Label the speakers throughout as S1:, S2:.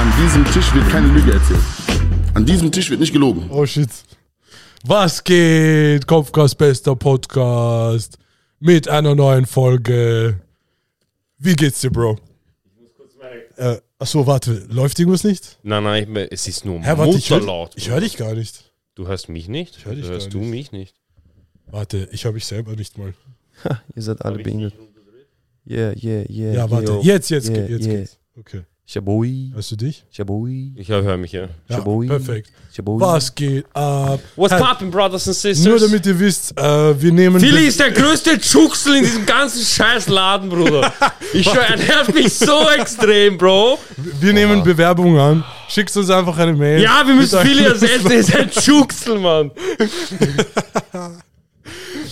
S1: An diesem Tisch wird keine Lüge erzählt. An diesem Tisch wird nicht gelogen.
S2: Oh shit. Was geht? Kopfkast bester Podcast mit einer neuen Folge. Wie geht's dir, Bro? Äh, achso, warte, läuft irgendwas nicht?
S3: Nein, nein, ich, es ist nur
S2: Hä, warte, ich höre
S3: mutterlaut.
S2: ich hör dich gar nicht.
S3: du hörst mich nicht?
S2: hör dich
S3: du hörst
S2: gar
S3: du
S2: nicht.
S3: mich nicht?
S2: Warte, ich höre mich selber nicht mal.
S4: Ihr seid alle behindert. Yeah, yeah, yeah.
S2: Ja, warte,
S4: yo.
S2: jetzt, jetzt,
S4: Yeah,
S2: geht- jetzt
S4: yeah.
S2: geht's. Okay,
S4: Shaboi,
S2: hörst du dich?
S4: Shaboi,
S3: Ich höre mich, ja.
S2: Ja,
S4: Shaboi.
S2: perfekt.
S4: Shaboi.
S2: Was geht ab?
S3: What's
S2: Hey,
S3: poppin', Brothers and Sisters?
S2: Nur damit ihr wisst, äh, wir nehmen...
S3: Philly ist der größte Schuchsel in diesem ganzen scheiß Laden, Bruder. Ich schwör, er nervt mich so extrem, Bro.
S2: Wir nehmen Bewerbungen an. Schickst uns einfach eine Mail.
S3: Ja, wir müssen
S2: Mit
S3: Philly
S2: einem-
S3: ersetzen, er ist ein Schuchsel, Mann.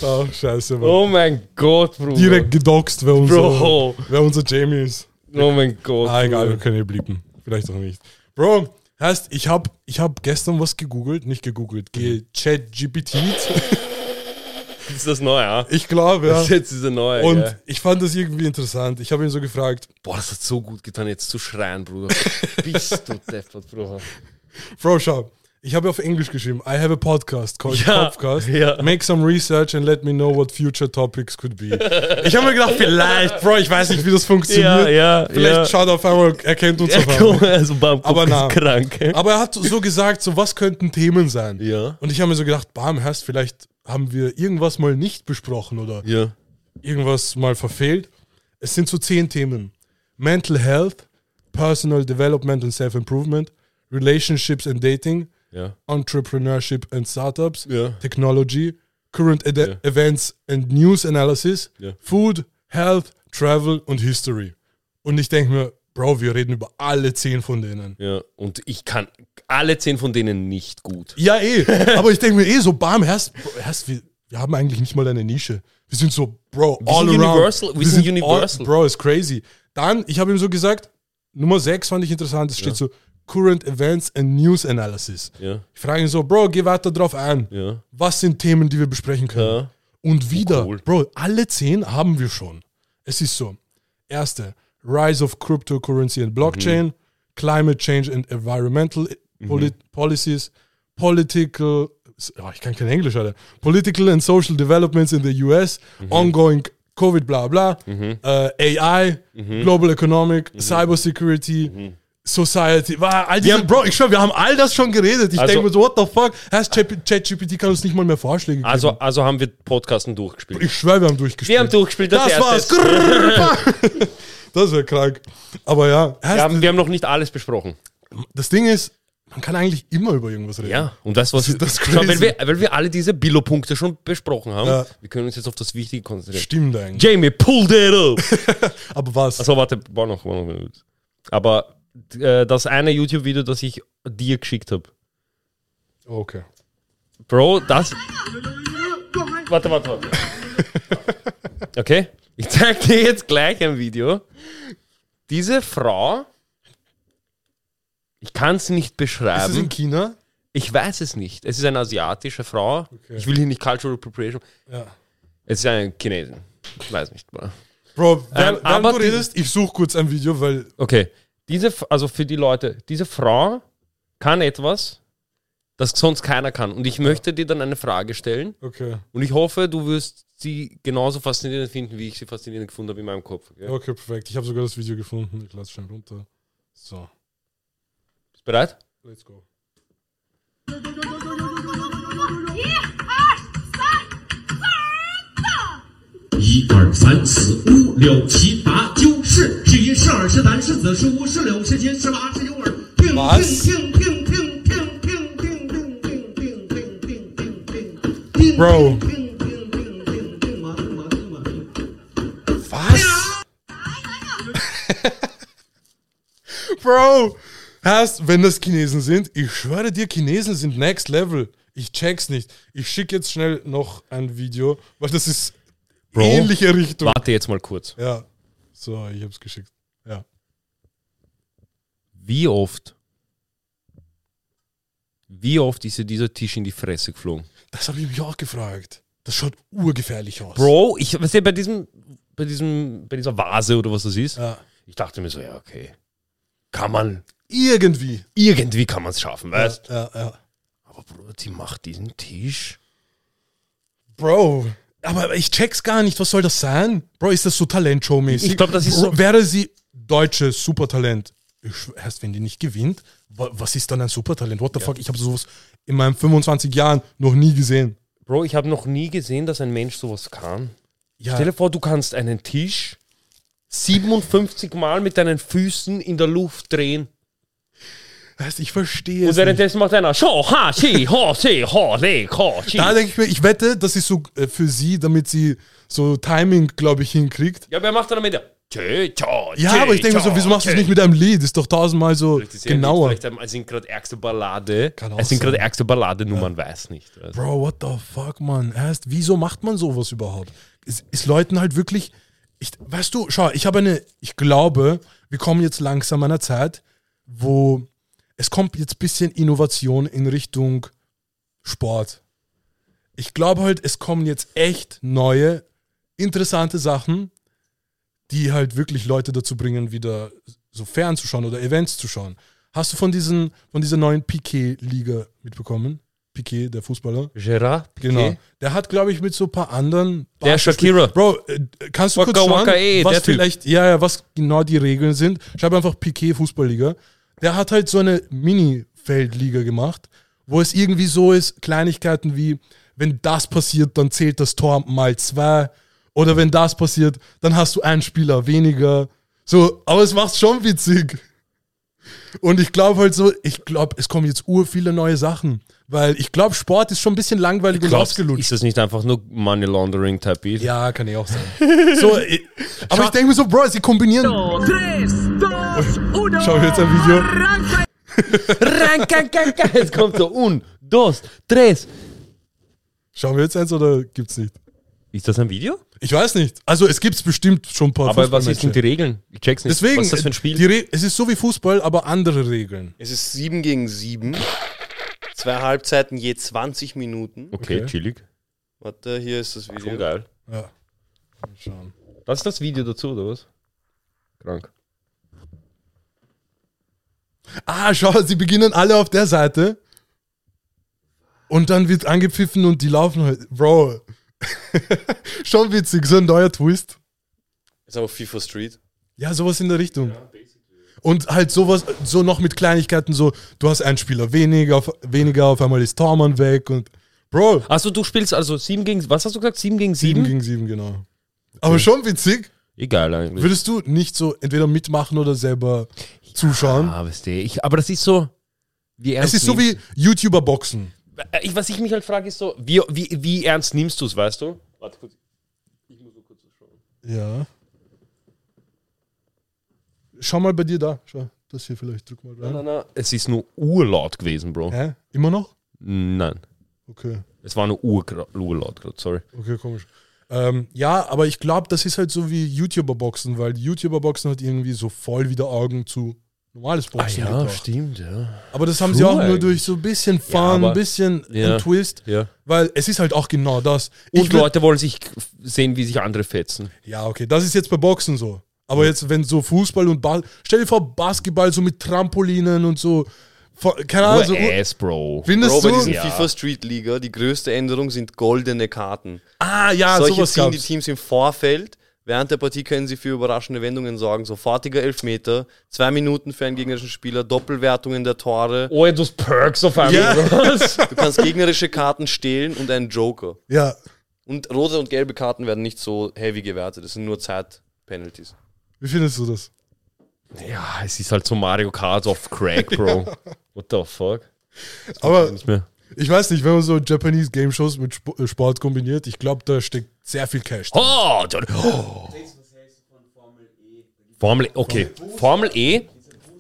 S2: Oh, scheiße, Mann.
S3: Oh mein Gott, Bruder.
S2: Direkt gedoxt, wer unser,
S3: Bro.
S2: wer unser Jamie ist.
S3: Oh mein Gott.
S2: Ah, egal, wir
S3: Bruder.
S2: können ihn blieben. Vielleicht auch nicht. Bro, heißt, ich hab, ich hab gestern was gegoogelt, nicht gegoogelt,
S3: Mhm.
S2: ge-Chat-GPT.
S3: Ist das neu, ja?
S2: Ich glaube,
S3: Das ist
S2: ja.
S3: jetzt dieser neue.
S2: Und
S3: ja.
S2: ich fand das irgendwie interessant. Ich habe ihn so gefragt,
S3: Boah, das hat so gut getan, jetzt zu schreien, Bruder. Bist du deppert, Bruder.
S2: Bro, schau. Ich habe auf Englisch geschrieben, I have a podcast called
S3: Ja,
S2: Podcast.
S3: ja.
S2: Make some research and let me know what future topics could be. Ich habe mir gedacht, vielleicht, Bro, ich weiß nicht, wie das funktioniert.
S3: Ja, ja,
S2: vielleicht
S3: ja.
S2: schaut auf einmal, erkennt uns auf einmal.
S3: also Bam
S2: Aber na.
S3: ist krank.
S2: Aber er hat so gesagt, so was könnten Themen sein.
S3: Ja.
S2: Und ich habe mir so gedacht, bam, hast vielleicht haben wir irgendwas mal nicht besprochen oder
S3: Ja.
S2: irgendwas mal verfehlt. Es sind so zehn Themen. Mental Health, Personal Development and Self-Improvement, Relationships and Dating,
S3: Ja.
S2: Entrepreneurship and Startups,
S3: Ja.
S2: Technology, Current ed-
S3: Ja.
S2: Events and News Analysis,
S3: Ja.
S2: Food, Health, Travel und History. Und ich denke mir, Bro, wir reden über alle zehn von denen.
S3: Ja, und ich kann alle zehn von denen nicht gut.
S2: Ja, eh. Aber ich denke mir eh so, bam, erst, erst wir, wir haben eigentlich nicht mal eine Nische. Wir sind so, Bro,
S3: sind
S2: all around.
S3: universal, wir sind universal.
S2: All, bro, ist crazy. Dann, ich habe ihm so gesagt, Nummer 6 fand ich interessant, es steht so, Current Events and News Analysis.
S3: Ja,
S2: Ich frage ihn so, Bro, geh weiter drauf ein.
S3: ja.
S2: Was sind Themen, die wir besprechen können?
S3: Ja.
S2: Und wieder,
S3: Cool.
S2: Bro, alle zehn haben wir schon. Es ist so. Erste, Rise of Cryptocurrency and Blockchain, Climate Change and Environmental Poli Policies, Political, oh, ich kann kein Englisch, Alter. Political and Social Developments in the US, Ongoing Covid, bla bla, äh, AI, Global Economic, Cybersecurity, Society, war all diese, Bro, ich schwör, Mhm. wir haben all das schon geredet. Ich
S3: Also-
S2: denke mir so, what the fuck? Heißt, ChatGPT kann uns nicht mal mehr Vorschläge geben.
S3: Also, also haben wir Podcasten durchgespielt.
S2: Ich schwöre, wir haben durchgespielt.
S3: Wir haben durchgespielt, das,
S2: Das
S3: erste.
S2: war's.
S3: Wir
S2: Grrrr. das wäre krank. Aber ja, heißt,
S3: haben, wir haben noch nicht alles besprochen.
S2: das Ding ist, man kann eigentlich immer über irgendwas reden.
S3: Ja, und das, was
S2: Das ist- das ist
S3: Schau,
S2: crazy.
S3: weil, wir, weil wir alle diese Billo-Punkte schon besprochen haben,
S2: Ja.
S3: wir können uns jetzt auf das Wichtige konzentrieren.
S2: Stimmt eigentlich.
S3: Jamie, pull that up!
S2: Aber was?
S3: Achso, Also, warte, war noch, war noch. Aber äh, das eine YouTube-Video, das ich dir geschickt habe,
S2: Okay.
S3: Bro, das. Warte, warte, warte. Okay, ich zeig dir jetzt gleich ein Video. Diese Frau, ich kann es
S2: Ist
S3: nicht
S2: es in
S3: beschreiben.
S2: China?
S3: Ich weiß es nicht. Es ist eine asiatische Frau.
S2: Okay.
S3: Ich will hier nicht Cultural Appropriation.
S2: Ja.
S3: Es ist ein Chinesin. Ich weiß nicht. Bro.
S2: Bro, während, während
S3: Ähm, aber
S2: du
S3: die-
S2: redest, ich suche kurz ein Video, weil
S3: Okay, diese, F- also für die Leute, diese Frau kann etwas, das sonst keiner kann. Und ich möchte dir dann eine Frage stellen.
S2: okay,
S3: Und ich hoffe, du wirst sie genauso faszinierend finden, wie ich sie faszinierend gefunden habe in meinem Kopf. gell?
S2: okay, perfekt. Ich habe sogar das Video gefunden. Ich lasse schnell runter. So,
S3: Bist du bereit?
S2: let's go.
S5: 一二三四五六七八九十，十一十二十三十四十五十六十七十八十九二。停停停停停停停停停停停停停停停。停停停停停嘛停嘛停嘛停。
S2: Was? Bro, hast, wenn das Chinesen sind, ich schwöre dir, Chinesen sind next level. Ich check's nicht. Ich schicke jetzt schnell noch ein Video, weil das ist ähnliche Richtung.
S3: Warte jetzt mal kurz.
S2: Ja. So, ich hab's geschickt. Ja.
S3: Wie oft, wie oft ist dir dieser Tisch in die Fresse geflogen?
S2: Das habe ich mich auch gefragt. Das schaut urgefährlich aus.
S3: Bro, ich, weißt du, bei diesem, bei diesem, bei dieser Vase oder was das ist,
S2: Ja.
S3: ich dachte mir so, ja, okay. kann man,
S2: Irgendwie.
S3: irgendwie kann man es schaffen, weißt
S2: Ja, ja.
S3: Aber Bruder, die macht diesen Tisch.
S2: Bro. Aber ich check's gar nicht. Was soll das sein? Bro, ist das so Talentshow-mäßig?
S3: Ich glaub, das ist
S2: Bro,
S3: so-
S2: Wäre sie deutsche Supertalent, ich, schw- erst wenn die nicht gewinnt, wa- was ist dann ein Supertalent? What the fuck? Ich habe sowas in meinen 25 Jahren noch nie gesehen.
S3: Bro, ich habe noch nie gesehen, dass ein Mensch sowas kann.
S2: Ja,
S3: Stell dir vor, du kannst einen Tisch 57 Mal mit deinen Füßen in der Luft drehen.
S2: weißt, ich verstehe
S3: Und
S2: es nicht.
S3: währenddessen macht einer Scho, ha, chi, ho, chi, ho, le, ho, chi.
S2: Da denke ich mir, ich wette, das ist so äh, für sie, damit sie so Timing, glaube ich, hinkriegt.
S3: Ja, wer macht dann am Ende? Chi, cha,
S2: Ja,
S3: chi,
S2: aber ich denke mir so,
S3: cha,
S2: wieso machst du es
S3: chi.
S2: nicht mit einem Lied? Ist doch tausendmal so
S3: Das ist ja
S2: genauer.
S3: nicht Vielleicht, ähm, es sind gerade ärgste Ballade.
S2: Kann auch
S3: Es sind
S2: sein.
S3: gerade ärgste Balladenummern, weiß nicht. Also.
S2: Bro, what the fuck, man? Erst, wieso macht man sowas überhaupt? Ist, ist Leuten halt wirklich. Ich, weißt du, schau, ich habe eine. Ich glaube, wir kommen jetzt langsam an einer Zeit, wo es kommt jetzt ein bisschen Innovation in Richtung Sport. Ich glaube halt, es kommen jetzt echt neue, interessante Sachen, die halt wirklich Leute dazu bringen, wieder so fernzuschauen oder Events zu schauen. Hast du von, diesen, von dieser neuen Piquet-Liga mitbekommen? Piquet, der Fußballer?
S3: Gerard Piqué.
S2: Genau. Der hat, glaube ich, mit so ein paar anderen.
S3: Der Shakira.
S2: Bro, äh, kannst du
S3: Waka
S2: kurz schauen,
S3: Waka, ey,
S2: was
S3: der Typ.
S2: vielleicht, ja, ja, was genau die Regeln sind? Schreib einfach Piquet Fußballliga. Der hat halt so eine Mini-Feldliga gemacht, wo es irgendwie so ist, Kleinigkeiten wie, wenn das passiert, dann zählt das Tor mal zwei. Oder wenn das passiert, dann hast du einen Spieler weniger. So, aber es macht's schon witzig. Und ich glaube halt so, ich glaube, es kommen jetzt ur viele neue Sachen. Weil ich glaube, Sport ist schon ein bisschen langweilig und
S3: Glaubst,
S2: ausgelutscht.
S3: ist das nicht einfach nur Money Laundering Tapete?
S2: Ja, kann ich auch sein. So, ich, aber ich denke mir so, Bro, sie kombinieren. Schau jetzt ein Video.
S3: Jetzt kommt so un, dos, tres.
S2: Schauen wir jetzt eins oder gibt's nicht?
S3: Ist das ein Video?
S2: Ich weiß nicht. Also es gibt's bestimmt schon ein paar
S3: Aber was ist
S2: Fußballmatches.
S3: denn die Regeln? Ich check's nicht.
S2: Deswegen, äh,
S3: was ist das für ein Spiel?
S2: Die Re es ist so wie Fußball, aber andere Regeln.
S6: Es ist 7 gegen 7. Zwei Halbzeiten je 20 Minuten.
S3: okay, chillig.
S6: Warte, hier ist das
S3: Schon
S6: Video.
S3: geil.
S2: Ja. Mal Schauen.
S3: Das ist das Video dazu, oder was? Krank.
S2: Ah, schau, sie beginnen alle auf der Seite. Und dann wird angepfiffen und die laufen halt. Bro. Schon witzig, so ein neuer Twist.
S6: Ist aber FIFA Street.
S2: Ja, sowas in der Richtung. Und halt sowas, so noch mit Kleinigkeiten, so, du hast einen Spieler weniger, auf, weniger auf einmal ist Tormann weg und Bro,
S3: Also du spielst also 7 gegen, was hast du gesagt? 7 gegen
S2: 7
S3: 7?
S2: gegen 7, genau. Aber schon witzig.
S3: Egal eigentlich.
S2: Würdest du nicht so entweder mitmachen oder selber zuschauen?
S3: ah, weißt du, ich, aber das ist so, wie ernst
S2: es ist so
S3: nimmst-
S2: wie YouTuber boxen.
S3: Äh, ich, was ich mich halt frage, ist so, wie, wie, wie ernst nimmst du es, weißt du? Warte kurz.
S2: Ja. Schau mal bei dir da. Schau, das hier vielleicht. Drück mal rein.
S3: Nein, nein, Es ist nur urlaut gewesen, Bro.
S2: Hä? Immer noch?
S3: Nein.
S2: Okay.
S3: Es war nur urgra- urlaut gerade, sorry.
S2: Okay, komisch. Ähm, ja, aber ich glaube, das ist halt so wie YouTuber-Boxen, weil YouTuber-Boxen hat irgendwie so voll wieder Augen zu normales Boxen gebracht.
S3: Ah stimmt, ja.
S2: Aber das haben sie auch nur
S3: eigentlich.
S2: durch so ein bisschen Fun, ein
S3: aber-
S2: bisschen
S3: Ja.
S2: ein Twist,
S3: ja.
S2: weil es ist halt auch genau das.
S3: Und
S2: würd-
S3: Leute wollen sich sehen, wie sich andere fetzen.
S2: Ja, okay, das ist jetzt bei Boxen so. Aber jetzt, wenn so Fußball und Ball, stell dir vor, Basketball so mit Trampolinen und so, Vor- keine Ahnung, so,
S3: Ur ass, Bro.
S2: findest
S6: Bro, bei
S2: du?
S6: diesen FIFA Street Liga, die größte Änderung sind goldene Karten.
S2: Ah, ja,
S6: Solche
S2: sowas
S6: ziehen die
S2: gab's.
S6: Teams im Vorfeld. Während der Partie können sie für überraschende Wendungen sorgen. Sofortiger Elfmeter, zwei Minuten für einen gegnerischen Spieler, Doppelwertungen der Tore.
S3: Oh, du hast Perks auf einmal.
S2: Ja.
S3: Was?
S6: Du kannst gegnerische Karten stehlen und einen Joker.
S2: Ja,
S6: Und rote und gelbe Karten werden nicht so heavy gewertet. Das sind nur Zeit-Penalties.
S2: wie findest du das?
S3: ja, es ist halt so Mario Kart auf Crack, Bro. What the fuck?
S2: Aber
S3: Mir-
S2: Ich weiß nicht, wenn man so Japanese Game Shows mit Sp äh, Sport kombiniert, ich glaube, da steckt sehr viel Cash. drin.
S3: Oh, John. Oh. Formel E, okay. Formel E,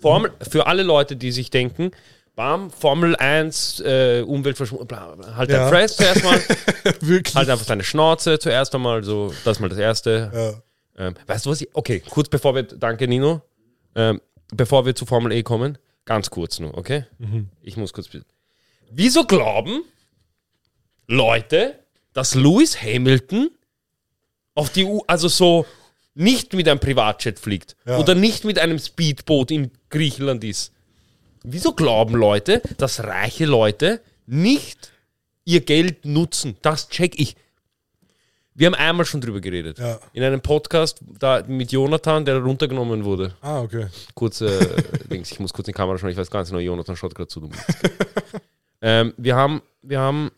S3: Formel, für alle Leute, die sich denken, bam, Formel 1, äh, Umweltverschmutzung, bla bla bla. Halt
S2: Ja.
S3: dein Fress zuerst mal,
S2: Wirklich.
S3: halt einfach deine Schnauze zuerst einmal, so, das ist mal das Erste.
S2: Ja.
S3: Ähm, weißt du was? Ich, okay, kurz bevor wir, danke Nino, ähm, bevor wir zu Formel E kommen, ganz kurz nur, okay?
S2: Mhm.
S3: Ich muss kurz. Wieso glauben Leute, dass Lewis Hamilton auf die U, also so nicht mit einem Privatjet fliegt
S2: Ja.
S3: oder nicht mit einem Speedboot in Griechenland ist. Wieso glauben Leute, dass reiche Leute nicht ihr Geld nutzen? Das check ich. Wir haben einmal schon drüber geredet.
S2: Ja.
S3: In einem Podcast da mit Jonathan, der runtergenommen wurde
S2: Ah, okay.
S3: kurze äh, Dings, ich muss kurz in die Kamera schauen, ich weiß ganz genau, Jonathan schaut gerade zu. Du Mist. ähm, wir, haben, wir haben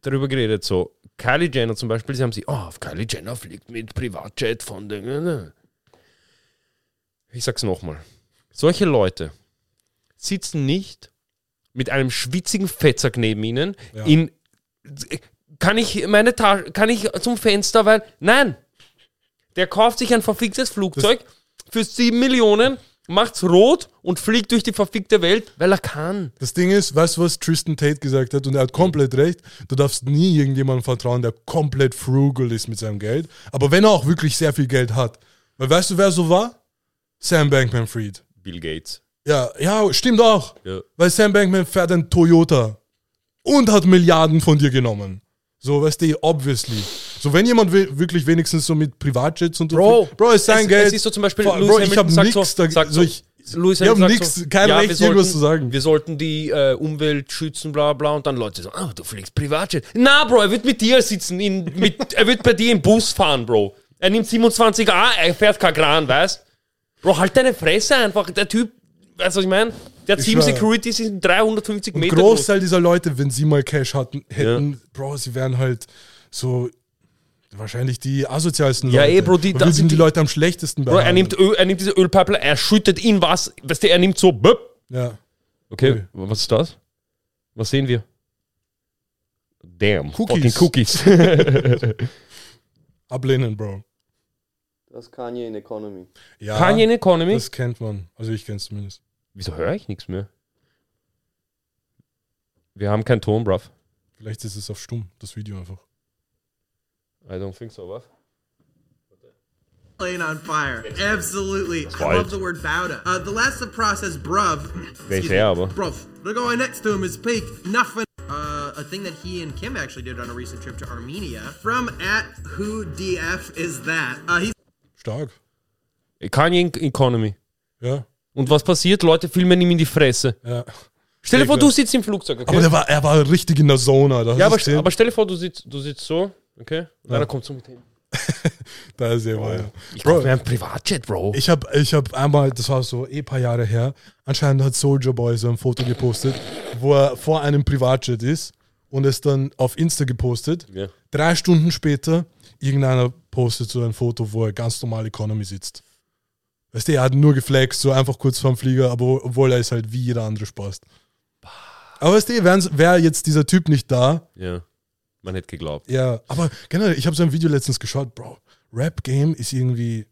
S3: darüber geredet, so Kylie Jenner zum Beispiel, sie haben sie, oh, auf Kylie Jenner fliegt mit Privatjet von den... Ich sag's nochmal. Solche Leute sitzen nicht mit einem schwitzigen Fettsack neben ihnen
S2: Ja.
S3: in... Kann ich meine Tasche, kann ich zum Fenster, weil... Nein! Der kauft sich ein verficktes Flugzeug für 7 Millionen, macht's rot und fliegt durch die verfickte Welt, weil er kann.
S2: Das Ding ist, weißt du, was Tristan Tate gesagt hat? Und er hat komplett recht. Du darfst nie irgendjemandem vertrauen, der komplett frugal ist mit seinem Geld. Aber wenn er auch wirklich sehr viel Geld hat. Weil weißt du, wer so war? Sam Bankman Fried.
S3: Bill Gates.
S2: Ja, ja, stimmt auch.
S3: Ja.
S2: Weil Sam Bankman fährt ein Toyota und hat Milliarden von dir genommen. So, weißt du, eh, obviously. So, wenn jemand will, wirklich wenigstens so mit Privatjets und
S3: Bro,
S2: so. Bro, ist sein
S3: es,
S2: Geld.
S3: Es ist so zum Beispiel,
S2: Bro,
S3: Lewis
S2: ich
S3: Hamilton
S2: hab
S3: sagt
S2: nix
S3: so,
S2: da,
S3: sagt
S2: so, ich,
S3: Lewis
S2: ich hab
S3: Hamilton
S2: nix,
S3: sagt so,
S2: kein
S3: ja,
S2: Recht,
S3: wir sollten-
S2: irgendwas zu sagen.
S3: Wir sollten die äh, Umwelt schützen, bla bla. Und dann Leute sagen, oh, du fliegst Privatjet. Na, Bro, er wird mit dir sitzen, in, mit, er wird bei dir im Bus fahren, Bro. Er nimmt 27a, er fährt kein Gran, weißt Bro, halt deine Fresse einfach. Der Typ, weißt du, was ich meine? Der Team
S2: schwöre.
S3: Security sind 350 Meter groß.
S2: Großteil dieser Leute, wenn sie mal Cash hatten, hätten, Bro, sie wären halt so wahrscheinlich die asozialsten
S3: Ja,
S2: Leute.
S3: eh, Bro, die-
S2: Und wir
S3: das-
S2: sind die
S3: die-
S2: Leute am schlechtesten
S3: Bro, er nimmt, Öl, er nimmt diese Ölpipeline, er schüttet in was. Weißt du, er nimmt so, böp,
S2: Ja.
S3: Okay,
S2: Cool.
S3: was ist das? Was sehen wir? Damn,
S2: Cookies.
S3: fucking Cookies.
S2: Ablehnen, Bro.
S6: Das Kanye in Economy.
S2: Ja,
S3: Kanye in Economy?
S2: das kennt man. Also ich kenn's zumindest.
S3: Wieso höre ich nichts mehr? Wir haben keinen Ton, bruv.
S2: Vielleicht ist es auf stumm, das Video einfach.
S3: I don't think so, bruv.
S7: plane on fire. Absolutely. I
S3: wild.
S7: love the word Bowda. Uh, the last of process, bruv.
S3: They
S7: excuse
S3: say,
S7: me,
S3: yeah, but-
S7: Bruv. The guy next to him is peak. Nothing. Uh, a thing that he and Kim actually did on a recent trip to Armenia. From at who DF is that? Uh, he's
S2: Stark.
S3: Kanye in Economy.
S2: Ja.
S3: Und was passiert? Leute filmen ihm in die Fresse.
S2: ja.
S3: Stell dir vor,
S2: klar.
S3: du sitzt im Flugzeug, okay?
S2: Aber der war, er war richtig in der Zone, Alter.
S3: ja,
S2: Hast
S3: aber,
S2: du's gesehen?
S3: aber stell dir vor, du sitzt, du sitzt so, okay? Und einer kommt so mit hin.
S2: da ist er, war ja.
S3: Ich
S2: Bro,
S3: kauf mir einen Privatjet, Bro.
S2: Ich habe ich hab einmal, das war so eh ein paar Jahre her, anscheinend hat Soldier Boy so ein Foto gepostet, wo er vor einem Privatjet ist und es dann auf Insta gepostet.
S3: Ja.
S2: Drei Stunden später, irgendeiner postet so ein Foto, wo er ganz normal Economy sitzt. Weißt du, er hat nur geflext, so einfach kurz vorm Flieger, aber obwohl er ist halt wie jeder andere Spast. Aber weißt du, wäre wär jetzt dieser Typ nicht da,
S3: ja, man hätte geglaubt.
S2: ja, aber generell, ich habe so ein Video letztens geschaut, Bro. Rap Game ist irgendwie.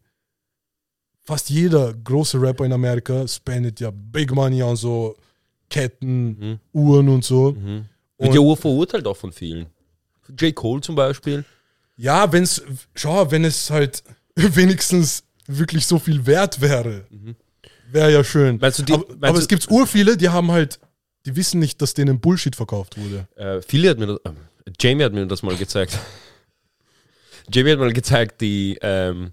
S2: Fast jeder große Rapper in Amerika spendet ja Big Money an so Ketten,
S3: Mhm.
S2: Uhren und so.
S3: Wird ja Uhr verurteilt auch von vielen. J. Cole zum Beispiel.
S2: Ja, wenn's, schau, wenn es halt wenigstens wirklich so viel wert wäre, wäre ja schön.
S3: Mhm. Meinst du die-
S2: aber
S3: meinst
S2: aber
S3: du-
S2: es gibt urviele, die haben halt, die wissen nicht, dass denen Bullshit verkauft wurde.
S3: äh, Philly hat mir das, äh, Jamie hat mir das mal gezeigt. Jamie hat mal gezeigt, die, ähm,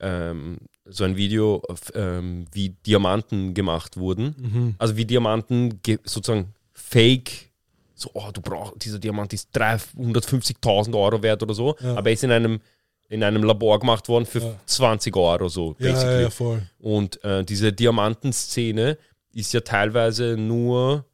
S3: ähm, so ein Video, auf, ähm, wie Diamanten gemacht wurden. Also wie Diamanten ge- sozusagen fake, so, oh, du brauchst, dieser Diamant ist 350.000 Euro wert oder so, aber er ist in einem, in einem Labor gemacht worden für 20 Euro so,
S2: Ja,
S3: basically.
S2: ja, ja, voll.
S3: Und äh, diese Diamantenszene ist ja teilweise nur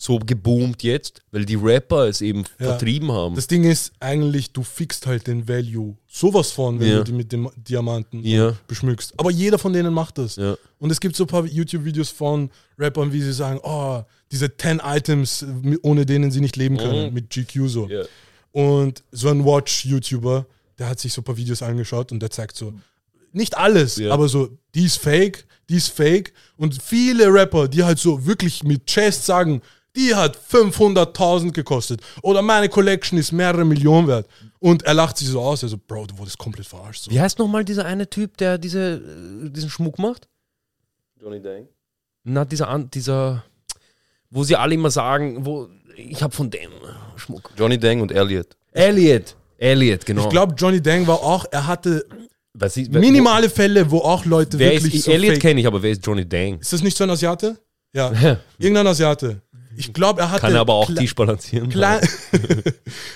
S3: so geboomt jetzt, weil die Rapper es eben vertrieben haben.
S2: Das Ding ist eigentlich, du fixst halt den Value. Sowas von, wenn
S3: Ja.
S2: du die mit dem Diamanten
S3: Ja.
S2: beschmückst. Aber jeder von denen macht das.
S3: Ja.
S2: Und es gibt so ein paar YouTube-Videos von Rappern, wie sie sagen, oh, diese 10 Items, mi- ohne denen sie nicht leben können, mit GQ so.
S3: Mhm. Ja.
S2: Und so ein Watch-YouTuber, der hat sich so ein paar Videos angeschaut und der zeigt so, nicht alles,
S3: Ja.
S2: aber so, die ist fake, die ist fake. Und viele Rapper, die halt so wirklich mit Chest sagen, die hat 500.000 gekostet. Oder meine Collection ist mehrere Millionen wert. Und er lacht sich so aus, also, Bro, du wurdest komplett verarscht. So.
S3: Wie heißt nochmal dieser eine Typ, der diese, äh, diesen Schmuck macht?
S6: Johnny Dang.
S3: Na, dieser, an- dieser, wo sie alle immer sagen, wo, ich hab von dem Schmuck.
S6: Johnny Dang und Elliot.
S3: Elliot. Elliot, genau.
S2: Ich glaube, Johnny Dang war auch, er hatte
S3: Was ist, wer-
S2: Minimale Fälle, wo auch Leute
S3: Wer
S2: wirklich
S3: ist,
S2: so
S3: Elliot
S2: fake-
S3: kenne ich, aber wer ist Johnny Dang?
S2: Ist das nicht so ein Asiate? Ja. Irgendein Asiate. Ich glaube, er hatte.
S3: Kann aber auch
S2: kle-
S3: Tisch balancieren.
S2: klein-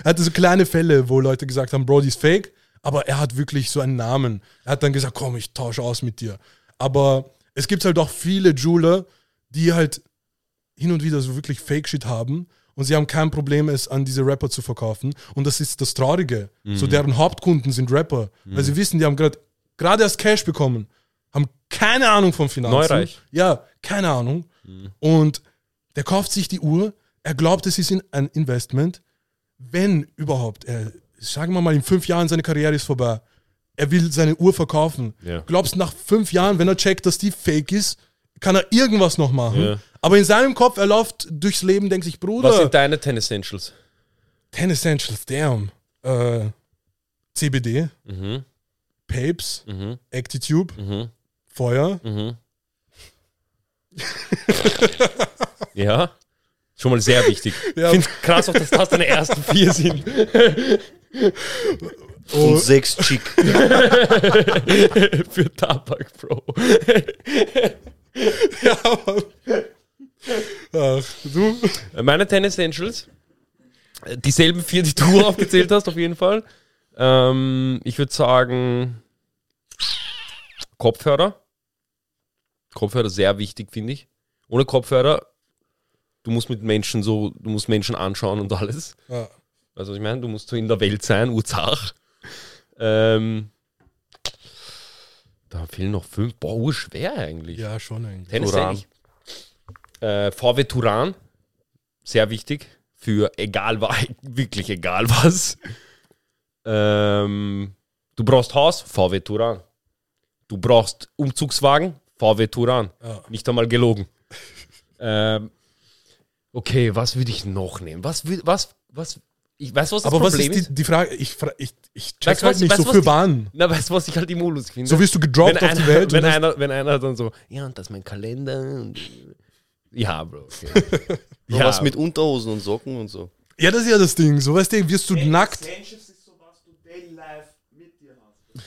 S2: er hatte so kleine Fälle, wo Leute gesagt haben, Brody ist fake, aber er hat wirklich so einen Namen. Er hat dann gesagt, komm, ich tausche aus mit dir. Aber es gibt halt auch viele Jeweler, die halt hin und wieder so wirklich Fake-Shit haben und sie haben kein Problem, es an diese Rapper zu verkaufen. Und das ist das Traurige. So deren Hauptkunden sind Rapper, weil sie wissen, die haben gerade gerade erst Cash bekommen, haben keine Ahnung vom Finanzen.
S3: Neureich.
S2: Ja, keine Ahnung. Und der kauft sich die Uhr, er glaubt, es ist in- ein Investment. Wenn überhaupt, er, sagen wir mal, in fünf Jahren seine Karriere ist vorbei. Er will seine Uhr verkaufen.
S3: Ja.
S2: Glaubst du, nach fünf Jahren, wenn er checkt, dass die fake ist, kann er irgendwas noch machen?
S3: Ja.
S2: Aber in seinem Kopf, er läuft durchs Leben, denkt sich, Bruder,
S3: Was sind deine Ten Essentials?
S2: 10 Essentials, damn. Äh, CBD,
S3: Mhm,
S2: Papes,
S3: mhm,
S2: Actitube,
S3: mhm,
S2: Feuer.
S3: mhm. ja, schon mal sehr wichtig.
S2: Ja.
S3: Ich finde krass, auch, dass das deine ersten vier sind.
S2: Oh.
S6: Und sechs Chick.
S3: Für Tabak, Bro.
S2: Ja, Mann. Ach, du?
S3: Äh, Meine Ten Essentials, äh, dieselben vier, die du aufgezählt hast, auf jeden Fall. Ähm, ich würde sagen, Kopfhörer. Kopfhörer sehr wichtig, finde ich. Ohne Kopfhörer, du musst mit Menschen so, du musst Menschen anschauen und alles.
S2: Ja.
S3: Weißt du, was ich meine? Du musst so in der Welt sein, Urzach. Ähm, da fehlen noch fünf. Boah, urschwer eigentlich.
S2: ja, schon eigentlich.
S3: Tennis
S6: Turan.
S3: eigentlich. Äh, VW Turan, sehr wichtig für egal was, wirklich egal was. Ähm, du brauchst Haus, VW Turan. Du brauchst Umzugswagen, VW Turan.
S2: Ja.
S3: Nicht einmal gelogen. ähm, okay, was würde ich noch nehmen? Was, wür- was, was, ich weiß, was das
S2: Aber was
S3: Problem
S2: ist die, die Frage? Ich, fra- ich, ich check
S3: Weißt du,
S2: halt
S3: was-
S2: nicht
S3: weißt
S2: so
S3: du, was
S2: für
S3: die-
S2: Bahn.
S3: Na, weißt du, was ich halt die Modus finde?
S2: So wirst du
S3: wenn
S2: gedroppt auf
S3: einer,
S2: die Welt.
S3: Wenn
S2: und das-
S3: einer, wenn einer dann so, ja, und das ist mein Kalender. Und, ja, Bro. Okay. ja,
S6: Was mit Unterhosen und Socken und so.
S2: ja, das ist ja das Ding. So, weißt du, wirst du nackt.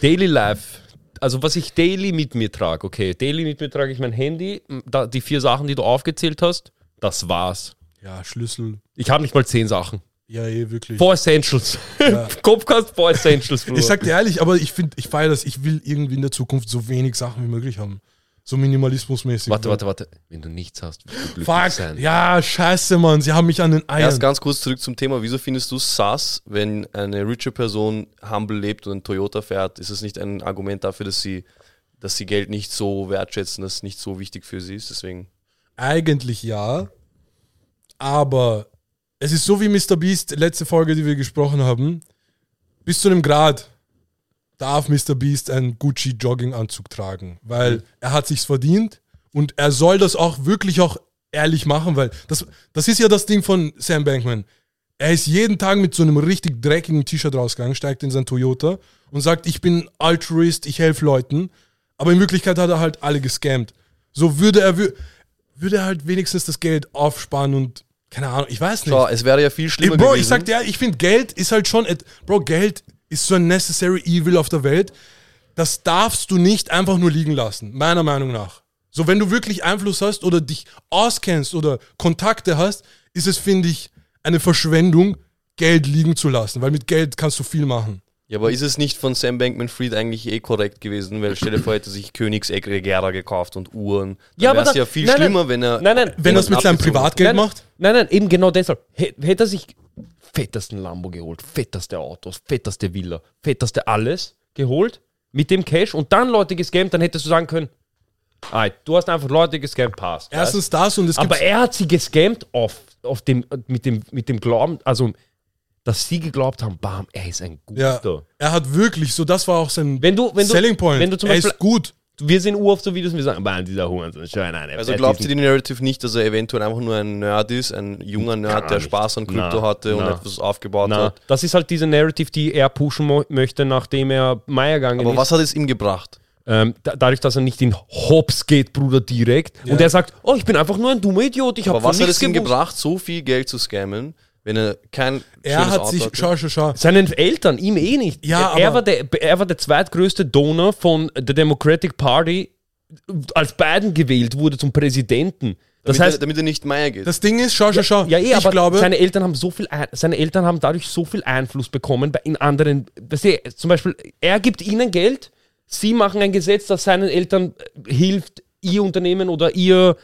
S3: Daily Life. Also was ich daily mit mir trage, okay. Daily mit mir trage ich mein Handy, m, da, die vier Sachen, die du aufgezählt hast, das war's.
S2: Ja, Schlüssel.
S3: Ich habe nicht mal zehn Sachen.
S2: Ja, eh, wirklich.
S3: Four Essentials. Copcast Four Essentials, Bruder.
S2: Ich sag dir ehrlich, aber ich finde, ich feiere das. Ich will irgendwie in der Zukunft so wenig Sachen wie möglich haben. So minimalismusmäßig. ne?
S3: warte, warte, warte. Wenn du nichts hast, wirst du glücklich
S2: Fuck.
S3: sein.
S2: Ja, scheiße, Mann. Sie haben mich an den Eiern.
S6: Erst ganz kurz zurück zum Thema, wieso findest du sass, wenn eine riche Person humble lebt und einen Toyota fährt, ist es nicht ein Argument dafür, dass sie, dass sie Geld nicht so wertschätzen, dass es nicht so wichtig für sie ist, deswegen.
S2: Eigentlich ja. Aber es ist so wie Mr. Beast, letzte Folge, die wir gesprochen haben. Bis zu einem Grad darf Mr. Beast einen Gucci-Jogging-Anzug tragen, weil er hat sich's verdient und er soll das auch wirklich auch ehrlich machen, weil das, das ist ja das Ding von Sam Bankman. Er ist jeden Tag mit so einem richtig dreckigen T-Shirt rausgegangen, steigt in sein Toyota und sagt, ich bin Altruist, ich helfe Leuten. Aber in Wirklichkeit hat er halt alle gescammt. So würde er, wür- würde er halt wenigstens das Geld aufsparen und, keine Ahnung, ich weiß nicht.
S6: Schau, es wäre ja viel schlimmer
S2: Bro,
S6: gewesen.
S2: ich sag dir, ich finde Geld ist halt schon, et- Bro, Geld ist so ein necessary evil auf der Welt. Das darfst du nicht einfach nur liegen lassen, meiner Meinung nach. So, wenn du wirklich Einfluss hast oder dich auskennst oder Kontakte hast, ist es, finde ich, eine Verschwendung, Geld liegen zu lassen, weil mit Geld kannst du viel machen.
S6: ja, aber ist es nicht von Sam Bankman-Fried eigentlich eh korrekt gewesen, weil stell dir vor, hätte sich Königsegg Regera gekauft und Uhren. Dann
S3: Ja, aber
S6: wär's
S3: da-
S6: ja viel
S3: nein, nein.
S6: schlimmer, wenn er
S3: Nein, nein.
S2: Wenn er es mit seinem
S6: abgezogen.
S2: Privatgeld
S3: nein,
S2: macht,
S3: Nein, nein, eben genau deshalb. Hät- Hätte er sich fettesten Lambo geholt, fetteste Autos, fetteste Villa, fetteste alles geholt mit dem Cash und dann Leute gescammt, dann hättest du sagen können, ah, du hast einfach Leute gescammt, passt.
S2: erstens das und es
S3: Aber
S2: gibt
S3: er hat sie gescammt auf, auf dem, mit, dem, mit dem Glauben, also dass sie geglaubt haben, bam, er ist ein
S2: ja,
S3: guter.
S2: er hat wirklich, so das war auch sein
S3: Wenn du- wenn du-
S2: Selling Point.
S3: wenn du zum
S2: er
S3: Beispiel-
S2: ist gut.
S3: Wir sehen Uhr auf so Videos und wir sagen, bam, dieser Hurensohn, schön, nein, er-
S6: Also
S3: er-
S6: glaubt ihr
S3: diesen-
S6: die Narrative nicht, dass er eventuell einfach nur ein Nerd ist, ein junger Nerd, der
S3: nicht.
S6: Spaß an Krypto
S3: Na,
S6: hatte und
S3: na.
S6: etwas aufgebaut
S3: Na,
S6: hat?
S3: das ist halt diese Narrative, die er pushen mo- möchte, nachdem er Meier gegangen
S6: Aber
S3: ist.
S6: was hat es ihm gebracht?
S3: Ähm, da, dadurch, dass er nicht in Hops geht, Bruder, direkt. Und er sagt, oh, ich bin einfach nur ein dummer Idiot, ich habe
S6: Aber was hat es
S3: nichts
S6: ihm
S3: gewusst.
S6: gebracht, so viel Geld zu scammen, Wenn er kein
S2: Er
S6: schönes
S2: hat sich,
S6: Auto hatte.
S2: schau, schau, schau.
S3: Seinen Eltern, ihm eh nicht.
S2: Ja,
S3: er,
S2: aber-
S3: war der, er war der zweitgrößte Donor von der Democratic Party, als Biden gewählt wurde zum Präsidenten. Das
S6: damit, er,
S3: heißt,
S6: damit er nicht Meier geht.
S2: Das Ding ist, schau, schau, schau.
S3: ja, eh,
S2: ich
S3: aber
S2: glaube,
S3: seine Eltern haben so viel, Ein- seine Eltern haben dadurch so viel Einfluss bekommen bei in anderen, weißt du, zum Beispiel, er gibt ihnen Geld, sie machen ein Gesetz, das seinen Eltern äh, hilft, ihr Unternehmen oder ihr,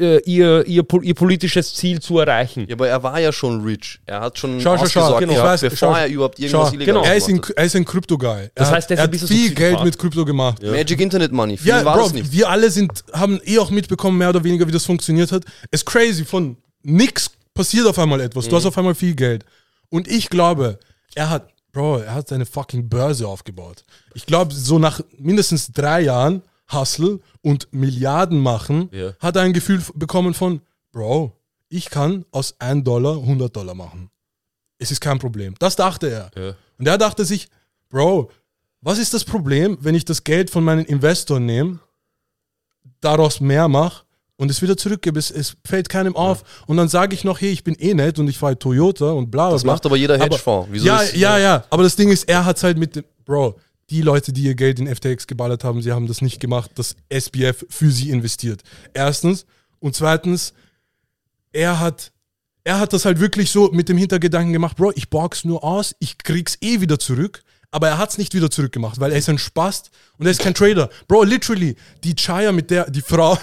S3: äh, ihr, ihr, pol- ihr politisches Ziel zu erreichen.
S6: ja, aber er war ja schon rich. Er hat schon
S2: Schau, schau, schau,
S6: ausgesorgt
S2: genau.
S6: gehabt,
S2: Ich weiß,
S6: bevor
S2: schau,
S6: er überhaupt irgendwas
S2: schau,
S6: Illegales
S3: genau.
S2: er ist, ein,
S6: gemacht hat.
S2: er ist ein Krypto-Guy.
S3: Das
S2: Er
S3: heißt, er ist
S2: hat
S3: ein bisschen so
S2: viel
S3: ein
S2: Geld
S3: Psychopath.
S2: mit Krypto gemacht.
S6: Magic Internet Money. Viel
S2: Ja,
S6: war
S2: Bro,
S6: das nicht.
S2: wir alle sind, haben eh auch mitbekommen, mehr oder weniger, wie das funktioniert hat. Es ist crazy, von nix passiert auf einmal etwas.
S6: Mhm.
S2: Du hast auf einmal viel Geld. Und ich glaube, er hat, Bro, er hat seine fucking Börse aufgebaut. Ich glaube, so nach mindestens drei Jahren Hustle und Milliarden machen,
S3: Ja.
S2: hat er ein Gefühl f- bekommen von, Bro, ich kann aus 1 Dollar 100 Dollar machen. Es ist kein Problem. Das dachte er. Und er dachte sich, Bro, was ist das Problem, wenn ich das Geld von meinen Investoren nehme, daraus mehr mache und es wieder zurückgebe? Es, es fällt keinem auf. Und dann sage ich noch, hey, ich bin eh nett und ich fahre Toyota und bla bla.
S6: Das macht aber jeder Hedgefonds. Wieso
S2: ja,
S6: das-
S2: ja, ja. Aber das Ding ist, er hat halt mit dem, Bro, die Leute, die ihr Geld in FTX geballert haben, sie haben das nicht gemacht, dass SBF für sie investiert. Erstens. Und zweitens, er hat er hat das halt wirklich so mit dem Hintergedanken gemacht, Bro, ich borg's nur aus, ich krieg's eh wieder zurück. Aber er hat's nicht wieder zurückgemacht, weil er ist ein Spast und er ist kein Trader. Bro, literally, die Chaya, mit der, die Frau,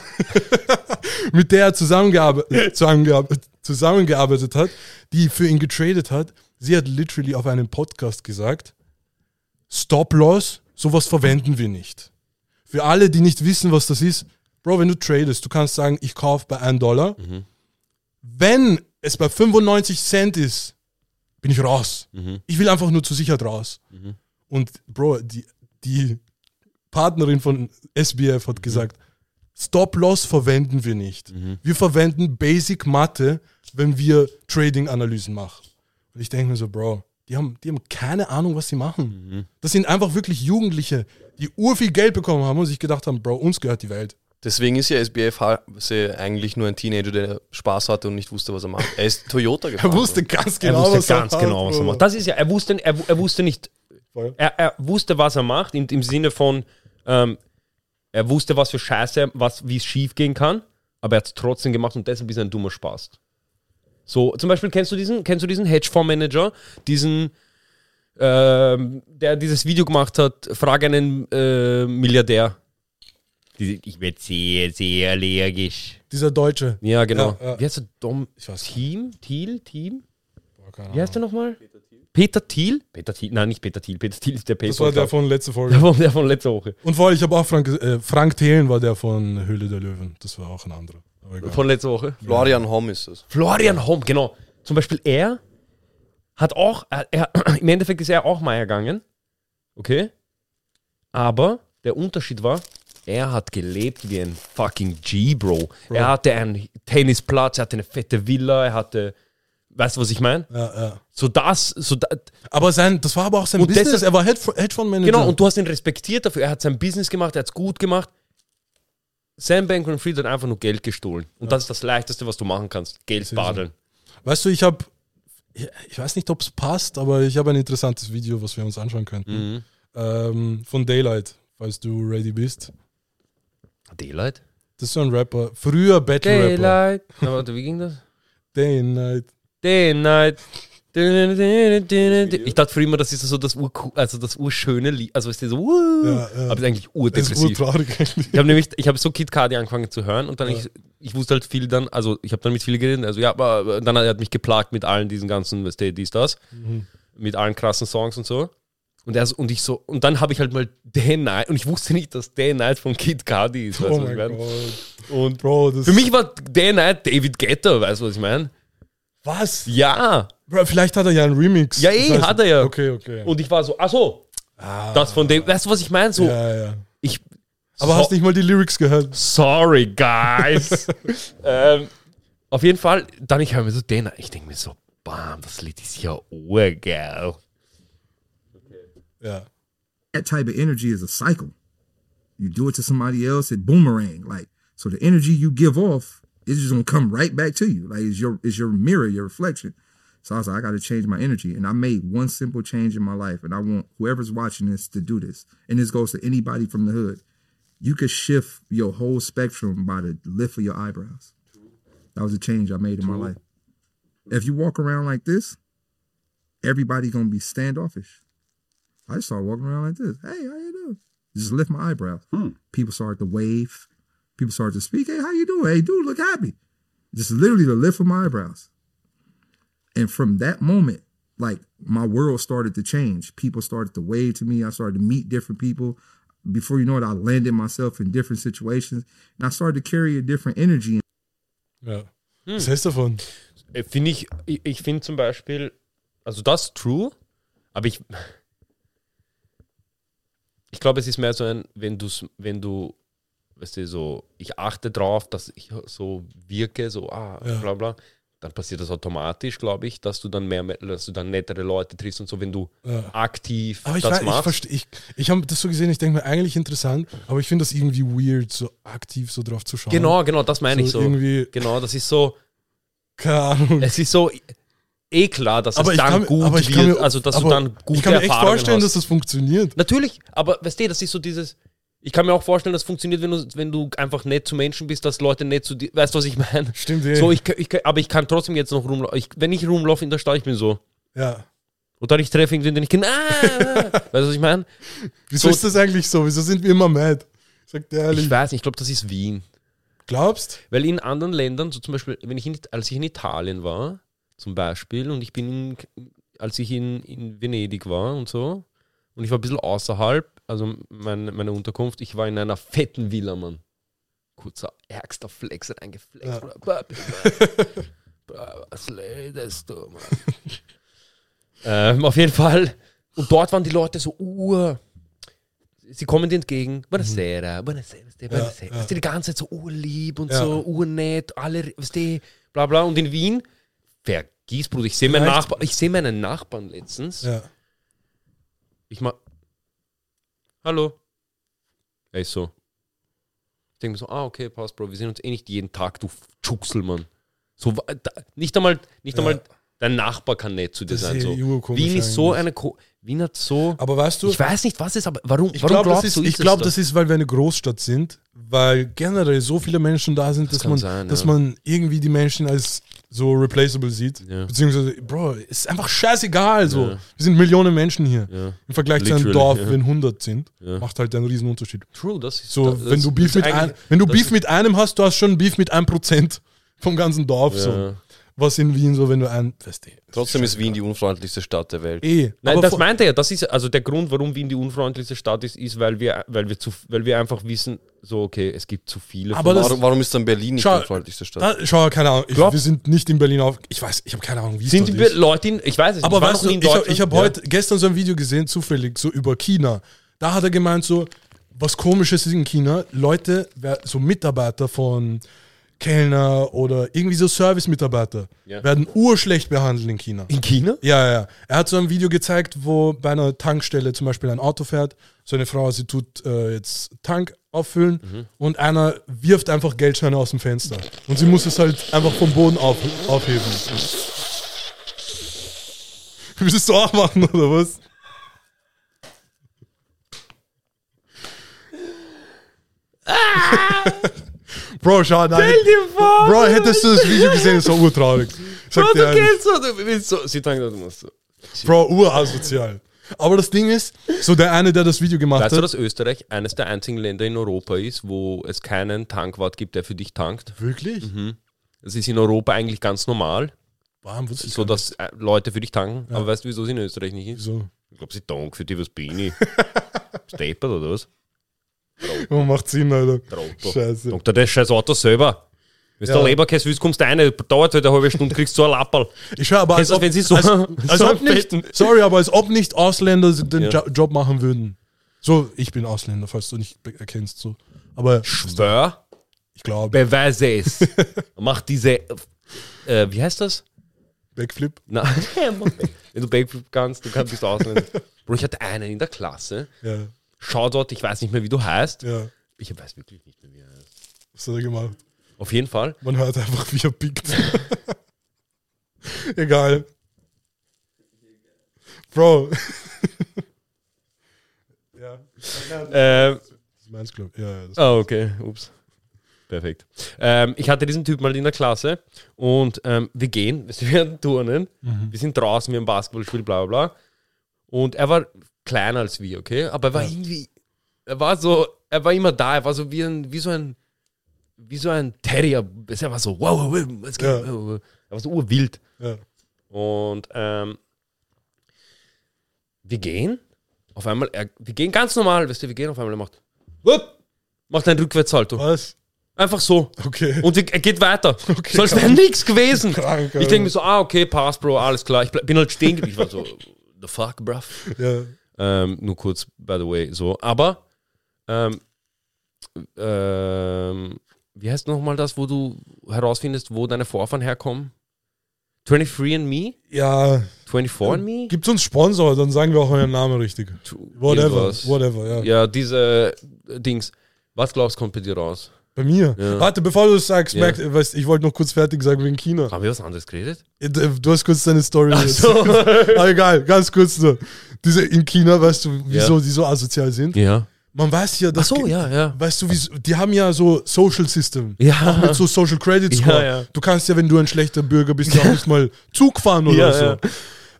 S2: mit der er zusammengearbeitet, zusammengearbeitet, zusammengearbeitet hat, die für ihn getradet hat, sie hat literally auf einem Podcast gesagt, Stop-Loss, sowas verwenden wir nicht. Für alle, die nicht wissen, was das ist, Bro, wenn du tradest, du kannst sagen, ich kaufe bei 1 Dollar, wenn es bei 95 Cent ist, bin ich raus.
S3: Mhm.
S2: Ich will einfach nur zu Sicherheit raus. Und Bro, die, die Partnerin von SBF
S3: Mhm.
S2: hat gesagt, Stop-Loss verwenden wir nicht. Wir verwenden Basic Mathe, wenn wir Trading-Analysen machen. Und ich denke mir so, Bro, die haben, die haben keine Ahnung, was sie machen.
S3: Mhm.
S2: Das sind einfach wirklich Jugendliche, die urviel Geld bekommen haben und sich gedacht haben, Bro, uns gehört die Welt.
S6: Deswegen ist ja SBF Hase eigentlich nur ein Teenager, der Spaß hatte und nicht wusste, was er macht. Er ist Toyota gefahren.
S2: Er wusste ganz
S3: Er
S2: genau,
S3: wusste
S2: was er
S3: ganz
S2: macht,
S3: genau, was er
S2: Bro.
S3: macht. Das ist ja, er wusste, er, er wusste nicht,
S2: Voll.
S3: er, er wusste, was er macht, im, im Sinne von, ähm, er wusste, was für Scheiße, was, wie es schief gehen kann, aber er hat es trotzdem gemacht und deshalb ist er ein dummer Spaß. So, zum Beispiel kennst du diesen, kennst du diesen Hedgefondsmanager, diesen, ähm, der dieses Video gemacht hat, frage einen äh, Milliardär. Diese, ich werde sehr, sehr allergisch.
S2: Dieser Deutsche.
S3: Ja, genau.
S2: Ja, ja.
S3: Wie heißt der Dom?
S2: weiß nicht.
S3: Team? Thiel? Team?
S2: Boah, keine
S3: Wie heißt der nochmal? Peter Thiel? Peter Thiel? Nein, nicht Peter Thiel. Peter Thiel ist der Peter.
S2: Das war der von letzter Folge.
S3: der von, der von letzter Woche.
S2: Und vorher, ich habe auch Frank, äh, Frank Thelen war der von Höhle der Löwen. Das war auch ein anderer. Aber egal.
S3: Von letzter Woche.
S6: Florian Homm ist das.
S3: Florian Homm, genau. Zum Beispiel er hat auch, er, er, im Endeffekt ist er auch mal gegangen. Okay? Aber der Unterschied war, er hat gelebt wie ein fucking G, Bro. Er hatte einen Tennisplatz, er hatte eine fette Villa, er hatte, weißt du, was ich meine?
S2: ja, ja.
S3: So das, so da,
S2: Aber sein, das war aber auch sein
S3: Und
S2: Business.
S3: deshalb-
S2: er war Hedge- Hedgefondsmanager.
S3: Genau, und du hast ihn respektiert dafür. Er hat sein Business gemacht, er hat es gut gemacht. Sam Bankman-Fried hat einfach nur Geld gestohlen. Und das ist das Leichteste, was du machen kannst. Geld badeln.
S2: weißt du, ich habe, ich weiß nicht, ob es passt, aber ich habe ein interessantes Video, was wir uns anschauen könnten.
S3: Mhm.
S2: Ähm, von Daylight, falls du ready bist.
S3: Daylight?
S2: Das ist so ein Rapper. Früher Battle-Rapper.
S3: Daylight. Na, warte, wie ging das?
S2: Daylight.
S3: Daylight. Ich dachte früher immer, das ist so das, Ur also das urschöne Lied. Also ist das so, uh,
S2: Ja, ja.
S3: aber ist eigentlich
S2: Das ist
S3: urdepressiv.
S2: urtraurig eigentlich.
S3: Ich habe nämlich, ich habe so Kid Cardi angefangen zu hören und dann ich, ich wusste halt viel dann, also ich habe dann mit vielen geredet, also ja, aber dann hat er mich geplagt mit allen diesen ganzen, weißt du, dies, das,
S2: Mhm.
S3: mit allen krassen Songs und so. Und, er, so- und ich so, und dann habe ich halt mal Day Night, und ich wusste nicht, dass Day Night von Kid Cardi ist, weißt du,
S2: Oh
S3: was ich
S2: mein
S3: meine?
S2: Gott.
S3: Und
S2: Bro, das
S3: für mich war Day Night David Guetta, weißt du, was ich meine?
S2: Was?
S3: Ja!
S2: Bro, vielleicht hat er ja einen Remix.
S3: Ja, eh,
S2: Ich weiß
S3: hat
S2: nicht.
S3: er ja.
S2: Okay, okay.
S3: Und ich war so, ach so, das von dem, weißt du, was ich meine? So,
S2: Ah. ja, ja.
S3: ich,
S2: Aber
S3: so,
S2: hast nicht mal die Lyrics gehört?
S3: Sorry, guys. ähm, auf jeden Fall, dann ich höre mir so den an. Ich denke mir so, bam, das Lied ist ja urgeil.
S2: Ja.
S8: that type of energy is a cycle. You do it to somebody else, it boomerang. Like so, the energy you give off is just gonna come right back to you. Like it's your it's your mirror, your reflection. So I was like, I got to change my energy. And I made one simple change in my life. And I want whoever's watching this to do this. And this goes to anybody from the hood. You could shift your whole spectrum by the lift of your eyebrows. That was a change I made in my life. If you walk around like this, everybody gonna be standoffish. I just started walking around like this. Hey, how you doing? Just lift my eyebrows. People started to wave. People started to speak. Hey, how you doing? Hey, dude, look happy. Just literally the lift of my eyebrows. And from that moment, like my world started to change. People started to wave to me. I started to meet different people. Before you know it, I landed myself in different situations and I started to carry a different energy.
S2: Ja. Was heißt davon?
S3: Äh, Finde ich, ich, ich finde zum Beispiel, also das ist true, aber ich, ich glaube, es ist mehr so ein, wenn du, wenn du, weißt du, so, ich achte drauf, dass ich so wirke, so, ah,
S2: Ja.
S3: bla, bla, dann passiert das automatisch, glaube ich, dass du dann mehr, dass du dann nettere Leute triffst und so, wenn du
S2: Ja.
S3: aktiv
S2: Aber ich,
S3: das
S2: weiß, ich
S3: machst.
S2: verstehe, ich, ich habe das so gesehen, ich denke mir eigentlich interessant, aber ich finde das irgendwie weird, so aktiv so drauf zu schauen.
S3: genau, genau, das meine
S2: So
S3: ich so.
S2: irgendwie-
S3: Genau, das ist so,
S2: Keine Ahnung.
S3: es ist so eh klar, dass es dann gut
S2: aber ich
S3: wird,
S2: kann
S3: also dass du
S2: aber
S3: dann gute
S2: Ich kann mir echt
S3: Erfahrungen
S2: vorstellen,
S3: hast.
S2: dass das funktioniert.
S3: Natürlich, aber weißt du, das ist so dieses. Ich kann mir auch vorstellen, das funktioniert, wenn du, wenn du einfach nett zu Menschen bist, dass Leute nett zu dir. Weißt du, was ich meine?
S2: Stimmt, eh.
S3: So, ich, kann- ich, kann- aber ich kann trotzdem jetzt noch rumlaufen. Ich, wenn ich rumlaufe in der Stadt, ich bin so.
S2: Ja.
S3: Oder ich treffe irgendwen, den ich kenne. Ah, weißt du, was ich meine?
S2: Wieso
S3: So-
S2: ist das eigentlich so? Wieso sind wir immer mad? Sagt der ehrlich.
S3: Ich weiß nicht, ich glaube, das ist Wien.
S2: Glaubst?
S3: Weil in anderen Ländern, so zum Beispiel, wenn ich in, It- als ich in Italien war, zum Beispiel, und ich bin, in, als ich in, in Venedig war und so, und ich war ein bisschen außerhalb, also meine, meine Unterkunft, ich war in einer fetten Villa, Mann. Kurzer, ärgster Flex reingeflext.
S2: Ja.
S3: Bra- bra- bra- bra- Was redest du, Mann? ähm, auf jeden Fall. Und dort waren die Leute so, uh, sie kommen dir entgegen, buonasera, buonasera, weißt du, buonasera.
S2: Mhm. ja.
S3: Weißt du, die ganze Zeit so urlieb und
S2: Ja.
S3: so urnett, alle, weißt du, bla bla. Und in Wien, vergiss, Bruder, ich sehe meinen,
S2: Vielleicht-
S3: Nachbar, ich seh meinen Nachbarn letztens.
S2: Ja.
S3: Ich mach, hallo. Er ist so. Ich denke mir so, ah, okay, passt, Bro, wir sehen uns eh nicht jeden Tag, du Schuchselmann. So, wa- da, nicht einmal, nicht
S2: Ja.
S3: einmal, dein Nachbar kann nett zu dir
S2: Das ist
S3: sein.
S2: eh
S3: So.
S2: urkomisch
S3: Wien ist so
S2: eigentlich.
S3: eine, Ko Wien hat so,
S2: Aber weißt du,
S3: ich weiß nicht, was ist, aber warum,
S2: ich
S3: warum
S2: glaube, das,
S3: glaubst
S2: ist,
S3: du,
S2: ich
S3: es
S2: glaub,
S3: das?
S2: das ist, weil wir eine Großstadt sind, weil generell so viele Menschen da sind, dass,
S3: kann
S2: man,
S3: sein,
S2: dass
S3: ja.
S2: man irgendwie die Menschen als so replaceable sieht.
S3: Ja.
S2: Beziehungsweise, Bro, ist einfach scheißegal. So. Wir sind Millionen Menschen hier.
S3: Ja.
S2: Im Vergleich zu einem
S3: Literally,
S2: Dorf,
S3: ja.
S2: wenn 100 sind,
S3: Ja.
S2: macht halt einen riesen Unterschied.
S3: True, das ist
S2: So,
S3: das,
S2: wenn du Beef, mit, ein, wenn du Beef mit einem hast, du hast schon Beef mit 1% vom ganzen Dorf. So.
S3: Ja.
S2: Was in Wien so, wenn du ein. Weißt du,
S6: Trotzdem ist Wien die unfreundlichste Stadt der Welt.
S2: eh.
S3: Nein,
S2: aber
S3: das
S2: vor-
S3: meinte er. Das ist also der Grund, warum Wien die unfreundlichste Stadt ist, ist, weil wir, weil wir zu, weil wir einfach wissen, so okay, es gibt zu viele.
S2: Aber das-
S6: Warum, warum ist dann Berlin nicht
S2: Schau,
S6: die unfreundlichste Stadt?
S2: da, schau, keine Ahnung. Ich,
S3: Glaub-
S2: wir sind nicht in Berlin auf. Ich weiß, ich habe keine Ahnung, wie es
S3: sind
S2: dort
S3: die
S2: ist.
S3: Leute in, ich weiß es
S2: Aber
S3: nicht. war
S2: weißt
S3: noch
S2: du,
S3: nie in
S2: ich, hab-
S3: Deutschland.
S2: ich habe heute gestern so ein Video gesehen, zufällig, so über China. Da hat er gemeint, so, was komisches ist in China, Leute, wer- so Mitarbeiter von Kellner oder irgendwie so Service-Mitarbeiter
S3: Ja.
S2: werden urschlecht behandelt in China.
S3: in China.
S2: Ja, ja, ja. Er hat so ein Video gezeigt, wo bei einer Tankstelle zum Beispiel ein Auto fährt. So eine Frau, sie tut äh, jetzt Tank auffüllen und einer wirft einfach Geldscheine aus dem Fenster. Und sie muss es halt einfach vom Boden auf, aufheben. Willst du auch machen, oder was? Bro, schau, nein. Bro, hättest du das Video gesehen, ist doch urtraurig. Sagt
S3: du
S2: der eine.
S3: kennst so, du willst so. Sie sagen, du musst so.
S2: Bro, urasozial. Aber das Ding ist, so der eine, der das Video gemacht
S3: Weißt du,
S2: hat,
S3: dass Österreich eines der einzigen Länder in Europa ist, wo es keinen Tankwart gibt, der für dich tankt?
S2: wirklich? Mhm.
S3: Das ist in Europa eigentlich ganz normal,
S2: Warum wusste ich
S3: so
S2: gar
S3: dass äh, Leute für dich tanken. Aber weißt du, wieso es in Österreich nicht
S2: nicht.
S3: ist?
S2: so.
S3: Ich glaube, sie tanken für dich, was bin ich? Steppert oder was?
S2: Man macht Sinn, Alter.
S3: Trottel.
S2: Scheiße.
S3: Sagt er, das scheiß Auto selber. Wenn du
S2: Ja.
S3: der Leberkäse willst, kommst du eine, dauert halt eine halbe Stunde, kriegst du so ein Lapperl.
S2: Ich höre aber,
S3: Kennst
S2: als
S3: du
S2: ob,
S3: das, wenn sie so-
S2: als, als
S3: so
S2: ob nicht,
S3: fetten-
S2: sorry, aber als ob nicht Ausländer den
S3: Ja.
S2: Jo- Job machen würden. So, ich bin Ausländer, falls du nicht be- erkennst, so. Aber
S3: Schwör,
S2: ich glaube,
S3: beweise es. Mach diese, äh, wie heißt das?
S2: Backflip.
S3: Na, wenn du Backflip kannst, du kannst bist Ausländer. Bro, ich hatte einen in der Klasse.
S2: Ja,
S3: Shoutout, ich weiß nicht mehr, wie du heißt.
S2: ja.
S3: Ich weiß wirklich nicht mehr, wie er heißt.
S2: Was hat er gemacht?
S3: Auf jeden Fall.
S2: Man hört einfach, wie er pickt. Egal. Bro. ja.
S3: Ähm,
S2: Das ist meins, glaub ich. Ja, ja, das
S3: Ah, okay. Ups. Perfekt. Ähm, ich hatte diesen Typ mal in der Klasse und ähm, wir gehen, weißt du, wir werden turnen, wir sind draußen, wir haben Basketball gespielt, bla bla bla. Und er war kleiner als wir, okay? Aber er war irgendwie, er war so, er war immer da, er war so wie, ein, wie so ein, wie so ein Terrier. Er war so, wow, wow, wow, was geht?
S2: Ja.
S3: Er war so urwild.
S2: ja.
S3: Und ähm, wir gehen, auf einmal, er, wir gehen ganz normal, weißt du, wir gehen auf einmal, er macht, wupp, macht einen Rückwärtssalto.
S2: Was?
S3: Einfach so.
S2: Okay.
S3: Und er geht weiter.
S2: Okay,
S3: so als wäre
S2: krank.
S3: nichts gewesen.
S2: Krank,
S3: ich
S2: Alter.
S3: denke mir so, ah, okay, pass, Bro, alles klar. Ich ble- bin halt stehen geblieben. Ich war so, the fuck, bruv.
S2: Ja.
S3: Ähm, nur kurz, by the way, so. Aber, ähm, ähm, wie heißt nochmal das, wo du herausfindest, wo deine Vorfahren herkommen? 23 and me?
S2: ja.
S3: 24 and me?
S2: Gibt uns Sponsor, dann sagen wir auch euren Namen richtig. Whatever.
S3: Irgendwas.
S2: Whatever, ja.
S3: Ja, diese äh, Dings. Was glaubst du, kommt bei dir raus?
S2: Bei mir. Warte, bevor du es sagst,
S3: Ja.
S2: merkt, weißt, ich wollte noch kurz fertig sagen wegen China. Äh,
S3: Haben wir was anderes geredet?
S2: Du hast kurz deine Story. Ach
S3: so.
S2: Aber egal, ganz kurz nur. Diese in China, weißt du, wieso
S3: Ja.
S2: die so asozial sind?
S3: Ja.
S2: Man weiß ja,
S3: Ach
S2: dass.
S3: so,
S2: Ki-
S3: ja, ja.
S2: Weißt du, wieso, die haben ja so Social System.
S3: Ja.
S2: Auch mit so Social Credit Score.
S3: Ja, ja.
S2: Du kannst ja, wenn du ein schlechter Bürger bist, ja auch nicht mal Zug fahren oder
S3: Ja,
S2: so.
S3: ja.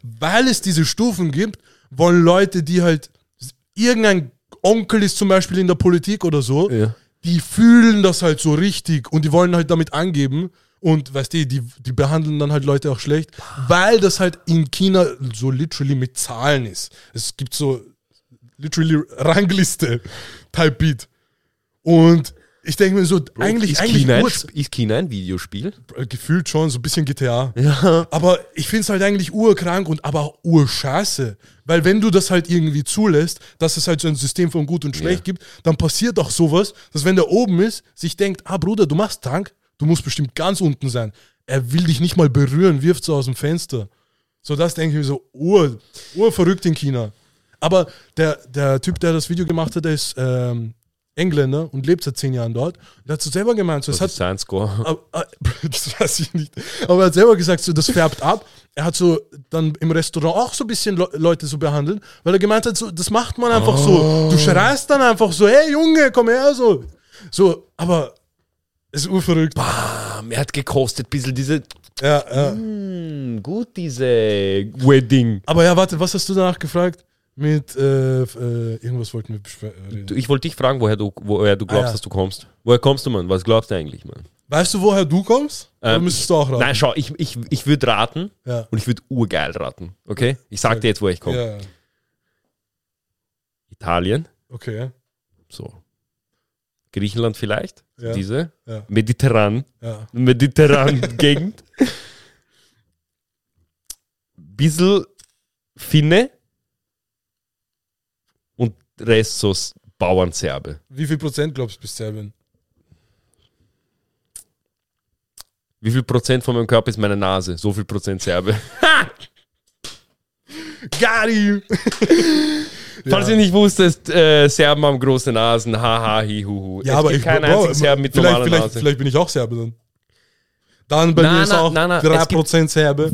S2: Weil es diese Stufen gibt, wollen Leute, die halt irgendein Onkel ist zum Beispiel in der Politik oder so,
S3: Ja.
S2: die fühlen das halt so richtig und die wollen halt damit angeben. Und weißt du, die, die behandeln dann halt Leute auch schlecht, weil das halt in China so literally mit Zahlen ist. Es gibt so literally Rangliste, Type Beat. Und ich denke mir so, eigentlich,
S3: ist,
S2: eigentlich
S3: China ein,
S2: ur-
S3: Sp- ist China ein Videospiel?
S2: äh, gefühlt schon so ein bisschen GTA. Aber ich finde es halt eigentlich urkrank und aber auch urscheiße. Weil wenn du das halt irgendwie zulässt, dass es halt so ein System von gut und schlecht gibt, dann passiert auch sowas, dass wenn der oben ist, sich denkt, ah Bruder, du machst Tank, du musst bestimmt ganz unten sein. Er will dich nicht mal berühren, wirft so aus dem Fenster. So das denke ich mir so, ur, urverrückt in China. Aber der, der Typ, der das Video gemacht hat, der ist ähm, Engländer und lebt seit zehn Jahren dort. Der hat so selber gemeint, so, es hat,
S3: Science Score.
S2: aber, äh, das weiß ich nicht. Aber er hat selber gesagt, so, das färbt ab. Er hat so dann im Restaurant auch so ein bisschen Le Leute so behandelt, weil er gemeint hat, so, das macht man einfach
S3: Ah.
S2: so. Du schreist dann einfach so, hey Junge, komm her, so. So, aber ist urverrückt.
S3: Ah, mir hat gekostet bisschen diese.
S2: Ja, ja.
S3: Hm, gut, diese Wedding.
S2: Aber ja, warte, was hast du danach gefragt? Mit äh, f- äh, irgendwas wollten wir äh, besprechen.
S3: Du, ich wollte dich fragen, woher du, woher du glaubst,
S2: Ah, ja.
S3: dass du kommst. Woher kommst du, Mann? Was glaubst du eigentlich, Mann?
S2: Weißt du, woher du kommst? Oder
S3: Ähm,
S2: müsstest du auch raten?
S3: Nein, schau, ich, ich, ich würde raten
S2: Ja.
S3: und ich würde urgeil raten. Okay? Ich sag dir jetzt, woher ich komme.
S2: Ja, ja.
S3: Italien,
S2: okay.
S3: so. Griechenland vielleicht,
S2: Ja.
S3: diese.
S2: Ja.
S3: Mediterran,
S2: Ja.
S3: Mediterran-Gegend. Bissel Finne und Rest so S- Bauernserbe.
S2: Wie viel Prozent glaubst du bist Serbien?
S3: Wie viel Prozent von meinem Körper ist meine Nase? So viel Prozent Serbe. Ha!
S2: Gari!
S3: Falls ihr nicht wusstet, äh, Serben haben große Nasen. Haha, hi, hu, hu.
S2: Ja,
S3: es
S2: aber
S3: gibt
S2: ich
S3: keinen
S2: Bro,
S3: einzigen Serben mit
S2: vielleicht,
S3: normaler
S2: vielleicht,
S3: Nase.
S2: vielleicht bin ich auch Serbe dann. Dann bei
S3: Na,
S2: mir ist
S3: na,
S2: auch
S3: na, na, es oh,
S2: 3% Serbe.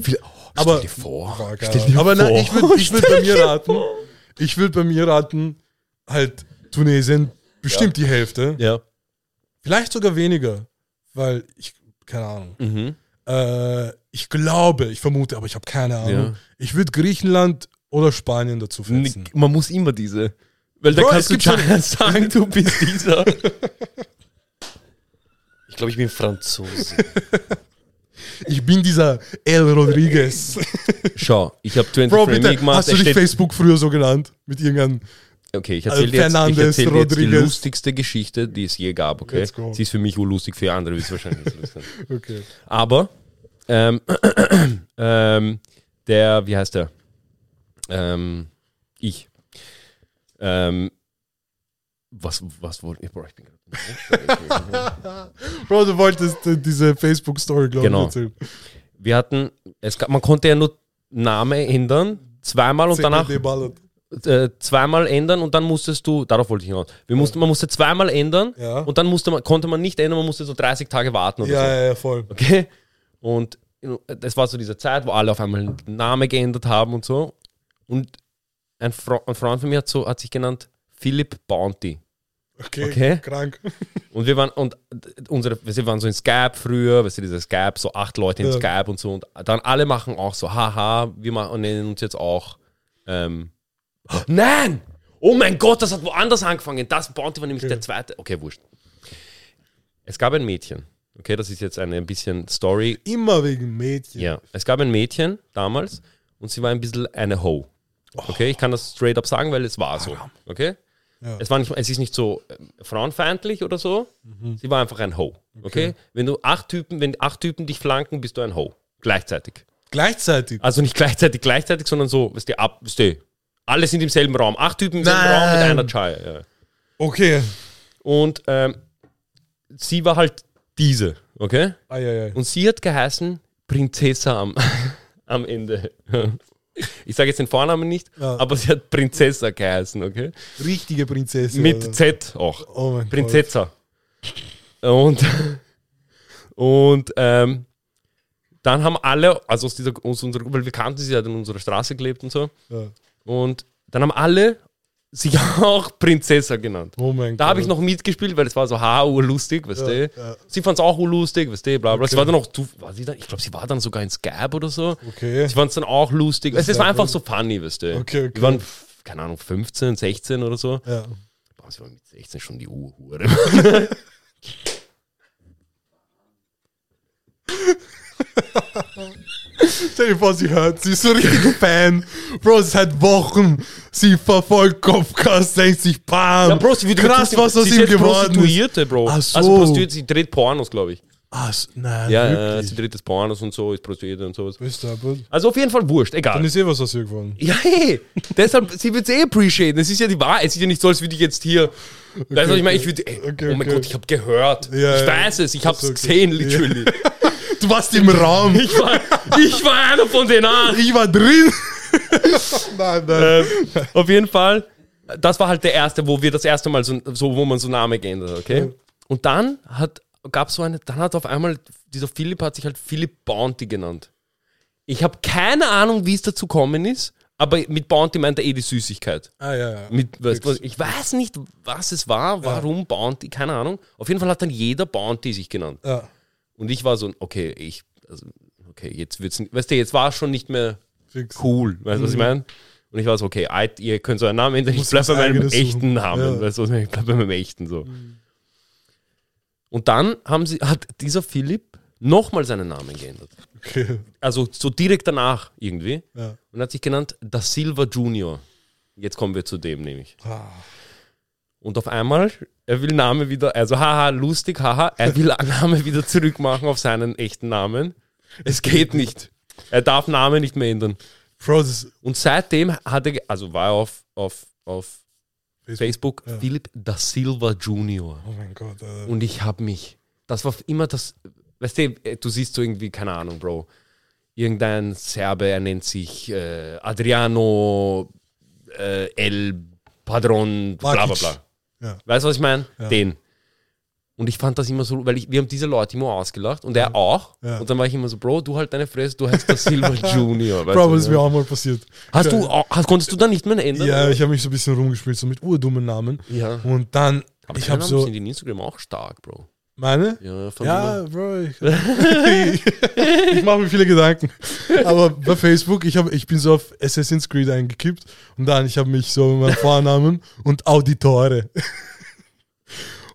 S2: aber
S3: Stell dir vor.
S2: Fuck,
S3: Stell
S2: ja.
S3: dir
S2: aber na,
S3: vor.
S2: ich würde ich würd bei mir raten, ich würde bei mir raten, halt Tunesien bestimmt die Hälfte.
S3: Ja.
S2: Vielleicht sogar weniger, weil ich, keine Ahnung.
S3: Mhm.
S2: Äh, ich glaube, ich vermute, aber ich habe keine Ahnung.
S3: Ja.
S2: Ich würde Griechenland oder Spanien dazu fetzen.
S3: N- Man muss immer diese. Weil da
S2: Bro,
S3: kannst
S2: es
S3: du
S2: gibt schon-
S3: schon sagen, du bist dieser.
S6: Ich glaube, ich bin Franzose.
S2: Ich bin dieser El Rodriguez.
S3: Schau, ich habe 20
S2: Bro,
S3: Frame
S2: bitte,
S3: gemacht.
S2: hast
S3: er
S2: du dich
S3: steht-
S2: Facebook früher so genannt? Mit irgendeinem
S3: Okay, ich erzähle dir, jetzt- ich
S2: Fernandes,
S3: erzähl dir jetzt die
S2: Rodriguez.
S3: lustigste Geschichte, die es je gab, okay?
S2: Let's go.
S3: Sie ist für mich urlustig, für andere ist es wahrscheinlich nicht lustig.
S2: Okay.
S3: Aber ähm, ähm, der, wie heißt der? Ähm, ich. Ähm, was, was wollte ich? Boah, ich bin gerade.
S2: Bro, du wolltest äh, diese Facebook-Story, glaube
S3: Genau.
S2: ich, erzählen.
S3: Wir hatten, es gab, man konnte ja nur Name ändern, zweimal und danach
S2: CKD ballert.
S3: äh, zweimal ändern und dann musstest du, darauf wollte ich hinaus, wir mussten, man musste zweimal ändern
S2: Ja.
S3: und dann musste man, konnte man nicht ändern, man musste so 30 Tage warten oder
S2: Ja,
S3: so.
S2: ja, ja, voll.
S3: Okay? Und das war so diese Zeit, wo alle auf einmal einen Namen geändert haben und so. Und ein, Fra ein Freund von mir hat, so, hat sich genannt Philip Bounty.
S2: Okay,
S3: Okay.
S2: krank.
S3: Und wir waren, und äh, unsere, wir waren so in Skype früher, weißt du, dieser Skype, so acht Leute in
S2: Ja.
S3: Skype und so. Und dann alle machen auch so, haha, wir machen, nennen uns jetzt auch, ähm, nein! Oh mein Gott, das hat woanders angefangen. Das Bounty war nämlich der zweite. Okay, wurscht. Es gab ein Mädchen. Okay, das ist jetzt eine ein bisschen Story.
S2: Immer wegen Mädchen.
S3: Ja, es gab ein Mädchen damals und sie war ein bisschen eine Ho. Okay, ich kann das straight up sagen, weil es war so. Okay?
S2: Ja.
S3: Es, war nicht, es ist nicht so ähm, frauenfeindlich oder so. Sie war einfach ein Ho. Okay? Wenn du acht Typen, wenn acht Typen dich flanken, bist du ein Ho. Gleichzeitig.
S2: Gleichzeitig.
S3: Also nicht gleichzeitig, gleichzeitig, sondern so, weißt du, ab, weißt du, alle sind im selben Raum. Acht Typen im selben Raum mit einer Chai. Ja.
S2: Okay.
S3: Und ähm, sie war halt diese, okay?
S2: Eieiei.
S3: Und sie hat geheißen Prinzessa am, am Ende. Ich sage jetzt den Vornamen nicht,
S2: Ja.
S3: aber sie hat Prinzessa geheißen, okay?
S2: Richtige Prinzessin.
S3: Mit
S2: Alter.
S3: Z auch.
S2: Oh mein Gott.
S3: Prinzessa. Und, und ähm, dann haben alle, also aus dieser, aus unserer, weil wir kannten sie, sie hat in unserer Straße gelebt und so.
S2: Ja.
S3: Und dann haben alle sich auch Prinzessa genannt.
S2: Oh mein
S3: Da habe ich
S2: Gott.
S3: noch mitgespielt, weil es war so ha, lustig, weißt du.
S2: ja.
S3: Sie fand es auch lustig, weißt du, bla bla. Sie
S2: Okay.
S3: war dann auch, zu- war sie dann, ich glaube, sie war dann sogar in Skype oder so.
S2: Okay.
S3: Sie fand es dann auch lustig. Es es
S2: ist
S3: war
S2: ja
S3: einfach
S2: cool.
S3: so funny, weißt du.
S2: Okay, okay.
S3: Wir waren, pf, keine Ahnung, 15, 16 oder so.
S2: Ja.
S3: Boah, sie war mit 16 schon die Uhr.
S2: Stell dir vor, sie hört, sie ist so richtig Fan. Bro, seit Wochen. Sie verfolgt Kopfkast 60 Bam.
S3: Ja, Bro, sie wird
S2: Krass, was aus
S3: sie ist
S2: ihm
S3: jetzt
S2: geworden ist.
S3: Prostituierte, Bro.
S2: Ach so.
S3: Also Prostituierte, sie dreht Pornos, glaube ich.
S2: Ah, s- nein,
S3: Ja, ja,
S2: wirklich.
S3: sie dreht das Pornos und so, ist Prostituierte und sowas.
S2: Bist du aber-
S3: Also auf jeden Fall wurscht, egal.
S2: Dann ist eh was aus ihr geworden.
S3: Ja, hey, deshalb, sie wird eh appreciaten. Das ist ja die Wahrheit. Es ist ja nicht so, als würde ich jetzt hier. weißt du, was ich meine? Ich würde. Ey,
S2: Okay,
S3: oh mein
S2: okay.
S3: Gott, ich habe gehört.
S2: Ja,
S3: ich
S2: ja.
S3: weiß es, ich habe es
S2: okay.
S3: gesehen, literally.
S2: Du warst im Raum.
S3: Ich, war, ich war einer von den anderen.
S2: Ich war drin. nein, nein.
S3: Auf jeden Fall, das war halt der erste, wo wir das erste Mal so, so wo man so Name geändert hat, okay? Und dann hat, gab so eine, dann hat auf einmal, dieser Philipp hat sich halt Philipp Bounty genannt. Ich habe keine Ahnung, wie es dazu gekommen ist, aber mit Bounty meint er eh die Süßigkeit.
S2: Ah, ja, ja.
S3: Mit, weißt, du was, ich weiß nicht, was es war, warum Bounty, keine Ahnung. Auf jeden Fall hat dann jeder Bounty sich genannt.
S2: ja.
S3: Und ich war so, okay, ich, also, okay, jetzt wird's, nicht- weißt du, jetzt war es schon nicht mehr
S2: Fix.
S3: cool, weißt du, was ich meine? Und ich war so, okay, Eid, ihr könnt so einen Namen ändern, ich
S2: Mhm. Muss
S3: bleib bei
S2: was
S3: meinem
S2: Eigenes suchen.
S3: echten Namen,
S2: Ja. Mhm.
S3: weißt du, was ich meine? ich bleib bei meinem echten so. Und dann haben sie, hat dieser Philipp nochmal seinen Namen geändert.
S2: Okay.
S3: Also so direkt danach irgendwie.
S2: Ja.
S3: Und hat sich genannt Da Silva Junior. Jetzt kommen wir zu dem nämlich.
S2: Ah.
S3: Und auf einmal, er will Name wieder, also haha, lustig, haha, er will Name wieder zurückmachen auf seinen echten Namen. Es geht nicht. Er darf Name nicht mehr ändern.
S2: Bro, das ist
S3: Und seitdem hat er, ge- also war er auf, auf, auf Facebook,
S2: ja.
S3: Philipp Da Silva Junior.
S2: Oh mein Gott, Alter.
S3: Und ich hab mich, das war immer das, weißt du, äh, du siehst so irgendwie, keine Ahnung, Bro, irgendein Serbe, er nennt sich äh, Adriano äh, El Padron, bla bla
S2: Bakic.
S3: bla.
S2: Ja.
S3: Weißt du, was ich meine?
S2: Ja.
S3: Den. Und ich fand das immer so, weil ich, wir haben diese Leute immer ausgelacht und er auch.
S2: Ja.
S3: Und dann war ich immer so, Bro, du halt deine Fresse, du heißt der Silver Junior. weißt
S2: Bro,
S3: du,
S2: das ist
S3: ne?
S2: mir auch mal passiert.
S3: Hast du, auch- hast, konntest du da nicht mehr ändern?
S2: Ja,
S3: oder?
S2: ich habe mich so ein bisschen rumgespielt, so mit urdummen Namen.
S3: Ja.
S2: Und dann,
S3: Aber
S2: ich
S3: deine
S2: habe
S3: Namen
S2: so,
S3: sind in Instagram auch stark, Bro.
S2: meine?
S3: Ja, von
S2: Ja, Bro, ich, ich mache mir viele Gedanken. Aber bei Facebook, ich, hab, ich bin so auf Assassin's Creed eingekippt und dann, ich habe mich so mit meinem Vornamen und Auditore.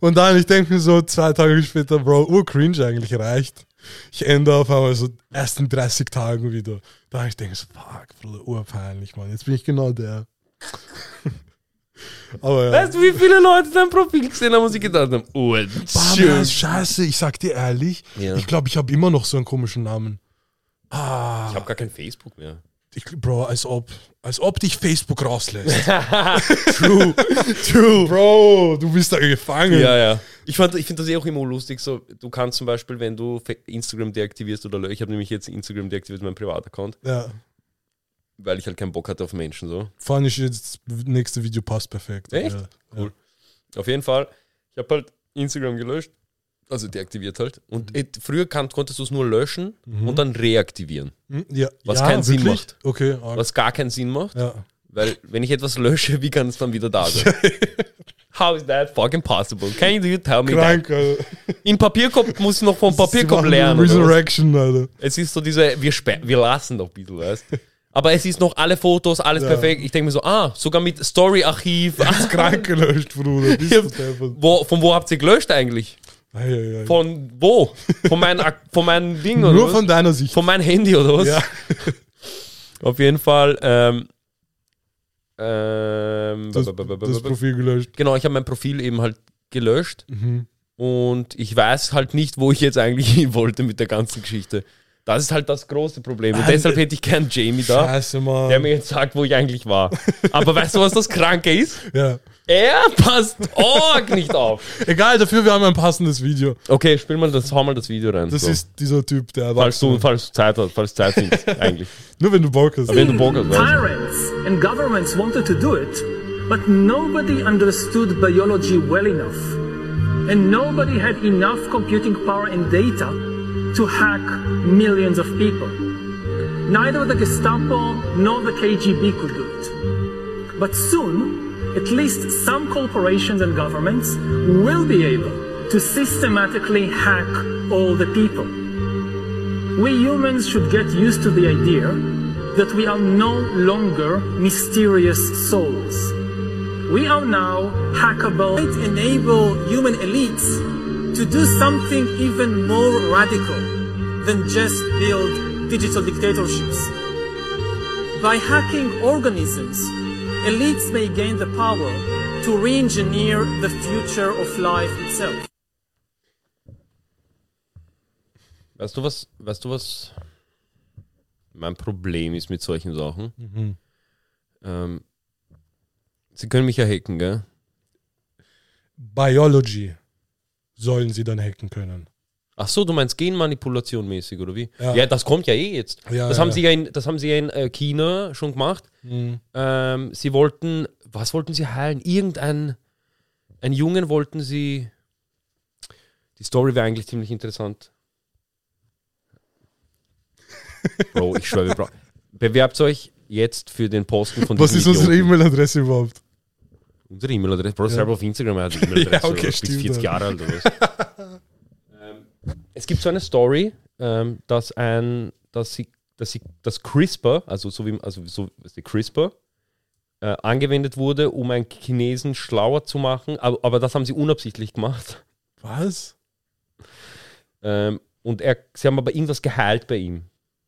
S2: Und dann, ich denke mir so zwei Tage später, Bro, urcringe eigentlich reicht. Ich ändere auf einmal so ersten 30 Tagen wieder. Da ich denke so, fuck, Bro, urpeinlich, Mann. Jetzt bin ich genau der. Aber ja.
S3: Weißt du, wie viele Leute dein Profil gesehen haben und sich gedacht haben, oh,
S2: Bamia
S3: schön.
S2: ist scheiße, ich sag dir ehrlich.
S3: Ja.
S2: Ich glaube, ich habe immer noch so einen komischen Namen. Ah,
S3: Ich habe gar kein Facebook mehr.
S2: ich, Bro, als ob, als ob dich Facebook rauslässt.
S3: True.
S2: True. Bro, du bist da gefangen.
S3: ja, ja. Ich, fand- ich finde das eh auch immer lustig. So, du kannst zum Beispiel, wenn du Fe- Instagram deaktivierst oder lö- ich habe nämlich jetzt Instagram deaktiviert, mein Privataccount,
S2: ja.
S3: weil ich halt keinen Bock hatte auf Menschen. so.
S2: Fand ich jetzt, das nächste Video passt perfekt.
S3: Echt?
S2: Ja.
S3: Cool. Auf jeden Fall, ich habe halt Instagram gelöscht, also deaktiviert halt.
S6: Mhm.
S3: Und et- früher kann, konntest du es nur löschen und dann reaktivieren.
S2: Hm, Ja,
S3: Was
S2: ja,
S3: keinen Sinn macht.
S2: Okay, arg.
S3: Was gar keinen Sinn macht,
S2: Ja.
S3: weil wenn ich etwas lösche, wie kann es dann wieder da sein? How is that fucking possible? Can you tell me that?
S2: Krank, Alter.
S3: In Papierkorb muss ich noch vom
S2: Sie
S3: Papierkorb
S2: machen
S3: lernen. oder was?
S2: Resurrection, Alter.
S3: Es ist so diese, wir, spe- wir lassen doch ein bisschen, weißt Aber es ist noch alle Fotos, alles perfekt. Ich denke mir so, ah, sogar mit Story-Archiv.
S2: Ist krank gelöscht, Bruder. Bist du deppert.
S3: wo, von wo habt ihr gelöscht eigentlich?
S2: Ei, ei, ei.
S3: Von wo? Von meinem Ak- von meinem Ding oder
S2: Nur
S3: was?
S2: von deiner Sicht.
S3: Von meinem Handy oder was?
S2: Ja.
S3: Auf jeden Fall. Ähm, ähm,
S2: das,
S3: ba- ba- ba- ba-
S2: das
S3: ba-
S2: Profil gelöscht.
S3: genau, ich habe mein Profil eben halt gelöscht.
S2: Mhm.
S3: Und ich weiß halt nicht, wo ich jetzt eigentlich hin wollte mit der ganzen Geschichte. Das ist halt das große Problem. Und
S2: Mann,
S3: deshalb hätte ich gern Jamie da.
S2: Scheiße, Mann.
S3: der mir jetzt sagt, wo ich eigentlich war. Ähm. Aber weißt du, was das Kranke ist?
S2: ja.
S3: Er passt org nicht auf.
S2: Egal, dafür, wir haben ein passendes Video.
S3: Okay, spiel mal das, hau mal das Video rein.
S2: Das
S3: so.
S2: ist dieser Typ, der
S3: falls
S2: erwachsen
S3: du, falls du Zeit hast, falls Zeit findest, eigentlich.
S2: Nur wenn du Bock hast.
S3: Wenn du Bock hast, weißt du.
S9: Pirates and governments wanted to do it, but nobody understood biology well enough. And nobody had enough computing power and data to hack millions of people. Neither the Gestapo nor the KGB could do it. But soon, at least some corporations and governments will be able to systematically hack all the people. We humans should get used to the idea that we are no longer mysterious souls. We are now hackable. It enable human elites to do something even more radical than just build digital dictatorships. By hacking organisms, elites may gain the power to re-engineer the future of life itself.
S3: Weißt du, was, weißt du, was mein Problem ist mit solchen Sachen? Ähm, sie können mich ja hacken, gell?
S2: Biology sollen sie dann hacken können.
S3: Ach so, du meinst Genmanipulation mäßig oder wie?
S2: Ja.
S3: Ja, das kommt ja eh jetzt.
S2: Ja,
S3: das,
S2: ja,
S3: haben
S2: ja. Mhm.
S3: Sie ja in, das haben sie ja in äh, China schon gemacht. Ähm, sie wollten, was wollten sie heilen? Irgendein, einen Jungen wollten sie. Die Story wäre eigentlich ziemlich interessant. Bro, ich schwöre, wir brauchen- Bewerbt euch jetzt für den Posten von
S2: Was ist
S3: diesem
S2: unsere
S3: Idioten.
S2: E-Mail-Adresse überhaupt?
S3: Unsere E-Mail-Adresse. Bro, selber auf Instagram hat die E-Mail-Adresse.
S2: Ja, okay,
S3: oder was? Bist
S2: stimmt,
S3: 40
S2: ja.
S3: Jahre alt oder was? ähm, es gibt so eine Story, ähm, dass ein, dass sie, dass sie, dass CRISPR, also so wie, also so was die CRISPR, äh, angewendet wurde, um einen Chinesen schlauer zu machen, aber, aber das haben sie unabsichtlich gemacht.
S2: Was?
S3: Ähm, und er, sie haben aber irgendwas geheilt bei ihm.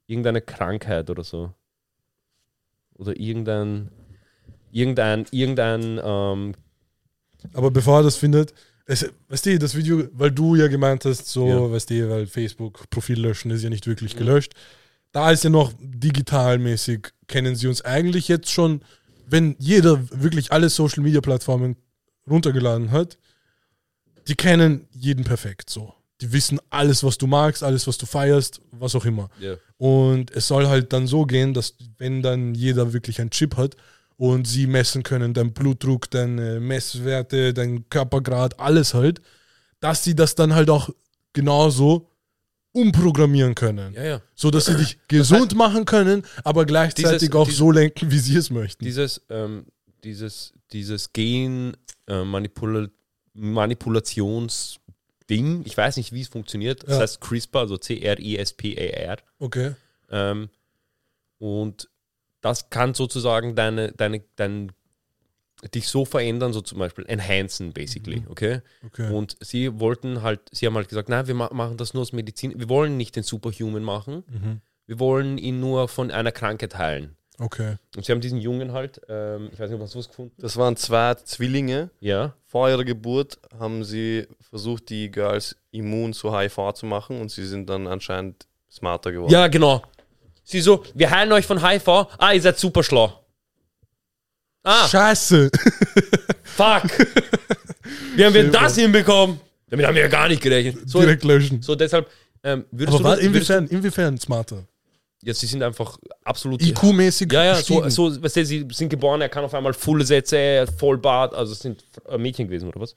S3: Irgendeine Krankheit oder so. Oder irgendein, irgendein, irgendein ähm,
S2: Aber bevor er das findet, es, weißt du, das Video, weil du ja gemeint hast, so,
S3: Ja.
S2: weißt du, weil Facebook-Profil löschen ist ja nicht wirklich gelöscht. Da ist ja noch digitalmäßig, kennen sie uns eigentlich jetzt schon, wenn jeder wirklich alle Social-Media-Plattformen runtergeladen hat, die kennen jeden perfekt so. Die wissen alles, was du magst, alles, was du feierst, was auch immer.
S3: Ja.
S2: Und es soll halt dann so gehen, dass wenn dann jeder wirklich einen Chip hat und sie messen können, deinen Blutdruck, deine Messwerte, deinen Körpergrad, alles halt, dass sie das dann halt auch genauso umprogrammieren können.
S3: Ja, ja.
S2: So dass sie dich gesund machen können, aber gleichzeitig
S3: Dieses-
S2: auch
S3: dieses-
S2: so lenken, wie sie es möchten.
S3: dieses, ähm, dieses, dieses Gen äh, Manipula Manipulationsding, ich weiß nicht, wie es funktioniert. Das
S2: Ja.
S3: heißt CRISPR, also C-R-I-S-P-A-R.
S2: okay.
S3: E Ähm, und das kann sozusagen deine, deine, dein, dich so verändern, so zum Beispiel enhancen, basically, okay?
S2: Okay.
S3: Und sie wollten halt, sie haben halt gesagt, nein, wir ma machen das nur aus Medizin, wir wollen nicht den Superhuman machen, wir wollen ihn nur von einer Krankheit heilen.
S2: Okay.
S3: Und sie haben diesen Jungen halt, ähm, ich weiß nicht, ob hast du was gefunden?
S6: Das waren zwei Zwillinge.
S3: Ja.
S6: Vor ihrer Geburt haben sie versucht, die Girls immun zu HIV zu machen und sie sind dann anscheinend smarter geworden.
S3: Ja, genau. Sie so, wir heilen euch von HIV. Ah, ihr seid super schlau. Ah,
S2: Scheiße.
S3: fuck. Wie haben wir das hinbekommen? Damit haben wir ja gar nicht gerechnet. So,
S2: Direkt löschen.
S3: so deshalb ähm, würdest
S2: Aber
S3: du...
S2: was,
S3: das- würdest,
S2: inwiefern, inwiefern smarter?
S3: ja, sie sind einfach absolut...
S2: IQ-mäßig
S3: Ja, ja, so,
S2: gestiegen.
S3: so, weißt du, sie sind geboren, er kann auf einmal Full Sätze, Vollbart, also es sind äh, Mädchen gewesen, oder was?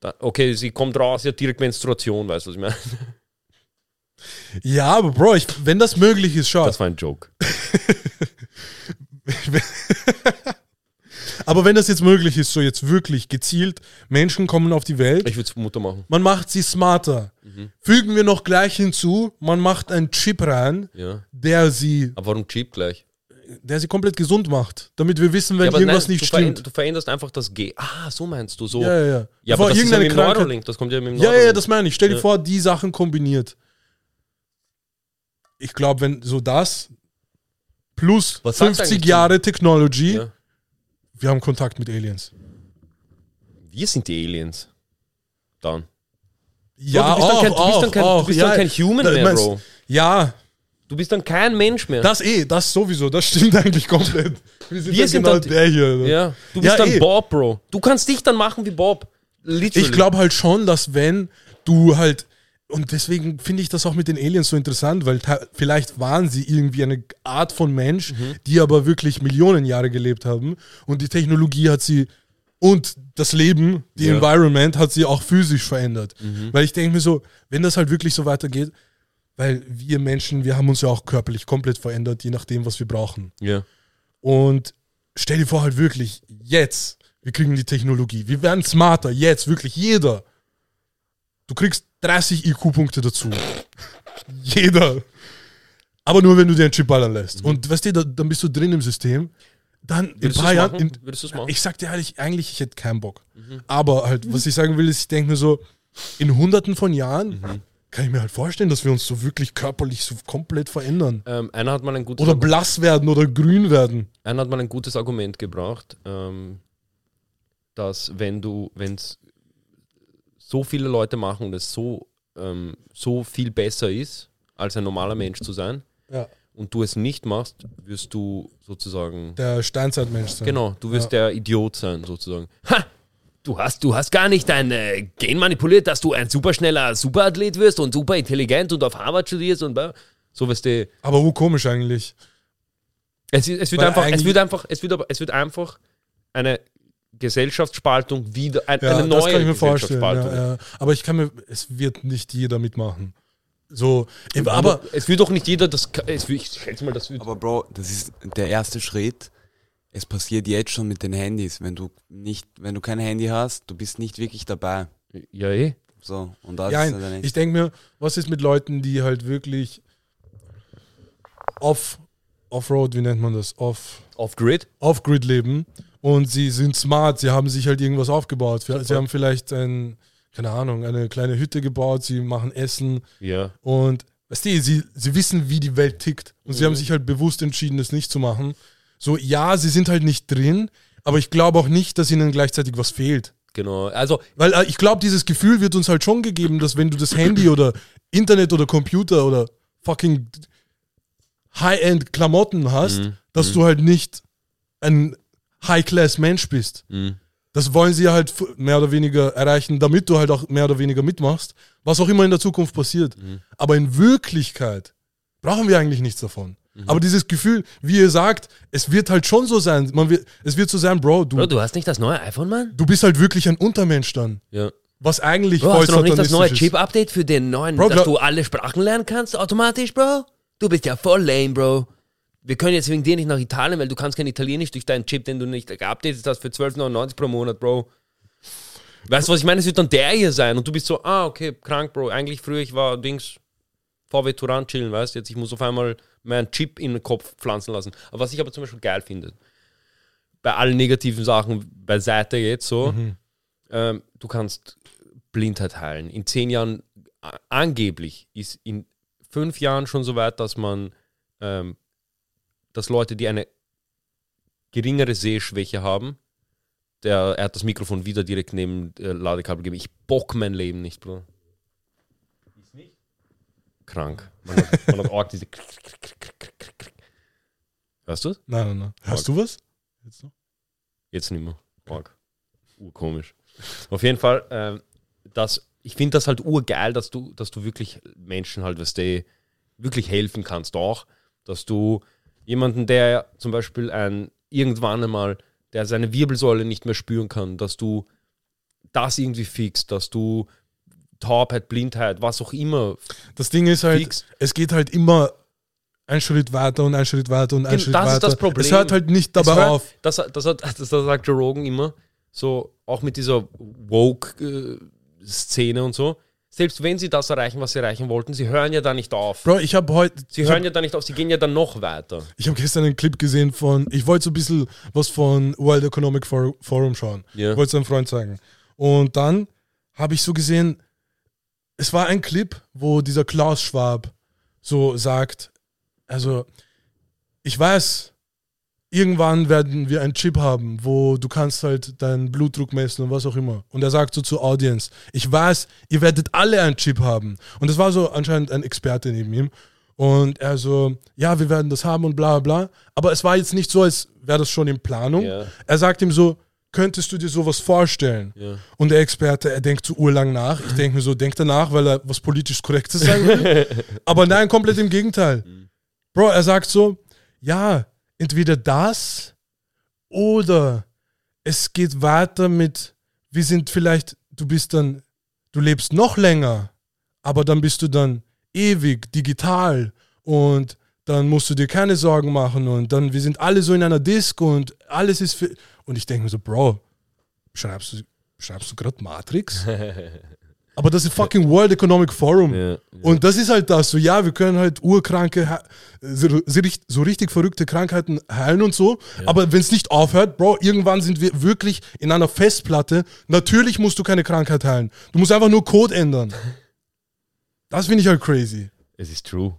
S3: Da, okay, sie kommt raus, sie hat direkt Menstruation, weißt du, was ich meine?
S2: Ja, aber Bro, ich, wenn das möglich ist, schau.
S3: Das war ein Joke.
S2: Aber wenn das jetzt möglich ist, so jetzt wirklich gezielt, Menschen kommen auf die Welt,
S3: Ich Mhm. würde es Mutter machen.
S2: man macht sie smarter. Fügen wir noch gleich hinzu, man macht einen Chip rein,
S3: Ja.
S2: der sie,
S3: Aber warum cheap gleich?
S2: der sie komplett gesund macht, damit wir wissen, wenn
S3: aber
S2: irgendwas
S3: nein,
S2: nicht
S3: du veränd-
S2: stimmt.
S3: Du veränderst einfach das G. Ah, so meinst du, so.
S2: Ja, ja, ja.
S3: Ja,
S2: Bevor
S3: aber das ist ja mit dem
S2: irgendeine
S3: Neuralink, das kommt ja mit dem
S2: Ja, ja, ja,
S3: Neuralink.
S2: das meine ich. Stell dir
S3: Ja.
S2: vor, die Sachen kombiniert. Ich glaube, wenn so das plus
S3: Was sagt
S2: 50
S3: eigentlich
S2: Jahre Technology,
S3: Ja.
S2: wir haben Kontakt mit Aliens.
S3: Wir sind die Aliens. Dann.
S2: Ja,
S3: du bist dann kein- du bist dann kein- du bist dann
S2: ja.
S3: kein Human
S2: Da-
S3: mehr,
S2: meinst-
S3: Bro.
S2: Ja,
S3: Du bist dann kein Mensch mehr.
S2: das eh, das sowieso, das stimmt eigentlich komplett. Wir sind,
S3: Wir
S2: dann
S3: sind
S2: genau
S3: dann-
S2: der hier. ne?
S3: ja. Du bist
S2: Ja,
S3: dann
S2: eh.
S3: Bob, Bro. Du kannst dich dann machen wie Bob. Literally.
S2: Ich glaube halt schon, dass wenn du halt und deswegen finde ich das auch mit den Aliens so interessant, weil ta- vielleicht waren sie irgendwie eine Art von Mensch, die aber wirklich Millionen Jahre gelebt haben und die Technologie hat sie und das Leben, die Environment hat sie auch physisch verändert. Weil ich denke mir so, wenn das halt wirklich so weitergeht, weil wir Menschen, wir haben uns ja auch körperlich komplett verändert, je nachdem, was wir brauchen.
S3: Ja.
S2: Und stell dir vor, halt wirklich, jetzt, wir kriegen die Technologie. Wir werden smarter, jetzt, wirklich jeder. Du kriegst 30 IQ-Punkte dazu. jeder. Aber nur, wenn du dir einen Chip ballern lässt. Und weißt du, da, dann bist du drin im System. Dann in ein
S3: Mhm. Würdest du
S2: paar
S3: es
S2: Jahren.
S3: machen?
S2: In,
S3: Würdest du es machen? Mhm.
S2: ich sag dir ehrlich, eigentlich, ich hätte keinen Bock. Aber halt, was ich sagen will, ist, ich denke mir so, in hunderten von Jahren
S3: Mhm.
S2: kann ich mir halt vorstellen, dass wir uns so wirklich körperlich so komplett verändern.
S3: ähm, einer hat mal ein gutes
S2: Oder blass werden oder grün werden.
S3: Einer hat mal ein gutes Argument gebracht, ähm, dass wenn du, wenn es so viele Leute machen und es so, ähm, so viel besser ist, als ein normaler Mensch zu sein,
S2: Ja.
S3: und du es nicht machst, wirst du sozusagen.
S2: der Steinzeitmensch sein.
S3: Genau, du wirst der Idiot sein, sozusagen. Ha! Du hast, du hast gar nicht dein äh, Gen manipuliert, dass du ein superschneller Superathlet wirst und super intelligent und auf Harvard studierst und bla. so wirst du.
S2: Aber wo komisch eigentlich.
S3: Es, ist- es, wird
S2: Weil
S3: einfach, es
S2: eigentlich-
S3: wird einfach, es wird aber, es wird einfach eine Gesellschaftsspaltung wieder, ein,
S2: Ja,
S3: eine neue
S2: das kann ich mir vorstellen.
S3: Gesellschaftsspaltung.
S2: Ja, ja. Aber ich kann mir, es wird nicht jeder mitmachen. So, aber, aber
S3: es wird doch nicht jeder das. Es, wird- ich schätze mal, das wird.
S10: Aber Bro, das ist der erste Schritt. Es passiert jetzt schon mit den Handys. Wenn du nicht, wenn du kein Handy hast, du bist nicht wirklich dabei.
S3: ja, eh.
S10: So, und das
S2: ja,
S10: ist halt dann
S2: nein, ich denke mir, was ist mit Leuten, die halt wirklich off, off-road, wie nennt man das? Off,
S3: Off-Grid.
S2: off-grid leben und sie sind smart, sie haben sich halt irgendwas aufgebaut. Sie haben vielleicht ein, keine Ahnung, eine kleine Hütte gebaut, sie machen Essen,
S3: Ja.
S2: Und weißt du, sie, sie wissen, wie die Welt tickt. Und sie haben sich halt bewusst entschieden, das nicht zu machen. So, ja, sie sind halt nicht drin, aber ich glaube auch nicht, dass ihnen gleichzeitig was fehlt.
S3: Genau. Also,
S2: Weil äh, ich glaube, dieses Gefühl wird uns halt schon gegeben, dass wenn du das Handy oder Internet oder Computer oder fucking High-End-Klamotten hast,
S3: Mhm.
S2: dass du halt nicht ein High-Class-Mensch bist.
S3: Mhm.
S2: Das wollen sie halt f- mehr oder weniger erreichen, damit du halt auch mehr oder weniger mitmachst, was auch immer in der Zukunft passiert.
S3: Mhm.
S2: Aber in Wirklichkeit brauchen wir eigentlich nichts davon.
S3: Mhm.
S2: Aber dieses Gefühl, wie ihr sagt, es wird halt schon so sein. Man wird, es wird so sein, Bro, du,
S3: Bro, du hast nicht das neue iPhone, Mann?
S2: du bist halt wirklich ein Untermensch dann.
S3: Ja.
S2: Was eigentlich
S3: Bro, hast du noch nicht das neue
S2: satanistisch ist.
S3: Chip-Update für den neuen,
S2: Bro,
S3: dass
S2: glaub-
S3: du alle Sprachen lernen kannst automatisch, Bro? Du bist ja voll lame, Bro. Wir können jetzt wegen dir nicht nach Italien, weil du kannst kein Italienisch durch deinen Chip, den du nicht geupdatet hast, für 12,99 pro Monat, Bro. Weißt du, was ich meine? Es wird dann der hier sein und du bist so, ah, okay, krank, Bro. Eigentlich früher, ich war Dings, VW Turan chillen, weißt du? Jetzt, ich muss auf einmal meinen Chip in den Kopf pflanzen lassen. Aber was ich aber zum Beispiel geil finde, bei allen negativen Sachen beiseite jetzt so,
S2: Mhm.
S3: ähm, du kannst Blindheit heilen. In zehn Jahren, a- angeblich ist in fünf Jahren schon so weit, dass man, ähm, dass Leute, die eine geringere Sehschwäche haben, der, er hat das Mikrofon wieder direkt neben äh, Ladekabel gegeben. Ich bock mein Leben nicht, Bruder. Krank. Man hat, man hat arg diese. Hörst du?
S2: Nein, nein, nein. Hast du was?
S3: Jetzt nicht mehr. Arg. Urkomisch. Auf jeden Fall, ähm, das, ich finde das halt urgeil, dass du, dass du wirklich Menschen halt, was du wirklich helfen kannst auch, dass du jemanden, der zum Beispiel ein, irgendwann einmal, der seine Wirbelsäule nicht mehr spüren kann, dass du das irgendwie fix, dass du Taubheit, Blindheit, was auch immer.
S2: Das Ding ist halt,
S3: Fix.
S2: es geht halt immer ein Schritt weiter und ein Schritt weiter und ein
S3: Genau,
S2: Schritt
S3: das
S2: weiter.
S3: ist das Problem.
S2: Es hört halt nicht dabei
S3: Es hört-
S2: auf.
S3: Das, das, hat- das, das sagt Joe Rogan immer, so auch mit dieser Woke-Szene und so. Selbst wenn sie das erreichen, was sie erreichen wollten, sie hören ja da nicht auf.
S2: Bro, ich habe heute,
S3: sie hören ja da nicht auf, sie gehen ja dann noch weiter.
S2: ich habe gestern einen Clip gesehen von, ich wollte so ein bisschen was von World Economic For- Forum schauen.
S3: Ja.
S2: Wollte es einem Freund zeigen. Und dann habe ich so gesehen, es war ein Clip, wo dieser Klaus Schwab so sagt, also ich weiß, irgendwann werden wir einen Chip haben, wo du kannst halt deinen Blutdruck messen und was auch immer. Und er sagt so zur Audience, ich weiß, ihr werdet alle einen Chip haben. Und das war so anscheinend ein Experte neben ihm. Und er so, ja, wir werden das haben und bla bla bla. Aber es war jetzt nicht so, als wäre das schon in Planung.
S3: Ja.
S2: Er sagt ihm so, könntest du dir sowas vorstellen? Und der Experte, er denkt so urlang nach. Ich denke mir so, denkt er nach, weil er was politisch Korrektes sagen will. Aber nein, komplett im Gegenteil. Bro, er sagt so, ja, entweder das oder es geht weiter mit, wir sind vielleicht, du bist dann, du lebst noch länger, aber dann bist du dann ewig digital und dann musst du dir keine Sorgen machen und dann, wir sind alle so in einer Disco und alles ist für, und ich denke mir so, Bro, schreibst du, schreibst du gerade Matrix? aber das ist fucking World Economic Forum. Und das ist halt das, so ja, wir können halt urkranke, he- so, so richt- so richtig verrückte Krankheiten heilen und so, aber wenn es nicht aufhört, Bro, irgendwann sind wir wirklich in einer Festplatte. Natürlich musst du keine Krankheit heilen. Du musst einfach nur Code ändern. Das finde ich halt crazy.
S3: Es ist true.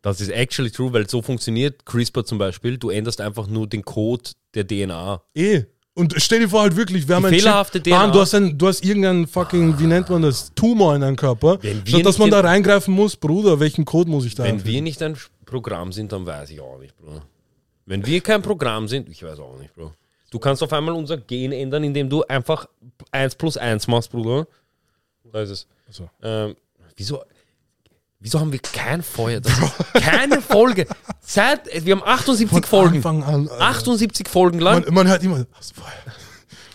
S3: Das ist actually true, weil so funktioniert CRISPR zum Beispiel. Du änderst einfach nur den Code der DNA.
S2: Eh. Und stell dir vor, halt wirklich, wir haben
S3: Die
S2: einen
S3: fehlerhafte
S2: Chip. Mann,
S3: DNA.
S2: du hast, ein, du hast irgendeinen fucking, wie nennt man das, Tumor in deinem Körper.
S3: Wenn wir
S2: Statt dass
S3: nicht
S2: man da
S3: den-
S2: reingreifen muss, Bruder, welchen Code muss ich da
S3: Wenn
S2: einfügen?
S3: wir nicht ein Programm sind, dann weiß ich auch nicht, Bro. Wenn wir kein Programm sind, ich weiß auch nicht, Bro. Du kannst auf einmal unser Gen ändern, indem du einfach 1 plus 1 machst, Bruder. Da ist es.
S2: so.
S3: Ähm, wieso, wieso haben wir kein Feuer? Das ist keine Folge. Seit, wir haben 78
S2: Von
S3: Folgen.
S2: Anfang an, äh, Alter.
S3: 78 Folgen lang.
S2: man, man hört immer, hast du Feuer?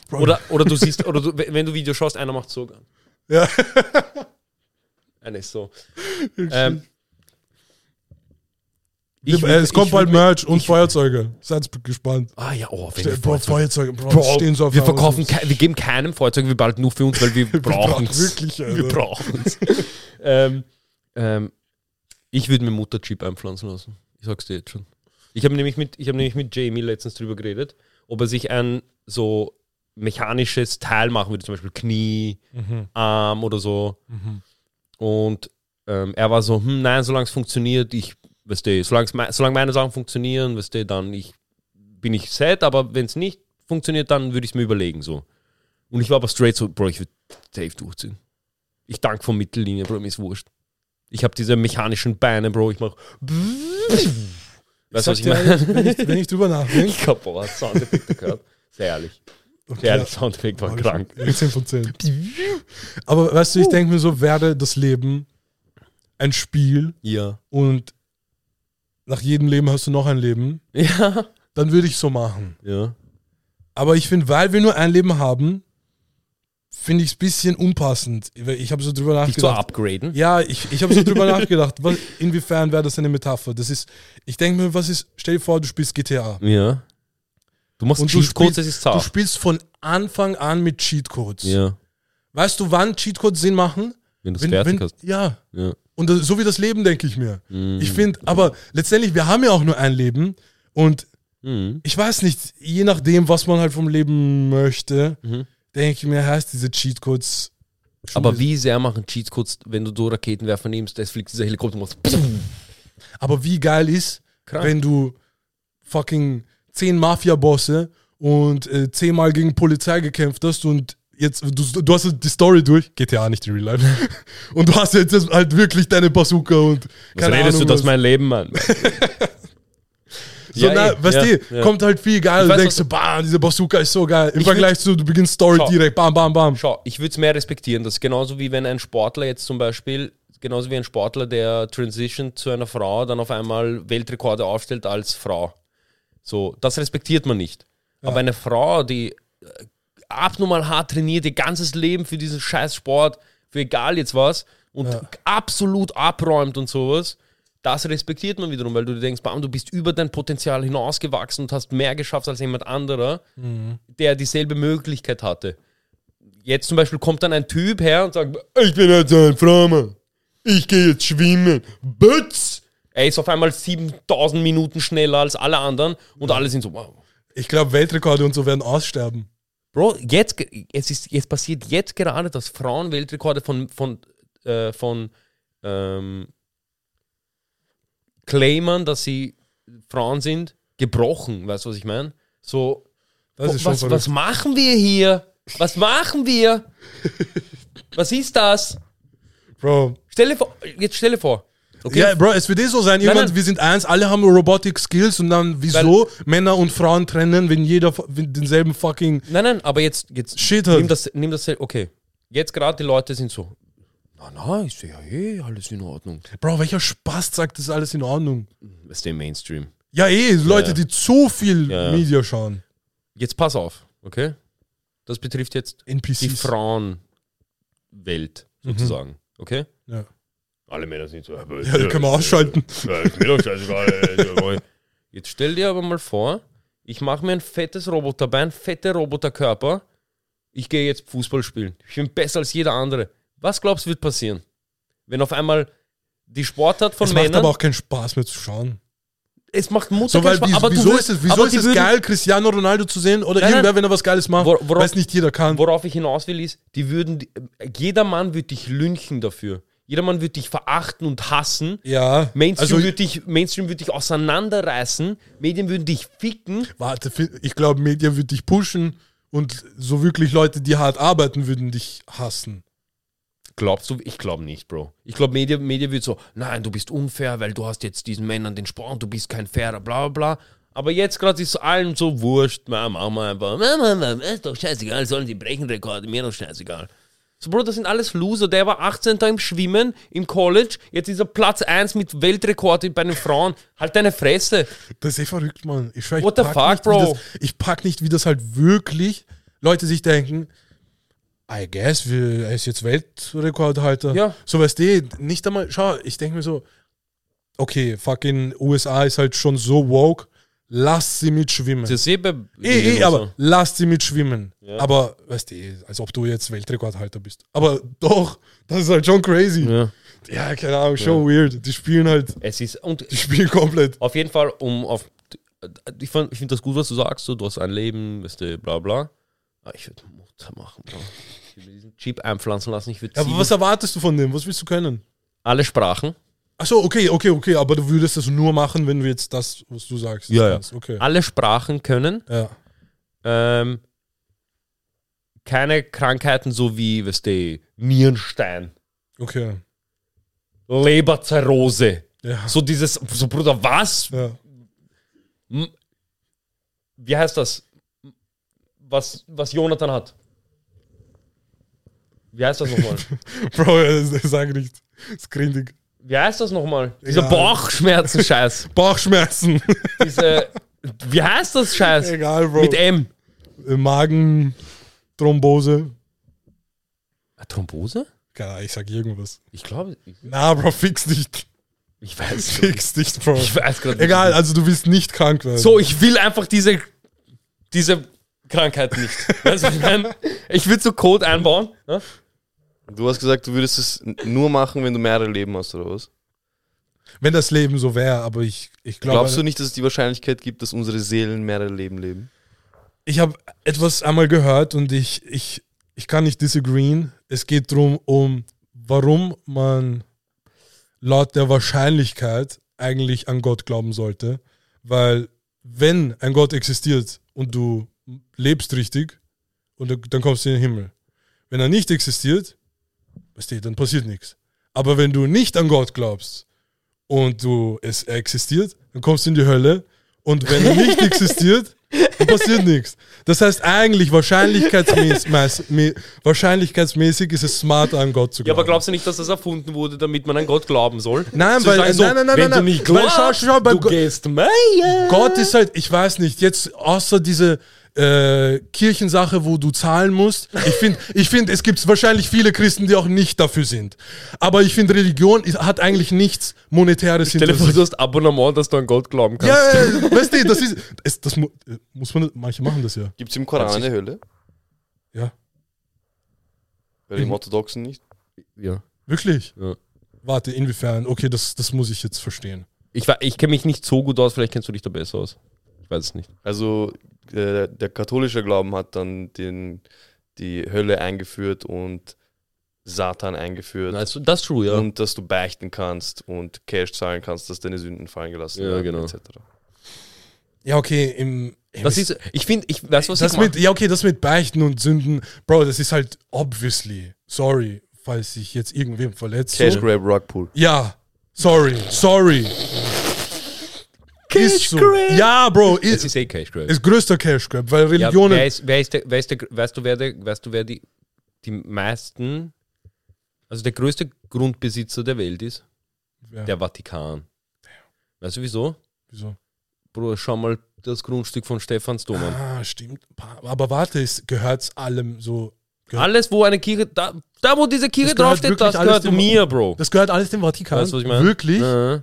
S2: Bro,
S3: Oder, oder du siehst, oder du, wenn du Video schaust, einer macht so.
S2: Ja.
S3: Einer ist so. Ähm,
S2: Wir-
S3: würd-
S2: äh, es kommt
S3: ich würd
S2: bald
S3: mir-
S2: Merch und Feuerzeuge. Seid gespannt.
S3: Ah ja, oh, wenn wir
S2: Ste- Bro,
S3: Feuerzeug,
S2: Feuerzeuge, Bro,
S3: Bro,
S2: stehen so auf
S3: wir
S2: einmal
S3: verkaufen,
S2: so.
S3: kei- wir geben keinem Feuerzeug, wir behalten nur für uns, weil wir brauchen
S2: brauchen's
S3: es.
S2: wirklich, Alter.
S3: wir brauchen es. ähm, ähm, ich würde mir Mutterchip einpflanzen lassen. Ich sag's dir jetzt schon. Ich habe nämlich, mit- ich hab nämlich mit Jamie letztens drüber geredet, ob er sich ein so mechanisches Teil machen würde, zum Beispiel Knie, Arm oder so. Und ähm, er war so, hm, nein, solange es funktioniert, ich, weißt du, solange me solange meine Sachen funktionieren, weißt du, dann ich, bin ich sad, aber wenn es nicht funktioniert, dann würde ich es mir überlegen, so. Und ich war aber straight so, Bro, ich würde safe durchziehen. Ich danke von Mittellinie, Bro, mir ist wurscht. Ich habe diese mechanischen Beine, Bro, ich mache. Weißt du, was
S2: Sagt
S3: ich meine?
S2: er, Wenn ich, wenn ich drüber nachdenke.
S3: Ich hab boah, Soundeffekte gehört. Sehr ehrlich. Der ehrliche Soundeffekt war krank. Uh.
S2: 10 von 10. Aber weißt du, ich denke mir so, wäre das Leben ein Spiel
S3: Ja.
S2: und nach jedem Leben hast du noch ein Leben,
S3: Ja.
S2: dann würde ich so machen.
S3: Ja.
S2: Aber ich finde, weil wir nur ein Leben haben, finde ich es ein bisschen unpassend. Ich habe so drüber
S3: Dich zu
S2: nachgedacht.
S3: upgraden.
S2: Ja, ich, ich habe so drüber nachgedacht. Was, inwiefern wäre das eine Metapher? Das ist, ich denke mir, was ist, stell dir vor, du spielst GTA.
S3: Ja. Du machst
S2: Und du
S3: Cheat Codes,
S2: spielst,
S3: das ist
S2: du
S3: zart.
S2: spielst von Anfang an mit Cheatcodes.
S3: Ja.
S2: Weißt du, wann Cheatcodes Sinn machen?
S3: Wenn du es
S2: Wenn-
S3: fertig
S2: wenn-
S3: hast.
S2: Ja.
S3: Ja. Mhm.
S2: Und das, so wie das Leben, denke ich mir. Ich finde, aber letztendlich, wir haben ja auch nur ein Leben. Und
S3: Mhm.
S2: ich weiß nicht, je nachdem, was man halt vom Leben möchte, denke ich mir, heißt diese Cheatcodes. schon-
S3: Mhm. Aber wie sehr machen Cheats kurz, wenn du so Raketenwerfer nimmst, es fliegt dieser Helikopter und machst.
S2: Aber wie geil ist,
S3: Krank.
S2: wenn du fucking zehn Mafia-Bosse und äh, zehnmal gegen Polizei gekämpft hast und jetzt, du, du hast die Story durch, GTA nicht in Real Life, und du hast jetzt halt wirklich deine Bazooka und
S3: Was redest du,
S2: Ahnung
S3: das ist
S2: was.
S3: mein Leben, Mann?
S2: So,
S3: Ja,
S2: na,
S3: eh,
S2: weißt
S3: ja,
S2: du,
S3: ja.
S2: kommt halt viel geil.
S3: Ich
S2: Du
S3: weiß,
S2: denkst,
S3: was-
S2: so, bam, diese Bazooka ist so geil. Im
S3: Ich
S2: Vergleich zu, du beginnst Story
S3: Schau.
S2: direkt, bam, bam, bam.
S3: Schau, ich würde es mehr respektieren. Das ist genauso wie wenn ein Sportler jetzt zum Beispiel, genauso wie ein Sportler, der transition zu einer Frau, dann auf einmal Weltrekorde aufstellt als Frau. So, das respektiert man nicht. Aber eine Frau, die äh, abnormal hart trainiert, ihr ganzes Leben für diesen scheiß Sport, für egal jetzt was, und
S2: Ja.
S3: absolut abräumt und sowas, das respektiert man wiederum, weil du dir denkst, bam, du bist über dein Potenzial hinausgewachsen und hast mehr geschafft als jemand anderer, der dieselbe Möglichkeit hatte. Jetzt zum Beispiel kommt dann ein Typ her und sagt, ich bin jetzt ein Freimann, ich gehe jetzt schwimmen, Bütz! Er ist auf einmal 7000 Minuten schneller als alle anderen und alle sind so, wow.
S2: Ich glaube, Weltrekorde und so werden aussterben.
S3: Bro, jetzt, ge- es ist, jetzt passiert jetzt gerade, dass Frauen Weltrekorde von, von, äh, von ähm, Claimern, dass sie Frauen sind, gebrochen. Weißt du, was ich meine? So,
S2: Das
S3: wo-
S2: ist schon
S3: was,
S2: verrückt.
S3: was machen wir hier? Was machen wir? was ist das?
S2: Bro.
S3: Stelle vor, jetzt stelle vor. Okay,
S2: Ja, Bro, es wird eh so sein, jemand,
S3: nein.
S2: wir sind eins, alle haben Robotic Skills und dann wieso Männer und Frauen trennen, wenn jeder f- wenn denselben fucking
S3: Nein, nein, aber jetzt, jetzt
S2: Shit
S3: nimm
S2: halt.
S3: das, nimm das, okay. Jetzt gerade die Leute sind so, na, na, ist ja eh alles in Ordnung.
S2: Bro, welcher Spaß sagt, das ist alles in Ordnung?
S3: Das ist der Mainstream.
S2: Ja, eh, Leute,
S3: ja.
S2: die zu viel
S3: Ja, ja.
S2: Media schauen.
S3: Jetzt pass auf, okay? Das betrifft jetzt
S2: NPCs.
S3: die Frauenwelt sozusagen, okay?
S2: Ja.
S3: Alle Männer sind so, aber
S2: Ja, die können wir ausschalten.
S3: Ja, ist mir doch scheißegal. äh, Jetzt stell dir aber mal vor, ich mache mir ein fettes Roboterbein, fette Roboterkörper. Ich gehe jetzt Fußball spielen. Ich bin besser als jeder andere. Was glaubst du, wird passieren? Wenn auf einmal die Sportart von
S2: Es macht
S3: Männern.
S2: aber auch keinen Spaß mehr zu schauen.
S3: es macht Mutter
S2: So, weil wie,
S3: aber du
S2: wieso
S3: wirst-
S2: ist es, wieso
S3: aber
S2: ist
S3: die
S2: es
S3: würden-
S2: geil, Cristiano Ronaldo zu sehen oder
S3: Nein, nein.
S2: irgendwer, wenn er was Geiles macht,
S3: Wor- worauf-
S2: weil es nicht jeder kann.
S3: Worauf ich hinaus will, ist, die würden, die- jeder Mann würde dich lynchen dafür. Jeder Mann würde dich verachten und hassen.
S2: ja,
S3: Mainstream
S2: also
S3: würde dich, Mainstream würde dich auseinanderreißen. Medien würden dich ficken.
S2: warte, fi- ich glaube, Media würde dich pushen und so wirklich Leute, die hart arbeiten, würden dich hassen.
S3: Glaubst du? Ich glaube nicht, Bro. Ich glaube, Media, Media wird so, nein, du bist unfair, weil du hast jetzt diesen Männern den Sport, du bist kein fairer, bla bla bla. Aber jetzt gerade ist allen so wurscht, na, machen wir einfach, na, na, na, ist doch scheißegal, sollen die brechen Rekorde, mir doch scheißegal. So, Bro, das sind alles Loser. Der war 18. im Schwimmen, im College, jetzt ist er Platz 1 mit Weltrekord bei den Frauen. Halt deine Fresse.
S2: Das ist eh verrückt, Mann. Ich schwör, ich
S3: What the
S2: pack
S3: fuck,
S2: nicht, wie
S3: Bro?
S2: Das, ich pack nicht, wie das halt wirklich Leute sich denken. I guess, wir, er ist jetzt Weltrekordhalter.
S3: Ja.
S2: So weißt du, nicht einmal, schau, ich denke mir so, okay, fucking USA ist halt schon so woke, lass sie mitschwimmen.
S3: Das ist eh bei.
S2: Eh, eh, aber lass sie mitschwimmen. Aber, weißt du, eh, als ob du jetzt Weltrekordhalter bist. Aber doch, das ist halt schon crazy. Ja,
S3: Ja.
S2: keine Ahnung, schon weird. Die spielen halt,
S3: Es ist. Und
S2: die spielen komplett.
S3: Auf jeden Fall, um auf. Ich, fand- ich finde das gut, was du sagst. So, du hast ein Leben, weißt du, bla bla. Aber ich würde Mutter machen, Bro. Ich würde diesen Chip einpflanzen lassen. Ich würde
S2: Ja, aber was erwartest du von dem? Was willst du können?
S3: alle Sprachen.
S2: Achso, okay, okay, okay, aber du würdest das nur machen, wenn du jetzt das, was du sagst,
S3: Ja, ja.
S2: kannst. Okay.
S3: Alle Sprachen können.
S2: Ja.
S3: Ähm, keine Krankheiten so wie, weißt du, Nierenstein,
S2: Okay.
S3: Leberzirrhose.
S2: Ja.
S3: So dieses, so Bruder, was?
S2: ja.
S3: Wie heißt das? Was, was Jonathan hat. Wie heißt das nochmal?
S2: Bro, äh, sag nicht. Ist grindig.
S3: wie heißt das nochmal? Dieser
S2: Egal.
S3: Bauchschmerzen-Scheiß.
S2: Bauchschmerzen.
S3: Diese, wie heißt das Scheiß?
S2: Egal, Bro.
S3: Mit M.
S2: Äh, Magenthrombose.
S3: Ah, Thrombose?
S2: Keine Ahnung, ich sag irgendwas.
S3: Ich glaube, ich,
S2: Na, Bro, fix nicht.
S3: ich weiß.
S2: Fix nicht, Bro.
S3: Ich weiß gerade nicht.
S2: Egal, also du willst nicht krank werden.
S3: So, ich will einfach diese, diese Krankheit nicht. Weißt du, was ich meine? ich will so Code einbauen. Ne?
S6: Du hast gesagt, du würdest es n- nur machen, wenn du mehrere Leben hast, oder was?
S2: Wenn das Leben so wäre, aber ich, ich glaube,
S6: Glaubst du nicht, dass es die Wahrscheinlichkeit gibt, dass unsere Seelen mehrere Leben leben?
S2: ich habe etwas einmal gehört und ich, ich, ich kann nicht disagreeen. Es geht darum, um warum man laut der Wahrscheinlichkeit eigentlich an Gott glauben sollte. Weil wenn ein Gott existiert und du lebst richtig, und dann- dann kommst du in den Himmel. Wenn er nicht existiert, weißt du, dann passiert nichts. Aber wenn du nicht an Gott glaubst und du es er existiert, dann kommst du in die Hölle. Und wenn er nicht existiert, dann passiert nichts. Das heißt eigentlich wahrscheinlichkeitsmäßig, wahrscheinlichkeitsmäßig ist es smart an Gott zu
S3: Ja,
S2: glauben.
S3: aber glaubst du nicht, dass das erfunden wurde, damit man an Gott glauben soll?
S2: Nein,
S3: Zu
S2: weil-
S3: sagen so,
S2: nein, nein, nein,
S3: wenn
S2: nein,
S3: du
S2: nein.
S3: nicht
S2: Weil
S3: glaubst,
S2: schau, schau, bei
S3: du
S2: Gott-
S3: gehst Meier.
S2: Gott ist halt, ich weiß nicht, jetzt außer diese, äh, Kirchensache, wo du zahlen musst. Ich finde, ich find, es gibt wahrscheinlich viele Christen, die auch nicht dafür sind. Aber ich finde, Religion ist, hat eigentlich nichts Monetäres
S3: Stell dir vor, du hast Abonnement, dass du an Gott glauben kannst.
S2: Ja, ja, ja, weißt du, das ist. Es, das mu- äh, muss man. Manche machen das ja.
S6: Gibt es im Koran eine Hölle?
S2: Ja.
S6: Bei den Orthodoxen nicht?
S3: Ja.
S2: Wirklich?
S3: Ja.
S2: Warte, inwiefern? Okay, das, das muss ich jetzt verstehen.
S3: Ich, wa- ich kenne mich nicht so gut aus, vielleicht kennst du dich da besser aus. Ich weiß es nicht.
S6: Also äh, der katholische Glauben hat dann den, die Hölle eingeführt und Satan eingeführt.
S3: Also, das ist true, ja.
S6: Und dass du beichten kannst und Cash zahlen kannst, dass deine Sünden fallen gelassen
S3: Ja,
S6: werden,
S3: genau.
S6: etc.
S2: Ja, okay, im.
S3: das ist, Also, ich finde, ich weiß, was
S2: das
S3: ich mach.
S2: mit, ja, okay, das mit Beichten und Sünden, Bro, das ist halt obviously. Sorry, falls ich jetzt irgendwem verletze.
S6: Cash Grab Rugpool.
S2: Ja, sorry, sorry. Cash ist so. Ja, Bro,
S3: Es
S2: ist,
S3: ist
S2: ist,
S3: eh Cash Grab.
S2: größter Cash Grab, weil
S3: Ja,
S2: Religionen.
S3: wer ist, wer ist der, wer ist der, weißt du, wer, der, weißt du, wer die, die meisten, also der größte Grundbesitzer der Welt ist?
S2: Wer?
S3: Der Vatikan. Weißt du wieso?
S2: Wieso?
S3: Bruder, schau mal das Grundstück von Stefan Stomann.
S2: Ah, stimmt. Aber warte, es gehört allem so. Gehört,
S3: Alles, wo eine Kirche, da, da wo diese
S2: Das
S3: Kirche
S2: gehört
S3: draufsteht,
S2: wirklich
S3: das
S2: alles
S3: gehört
S2: dem-
S3: mir, Bro.
S2: das gehört alles dem Vatikan.
S3: weißt du, was ich meine?
S2: Wirklich?
S3: Ja.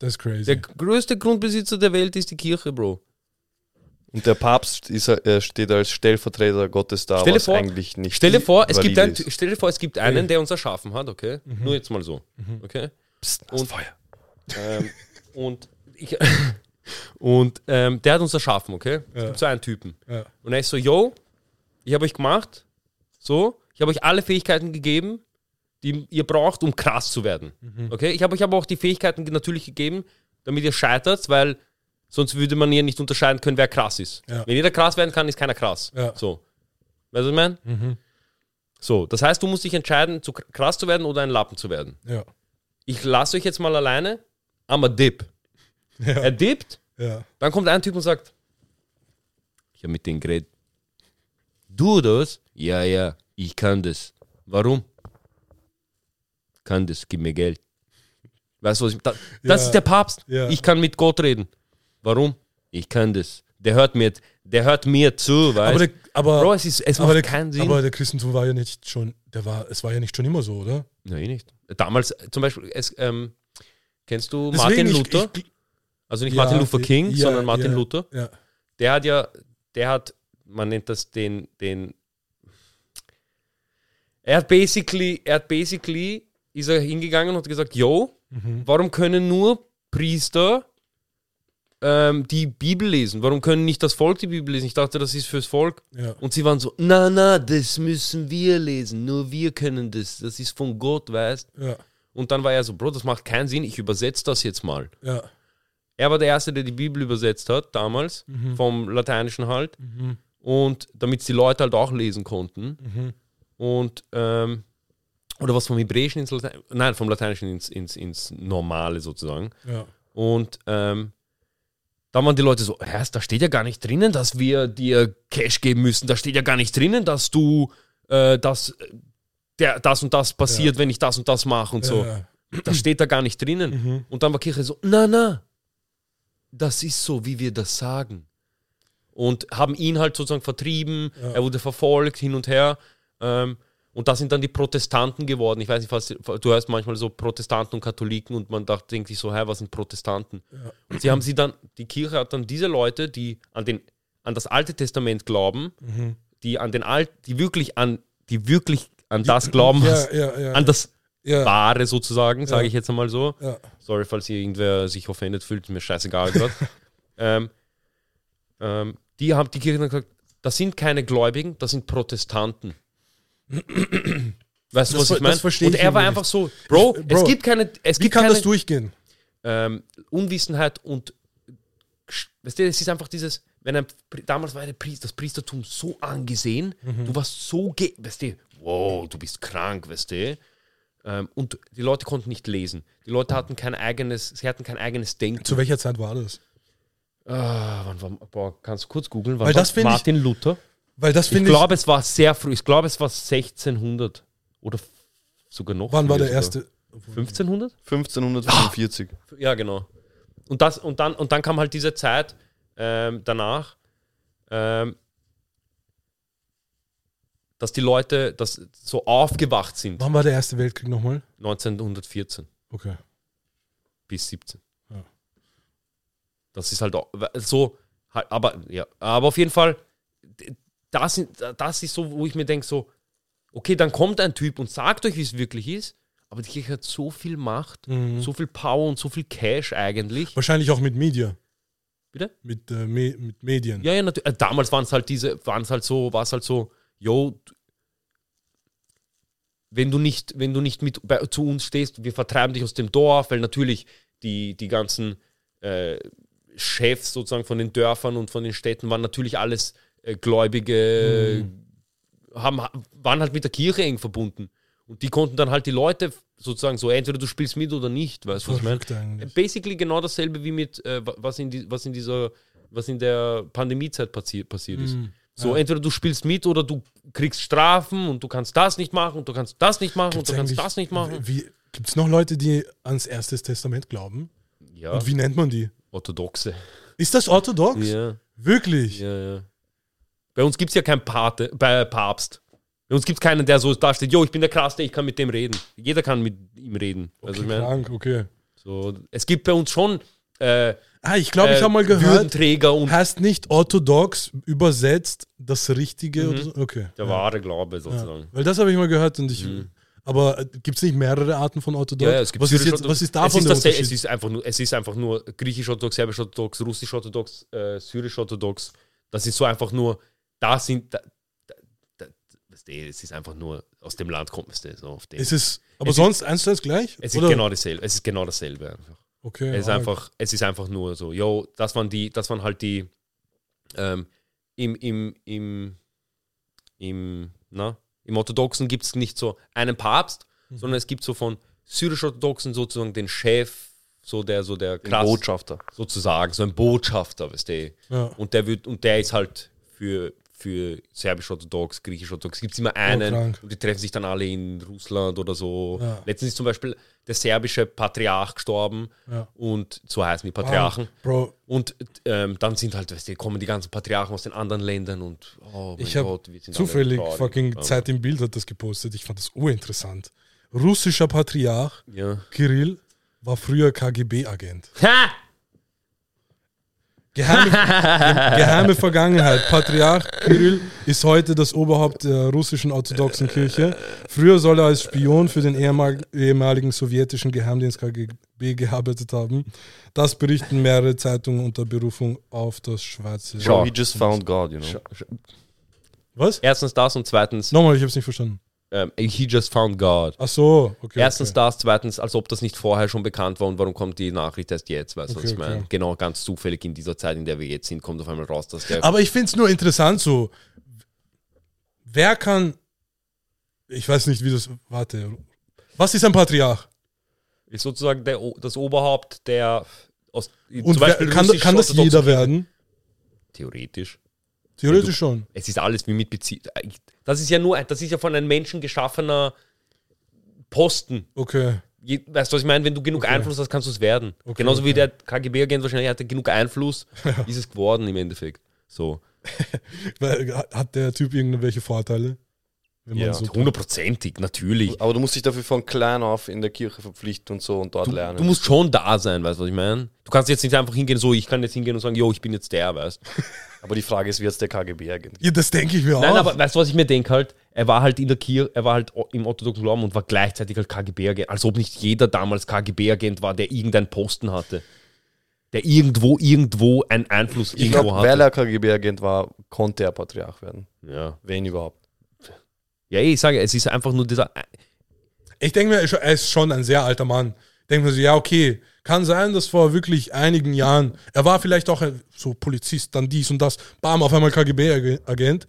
S2: Das ist crazy.
S3: Der größte Grundbesitzer der Welt ist die Kirche, Bro.
S6: Und der Papst ist, äh, steht als Stellvertreter Gottes da,
S3: Stell dir
S6: was
S3: vor-
S6: eigentlich nicht
S3: Stell dir vor, es gibt
S6: valide
S3: einen,
S6: ist. Mhm.
S3: stell dir vor, es gibt einen, der uns erschaffen hat, okay? Nur jetzt mal so, okay? und Feuer. Ähm, und ich, und ähm, der hat uns erschaffen, okay? Es gibt so einen Typen.
S2: Ja.
S3: Und er ist so, yo, ich habe euch gemacht, so, ich habe euch alle Fähigkeiten gegeben, die ihr braucht, um krass zu werden,
S2: Mhm.
S3: okay? Ich habe euch aber auch die Fähigkeiten ge- natürlich gegeben, damit ihr scheitert, weil sonst würde man hier nicht unterscheiden können, wer krass ist.
S2: Ja.
S3: Wenn jeder krass werden kann, ist keiner krass.
S2: Ja. Mhm.
S3: So. Weißt du, was ich meine? So, das heißt, du musst dich entscheiden, zu kr- krass zu werden oder ein Lappen zu werden.
S2: ja.
S3: Ich lasse euch jetzt mal alleine, I'm a dip. Er dippt,
S2: Ja.
S3: dann kommt ein Typ und sagt, ich habe mit denen geredet. Du das? Ja, ja, ich kann das. Warum? Kann das, gib mir Geld. Weißt du, was ich... Da, das
S2: Ja.
S3: ist der Papst.
S2: Ja.
S3: Ich kann mit Gott reden. Warum? Ich kann das. Der hört mir, der hört mir zu, weißt
S2: Aber, der, aber,
S3: Bro, es, ist, es
S2: aber,
S3: macht
S2: der,
S3: keinen Sinn.
S2: aber der Christentum war ja nicht schon, der war, es war ja nicht schon immer so, oder?
S3: Nein, eh nicht. Damals, äh, zum Beispiel, es, ähm, kennst du Martin
S2: Deswegen, ich-
S3: Luther?
S2: ich-
S3: also nicht
S2: ja,
S3: Martin Luther King,
S2: ja,
S3: sondern Martin
S2: ja,
S3: Luther.
S2: Ja.
S3: Der hat ja, der hat, man nennt das den, den, er hat basically, er hat basically, ist er hingegangen und hat gesagt, yo, warum können nur Priester ähm, die Bibel lesen? Warum können nicht das Volk die Bibel lesen? Ich dachte, das ist fürs Volk.
S2: Ja.
S3: Und sie waren so, na, na, das müssen wir lesen, nur wir können das, das ist von Gott, weißt
S2: Ja.
S3: und dann war er so, Bro, das macht keinen Sinn, ich übersetze das jetzt mal.
S2: Ja.
S3: Er war der Erste, der die Bibel übersetzt hat, damals, vom Lateinischen halt. Und damit es die Leute halt auch lesen konnten. Und, ähm, oder was vom Hebräischen ins Latein, nein, vom Lateinischen ins, ins, ins Normale sozusagen.
S2: Ja.
S3: Und ähm, dann waren die Leute so, Herr, da steht ja gar nicht drinnen, dass wir dir Cash geben müssen. Da steht ja gar nicht drinnen, dass du äh, das, äh, der, das und das passiert, wenn ich das und das mache und so.
S2: Ja.
S3: Das steht da gar nicht drinnen.
S2: Mhm.
S3: Und dann war Kirche so, na, na, das ist so, wie wir das sagen. Und haben ihn halt sozusagen vertrieben, er wurde verfolgt, hin und her. Ähm, und da sind dann die Protestanten geworden. Ich weiß nicht, falls du hörst manchmal so Protestanten und Katholiken und man dacht, denkt sich so, hä, was sind Protestanten? Und sie haben sie dann, die Kirche hat dann diese Leute, die an, den, an das Alte Testament glauben,
S2: Mhm.
S3: die an den Alt, die wirklich an, die wirklich an das glauben,
S2: ja,
S3: was,
S2: ja, ja,
S3: an das
S2: Ja.
S3: Wahre sozusagen, sage ich jetzt einmal so.
S2: Ja.
S3: Sorry, falls hier irgendwer sich offended fühlt, mir scheißegal gerade. ähm, ähm, die haben die Kirche dann gesagt, das sind keine Gläubigen, das sind Protestanten. weißt du,
S2: Das
S3: was
S2: ver-
S3: ich meine?
S2: das verstehe
S3: Und
S2: ich
S3: er war
S2: nicht.
S3: einfach so, Bro,
S2: Ich-
S3: es
S2: Bro,
S3: gibt keine, es
S2: Wie
S3: gibt
S2: kann
S3: keine
S2: das durchgehen?
S3: ähm, Unwissenheit und Sch- weißt du, es ist einfach dieses, wenn ein, Pri- damals war der Priester, das Priestertum so angesehen,
S2: Mhm.
S3: du warst so ge, weißt du, wow, du bist krank, weißt du. Ähm, und die Leute konnten nicht lesen. Die Leute hatten kein eigenes, sie hatten kein eigenes Denken.
S2: Zu welcher Zeit war das?
S3: Ah, wann war, boah, kannst du kurz googeln, wann
S2: Weil
S3: war
S2: das finde ich-
S3: Martin Luther?
S2: Weil das
S3: Ich
S2: finde ich.
S3: glaube, es war sehr früh. Ich glaube, es war 1600 oder f- sogar noch.
S2: wann war
S3: früher
S2: der
S3: sogar.
S2: erste?
S3: 1500?
S6: 1545.
S3: Ja, genau. Und, das, und, dann, und dann kam halt diese Zeit ähm, danach, ähm, dass die Leute dass so aufgewacht sind.
S2: Wann war der Erste Weltkrieg nochmal?
S3: 1914
S2: Okay.
S3: bis 17.
S2: Ja.
S3: Das ist halt auch, so, halt, aber ja, aber auf jeden Fall, das, sind- das ist so, wo ich mir denke, so, okay, dann kommt ein Typ und sagt euch, wie es wirklich ist, aber die Kirche hat so viel Macht, so viel Power und so viel Cash eigentlich.
S2: Wahrscheinlich auch mit Media,
S3: Bitte?
S2: mit, äh, Me mit Medien.
S3: Ja, ja, natürlich. Äh, Damals waren es halt diese, waren es halt so, war es halt so, yo, d- wenn du nicht, wenn du nicht mit bei, zu uns stehst, wir vertreiben dich aus dem Dorf, weil natürlich die, die ganzen äh, Chefs sozusagen von den Dörfern und von den Städten waren natürlich alles äh, Gläubige, haben, waren halt mit der Kirche eng verbunden. Und die konnten dann halt die Leute sozusagen so, entweder du spielst mit oder nicht, weißt du, was ich meine?
S2: Verrückt eigentlich.
S3: basically genau dasselbe wie mit, äh, wa- was, in die, was in dieser, was in der Pandemiezeit passi passiert ist.
S2: Mhm.
S3: So, entweder du spielst mit oder du kriegst Strafen und du kannst das nicht machen und du kannst das nicht machen und du kannst das nicht machen.
S2: Gibt es noch Leute, die ans Erstes Testament glauben?
S3: Ja,
S2: Und wie nennt man die?
S3: Orthodoxe.
S2: Ist das orthodox?
S3: Ja,
S2: Wirklich?
S3: ja, ja. Bei uns gibt es ja keinen Pate, bei Papst. Bei uns gibt es keinen, der so da steht, jo, ich bin der Krasse, ich kann mit dem reden. Jeder kann mit ihm reden. Also, ich mein,
S2: Krank, okay.
S3: so, es gibt bei uns schon äh,
S2: Ah, ich glaube, ich
S3: äh,
S2: habe mal gehört,
S3: Würdenträger und
S2: heißt nicht orthodox übersetzt das Richtige oder so? Okay.
S3: Mhm. der wahre Glaube sozusagen.
S2: Weil das habe ich mal gehört und ich. Aber gibt es nicht mehrere Arten von orthodox?
S3: Ja, ja, es gibt
S2: was, ist
S3: syrisch-
S2: jetzt, was ist davon
S3: es ist,
S2: der
S3: dasselbe-
S2: Unterschied?
S3: Es ist einfach nur, es ist einfach nur griechisch-orthodox, serbisch-orthodox, russisch-orthodox, äh, syrisch-orthodox. Das ist so einfach nur, da sind, da, da, da, weißt du, es ist einfach nur aus dem Land kommt, weißt du, so auf dem.
S2: Es ist, aber
S3: Es ist-
S2: sonst eins zu eins gleich?
S3: es ist genau dasselbe. Es ist genau dasselbe einfach.
S2: Okay.
S3: Es ist
S2: arg.
S3: einfach, es ist einfach nur so, yo, das waren die, das waren halt die ähm, im, im, im, im, na, im Orthodoxen gibt es nicht so einen Papst,
S2: Mhm.
S3: sondern es gibt so von syrisch-orthodoxen sozusagen den Chef, so der, so der
S6: Den
S3: krass,
S6: Botschafter.
S3: sozusagen, so ein Botschafter, weißt du.
S2: Ja.
S3: Und der wird, und der ist halt für, für serbisch-orthodox, griechisch-orthodox, gibt es immer einen
S2: Oh, krank.
S3: und die treffen sich dann alle in Russland oder so.
S2: Ja.
S3: Letztens ist zum Beispiel der serbische Patriarch gestorben
S2: Ja. Ah,
S3: und so heißen die Patriarchen.
S2: Bro,
S3: Und ähm, dann sind halt, weißt du, kommen die ganzen Patriarchen aus den anderen Ländern und oh mein
S2: ich habe
S3: Gott, wir sind alle
S2: zufällig
S3: traurig.
S2: fucking
S3: Ja.
S2: Zeit im Bild hat das gepostet. Ich fand das urinteressant. Russischer Patriarch
S3: Ja.
S2: Kirill war früher KGB-Agent.
S3: Ha!
S2: Geheime, geheime Vergangenheit. Patriarch Kirill ist heute das Oberhaupt der russischen orthodoxen Kirche. Früher soll er als Spion für den ehemal- ehemaligen sowjetischen Geheimdienst KGB gearbeitet haben. Das berichten mehrere Zeitungen unter Berufung auf das Schwarze.
S3: Schau.
S6: He just found God, you know.
S2: Was?
S3: Erstens das und zweitens,
S2: Nochmal, ich hab's nicht verstanden.
S3: ähm, he just found God.
S2: Ach so, okay.
S3: Erstens
S2: okay.
S3: das, zweitens, als ob das nicht vorher schon bekannt war und warum kommt die Nachricht erst jetzt, weißt du, was
S2: Okay,
S3: ich meine?
S2: okay.
S3: Genau, ganz zufällig in dieser Zeit, in der wir jetzt sind, kommt auf einmal raus, dass der.
S2: Aber ich find's nur interessant so. Wer kann. Ich weiß nicht, wie das. Warte. Was ist ein Patriarch?
S3: ist sozusagen der, O- das Oberhaupt der. Aus,
S2: Und wer, kann, kann das
S3: russisch-orthodoxen
S2: jeder
S3: Kirche.
S2: werden?
S3: Theoretisch.
S2: Theoretisch schon.
S3: Es ist alles wie mit Beziehung. Das ist ja nur, ein- das ist ja von einem Menschen geschaffener Posten.
S2: Okay.
S3: Je, weißt du, was ich meine? Wenn du genug Einfluss hast, kannst du es werden. Genauso wie der KGB-Agent wahrscheinlich hatte genug Einfluss, ist es geworden im Endeffekt. So.
S2: Weil, Hat der Typ irgendwelche Vorteile? Wenn man
S3: Ja.
S2: so
S3: Hundertprozentig, natürlich.
S6: Aber du musst dich dafür von klein auf in der Kirche verpflichten und so und dort lernen.
S3: Du musst schon da sein, weißt du, was ich meine? Du kannst jetzt nicht einfach hingehen, so, ich kann jetzt hingehen und sagen, yo, ich bin jetzt der, weißt du?
S6: aber die Frage ist, wie jetzt der KGB agent
S2: ja, das denke ich mir
S3: Nein,
S2: auch.
S3: aber weißt du, was ich mir denke halt? Er war halt in der Kirche, er war halt o- im orthodoxen Glauben und war gleichzeitig halt KGB-Agent. Als ob nicht jeder damals KGB-Agent war, der irgendeinen Posten hatte. Der irgendwo, irgendwo einen Einfluss
S6: Ich
S3: irgendwo
S6: glaube, weil
S3: hatte.
S6: er KGB-Agent war, konnte er Patriarch werden.
S3: Ja.
S6: Wenn überhaupt.
S3: ja, ich sage, es ist einfach nur dieser.
S2: ich denke mir, er ist schon- er ist schon ein sehr alter Mann. Denke mir so, ja, okay, kann sein, dass vor wirklich einigen Jahren, er war vielleicht auch ein- so Polizist, dann dies und das, bam, auf einmal KGB-Agent.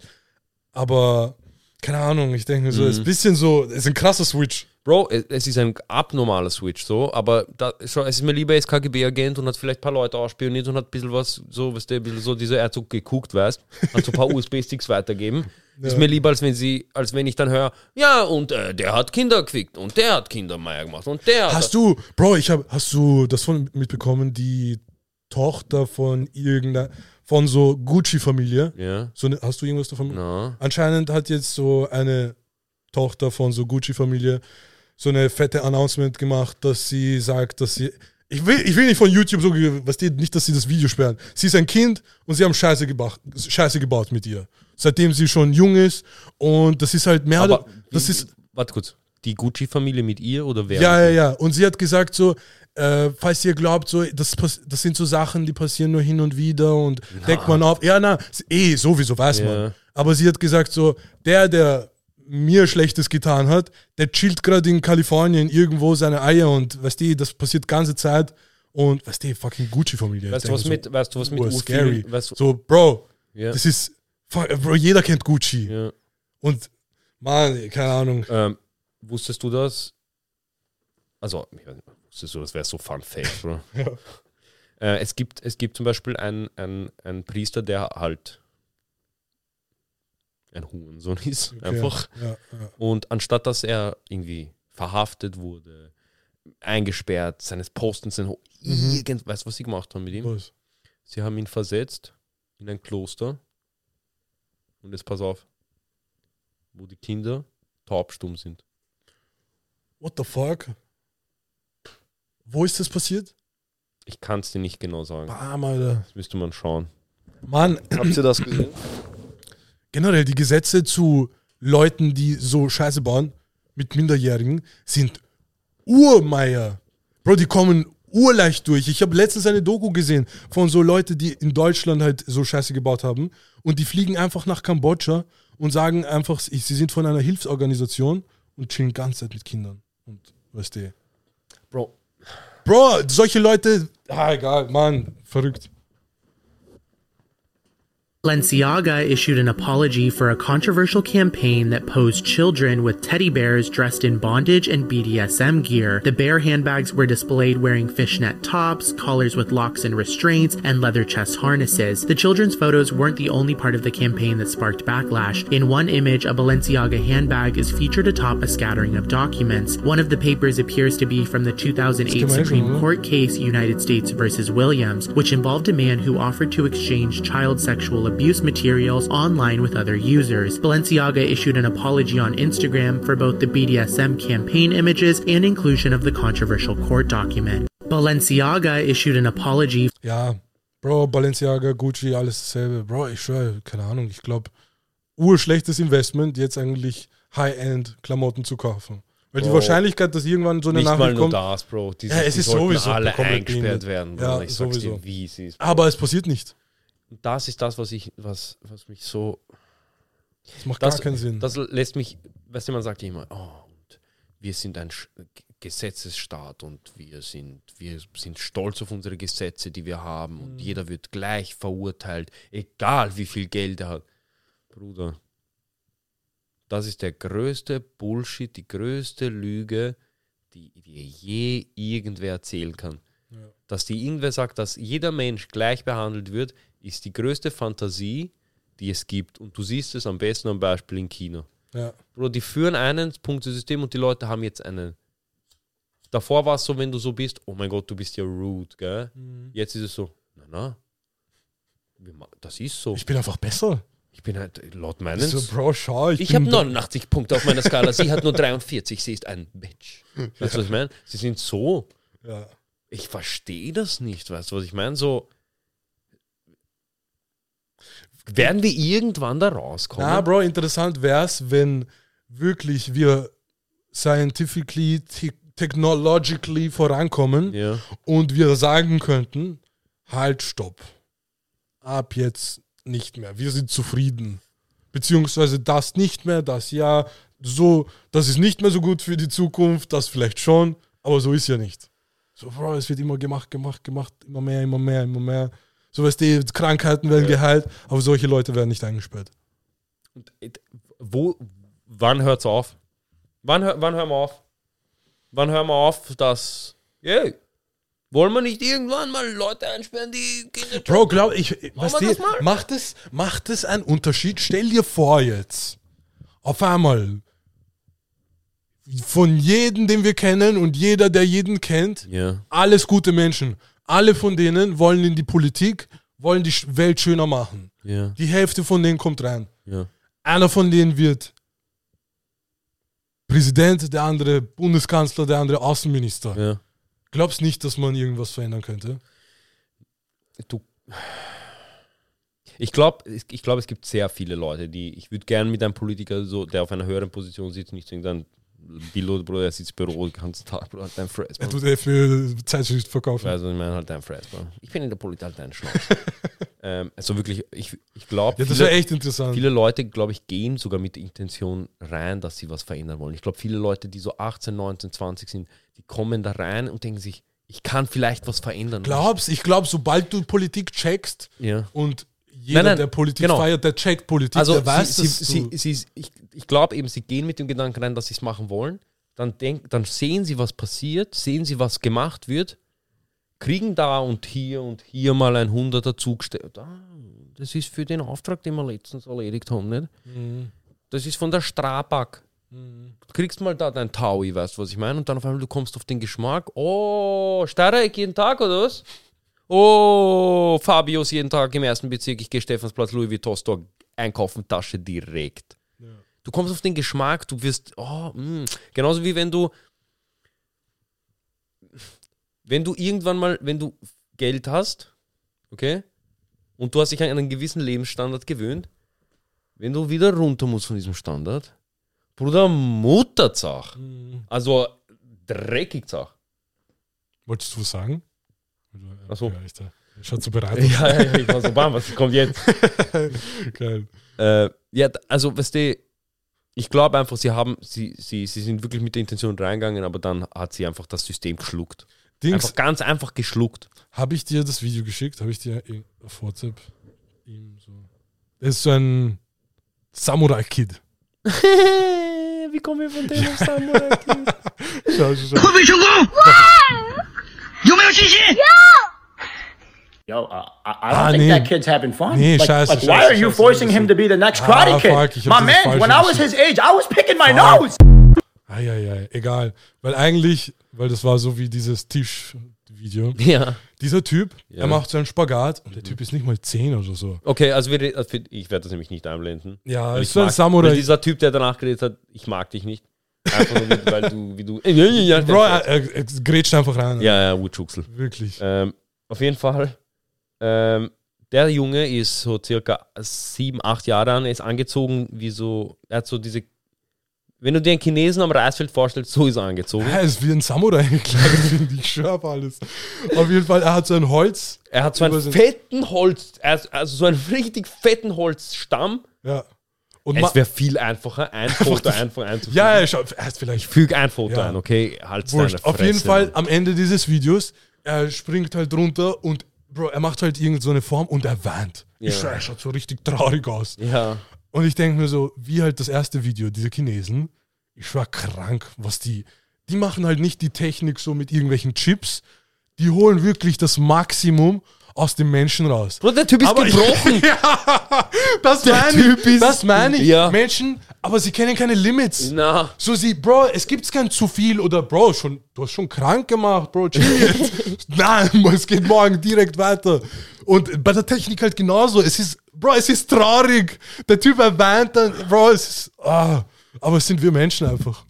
S2: Aber keine Ahnung, ich denke mir so, ist ein bisschen so, ist ein krasser Switch.
S3: Bro, es- es ist ein abnormaler Switch, so, aber da, schau, es ist mir lieber, er ist KGB-Agent und hat vielleicht ein paar Leute ausspioniert und hat ein bisschen was, so, weißt du, ein bisschen so dieser Erzog geguckt, weißt hat so ein paar USB-Sticks weitergeben. Ist mir lieber, als wenn sie, als wenn ich dann höre, ja, und äh, der hat Kinder gekriegt und der hat Kindermeier gemacht und der
S2: Hast du, Bro, ich hab, hast du das von mitbekommen, die Tochter von irgendeiner, von so Gucci-Familie.
S3: Ja.
S2: So eine, hast du irgendwas davon?
S3: Na.
S2: Anscheinend hat jetzt so eine Tochter von so Gucci-Familie so eine fette Announcement gemacht, dass sie sagt, dass sie. Ich will, ich will nicht von YouTube so, ge- was die, nicht, dass sie das Video sperren. Sie ist ein Kind und sie haben Scheiße, gebaut, Scheiße gebaut mit ihr. Seitdem sie schon jung ist und das ist halt mehr.
S3: Aber
S2: das ist,
S3: Warte kurz. Die Gucci-Familie mit ihr oder wer?
S2: ja, ja, ja. Und sie hat gesagt so, äh, falls ihr glaubt, so, das, pass- das sind so Sachen, die passieren nur hin und wieder und deckt man auf. Ja, na, s- eh, sowieso weiß
S3: Ja.
S2: man. Aber sie hat gesagt so, der, der mir Schlechtes getan hat, der chillt gerade in Kalifornien irgendwo seine Eier und, weißt du, das passiert ganze Zeit und, weißt du, fucking Gucci-Familie.
S3: Weißt
S2: Ich
S3: du, was
S2: denke
S3: mit, weißt du, was mit
S2: so, oh,
S3: U
S2: scary.
S3: vielen- Weißt du,
S2: So, Bro,
S3: ja.
S2: das ist, fuck, Bro, jeder kennt Gucci
S3: ja.
S2: und, Mann, keine Ahnung.
S3: Ähm, wusstest du das? Also, ich weiß nicht, wusstest du, das wäre so Fun Fact, oder? äh, es, gibt, es gibt zum Beispiel einen, einen, einen Priester, der halt ein Hurensohn ist, einfach.
S2: Ja, ja.
S3: Und anstatt dass er irgendwie verhaftet wurde, eingesperrt, seines Postens in Ho irgend, weißt du, was sie gemacht haben mit ihm?
S2: Was?
S3: Sie haben ihn versetzt in ein Kloster. Und jetzt pass auf, wo die Kinder taubstumm sind.
S2: What the fuck? Wo ist das passiert?
S3: Ich kann es dir nicht genau sagen.
S2: Bam, Alter.
S3: Das müsste man schauen.
S2: Mann,
S6: Habt ihr das gesehen?
S2: generell die Gesetze zu Leuten, die so Scheiße bauen mit Minderjährigen, sind Urmeier. Bro, die kommen urleicht durch. Ich habe letztens eine Doku gesehen von so Leuten, die in Deutschland halt so Scheiße gebaut haben und die fliegen einfach nach Kambodscha und sagen einfach, sie sie sind von einer Hilfsorganisation und chillen ganze Zeit mit Kindern und weißt du.
S3: Bro,
S2: Bro, solche Leute, ah egal, Mann, verrückt.
S5: Balenciaga issued an apology for a controversial campaign that posed children with teddy bears dressed in bondage and BDSM gear. The bear handbags were displayed wearing fishnet tops, collars with locks and restraints, and leather chest harnesses. The children's photos weren't the only part of the campaign that sparked backlash. In one image, a Balenciaga handbag is featured atop a scattering of documents. One of the papers appears to be from the 2008
S2: Exclamation,
S5: Supreme
S2: huh?
S5: Court court case United States versus Williams, which involved a man who offered to exchange child sexual abuse materials online with other users. Balenciaga issued an apology on Instagram for both the BDSM campaign images and inclusion of the controversial court document. Balenciaga issued an apology
S2: Ja, Bro, Balenciaga, Gucci, alles dasselbe. Bro, ich schwöre, keine Ahnung, ich glaube, urschlechtes Investment, jetzt eigentlich High-End-Klamotten zu kaufen. Weil die
S3: Bro.
S2: Wahrscheinlichkeit, dass irgendwann so eine
S3: nicht mal
S2: Nachricht
S3: nur
S2: kommt,
S3: das, Bro. Die,
S2: Ja, es
S3: die
S2: ist
S3: sollten
S2: sowieso
S3: alle
S2: komplett
S3: eingesperrt
S2: behindert.
S3: werden.
S2: Ja,
S3: Bro. ich sag's
S2: sowieso.
S3: dir, wie es ist.
S2: aber es passiert nicht.
S3: Und das ist das, was ich, was, was mich so
S2: Das macht
S3: das, äh,
S2: gar keinen Sinn.
S3: Das lässt mich, weißt du, man sagt ja immer, oh, und wir sind ein Sch- G- Gesetzesstaat und wir sind, wir sind stolz auf unsere Gesetze, die wir haben
S2: Mhm.
S3: und jeder wird gleich verurteilt, egal wie viel Geld er hat. Bruder, das ist der größte Bullshit, die größte Lüge, die dir je irgendwer erzählen kann. Dass dir irgendwer sagt, dass jeder Mensch gleich behandelt wird, ist die größte Fantasie, die es gibt. Und du siehst es am besten am Beispiel in China.
S2: ja.
S3: Bro, die führen ein ins Punktesystem und die Leute haben jetzt eine. Davor war es so, wenn du so bist, oh mein Gott, du bist ja rude, gell?
S2: Mhm.
S3: Jetzt ist es so, na na, wir ma- das ist so.
S2: Ich
S3: Ich,
S2: bin einfach besser.
S3: bin halt laut meinen.
S2: So, Bro, schau, ich,
S3: ich
S2: bin
S3: habe 89 Punkte auf meiner Skala, sie hat nur 43, sie ist ein Bitch. Weißt du, was ich meine? Sie sind so.
S2: Ja.
S3: Ich verstehe das nicht, weißt du, was ich meine? So. Werden wir irgendwann da rauskommen?
S2: Na, Bro, interessant wär's, wenn wirklich wir scientifically, te technologically vorankommen
S3: Ja.
S2: und wir sagen könnten, halt, stopp. Ab jetzt nicht mehr. Wir sind zufrieden. Beziehungsweise das nicht mehr, das ja, so, das ist nicht mehr so gut für die Zukunft, das vielleicht schon, aber so ist ja nicht. So, Bro, es wird immer gemacht, gemacht, gemacht, immer mehr, immer mehr, immer mehr. So weißt du, Krankheiten werden geheilt, aber solche Leute werden nicht eingesperrt.
S3: Und et- wo, wann hört's auf? Wann, hör- wann hören wir auf? Wann hören wir auf, dass. Hey, wollen wir nicht irgendwann mal Leute einsperren, die Kinder.
S2: Bro, glaub ich, weißt
S3: wir
S2: du,
S3: das mal?
S2: macht es, macht es einen Unterschied? Stell dir vor jetzt, auf einmal, von jedem, den wir kennen und jeder, der jeden kennt,
S3: Ja.
S2: alles gute Menschen. Alle von denen wollen in die Politik, wollen die Sch- Welt schöner machen.
S3: Ja.
S2: Die Hälfte von denen kommt rein.
S3: Ja.
S2: Einer von denen wird Präsident, der andere Bundeskanzler, der andere Außenminister.
S3: Ja.
S2: Glaubst nicht, dass man irgendwas verändern könnte?
S3: Du. Ich glaube, ich glaube, es gibt sehr viele Leute, die ich würde gern mit einem Politiker, so, der auf einer höheren Position sitzt, nicht zwingend ein Pilot, Bruder, der sitzt im Büro den ganzen Tag, Bruder, halt ein Fräs.
S2: Er
S3: Mann.
S2: tut eh für Zeitschrift verkaufen.
S3: Also, ich meine, halt ein Fräs. Mann. Ich bin in der Politik halt ein Schnauz. ähm, also wirklich, ich, ich glaube,
S2: Ja, das wäre echt interessant.
S3: Viele Leute, glaube ich, gehen sogar mit der Intention rein, dass sie was verändern wollen. Ich glaube, viele Leute, die so 18, 19, 20 sind, die kommen da rein und denken sich, ich kann vielleicht was verändern.
S2: Glaubst, ich glaube, sobald du Politik checkst
S3: Ja.
S2: und jeder,
S3: Nein, nein,
S2: der Politik
S3: genau.
S2: feiert, der checkt Politik,
S3: Also,
S2: der weiß,
S3: sie,
S2: dass
S3: sie,
S2: du-
S3: sie, sie, ich, ich glaube eben, sie gehen mit dem Gedanken rein, dass sie es machen wollen. Dann, denk, dann sehen sie, was passiert, sehen sie, was gemacht wird, kriegen da und hier und hier mal ein Hunderter zugestellt. Ah, das ist für den Auftrag, den wir letztens erledigt haben, nicht?
S2: Mhm.
S3: Das ist von der Strabag. Du kriegst mal da dein Taui, weißt du, was ich meine? Und dann auf einmal, du kommst auf den Geschmack. Oh, Steiereck jeden Tag, oder was? Oh, Fabius jeden Tag im ersten Bezirk. Ich gehe Stephansplatz, Louis Vuitton Store einkaufen, Tasche direkt. Du kommst auf den Geschmack, du wirst, oh, mm. genauso wie wenn du, wenn du irgendwann mal, wenn du Geld hast, okay, und du hast dich an einen gewissen Lebensstandard gewöhnt, wenn du wieder runter musst von diesem Standard, Bruder, Mutterzach. Also, dreckig Zach.
S2: Wolltest du was sagen?
S3: Ach so.
S2: Ja, ich da. Schon zu bereit.
S3: Ja, ja, ja, ich war so, bam, was kommt jetzt?
S2: Geil.
S3: Äh, ja, d- also, weißt du, ich glaube einfach, sie haben, sie, sie, sie sind wirklich mit der Intention reingegangen, aber dann hat sie einfach das System geschluckt.
S2: Dings,
S3: Einfach ganz einfach geschluckt.
S2: habe ich dir das Video geschickt? Habe ich dir in- auf WhatsApp ihm so. Das ist so ein Samurai-Kid.
S3: Wie kommen wir von dem auf Samurai?
S2: Schau, schau, schau.
S5: 会成功！有没有信心？
S11: Yo, uh, I, I don't
S2: Ah,
S11: think
S2: nee.
S11: that kid's having fun.
S2: Nee,
S11: like,
S2: scheiße,
S11: like,
S2: scheiße,
S11: why are you
S2: scheiße,
S11: forcing him
S2: scheiße.
S11: to be the next
S2: Ah,
S11: Karate Kid?
S2: fuck, ich hab
S11: My
S2: das
S11: man,
S2: falsch
S11: when I was
S2: verstanden.
S11: his age, I was picking my
S2: Fuck.
S11: nose.
S2: Eieiei, egal. Weil eigentlich, weil das war so wie dieses Tisch-Video.
S3: ja.
S2: Dieser Typ, er macht so einen Spagat und der
S3: Mhm.
S2: Typ ist nicht mal 10 oder so.
S3: Okay, also wir, re- also wir- ich werde das nämlich nicht einblenden.
S2: Ja,
S3: Weil
S2: ist
S3: ich
S2: so ein
S3: mag-
S2: Samurai.
S3: weil Dieser Typ, der danach geredet hat, ich mag dich nicht. Einfach nur, mit- weil du, wie du. Ja, ja,
S2: Bro,
S3: ja,
S2: er, er, er äh, grätscht einfach rein.
S3: ja, ja Wutschuchsel.
S2: Wirklich.
S3: Ähm, auf jeden Fall, ähm, der Junge ist so circa sieben, acht Jahre an, er ist angezogen wie so, er hat so diese, wenn du dir einen Chinesen am Reisfeld vorstellst, so ist er angezogen.
S2: Er ist wie ein Samurai gekleidet, finde ich. Schörp alles. Auf jeden Fall, er hat so ein Holz.
S3: Er hat so einen
S2: Übersinn.
S3: fetten Holz, also also so einen richtig fetten Holzstamm.
S2: Ja. Und ma-
S3: Es wäre viel einfacher, ein Foto einfach einzufügen.
S2: ja, er, schaut, er ist vielleicht
S3: Füg ein Foto
S2: Ja.
S3: ein, okay? Halt's deine
S2: wurscht. Auf
S3: Fresse,
S2: jeden Fall
S3: Mann.
S2: am Ende dieses Videos, er springt halt runter und Bro, er macht halt irgend so eine Form und er weint. Ich schau, er schaut so richtig traurig aus.
S3: Ja.
S2: Und ich denke mir so, wie halt das erste Video, diese Chinesen, ich war krank, was die, die machen halt nicht die Technik so mit irgendwelchen Chips, die holen wirklich das Maximum aus dem Menschen raus.
S3: Bro, der Typ ist
S2: Aber ich-
S3: gebrochen.
S2: Ja, das meine
S3: Typ
S2: ich.
S3: ist-
S2: Das meine ich.
S3: Ja.
S2: Menschen, aber sie kennen keine Limits.
S3: Na.
S2: So sie, Bro, es gibt's kein zu viel oder Bro, schon, du hast schon krank gemacht, Bro, chill jetzt. Nein, es geht morgen direkt weiter. Und bei der Technik halt genauso. Es ist, Bro, es ist traurig. Der Typ erwähnt dann, Bro, es ist, ah, aber es sind wir Menschen einfach.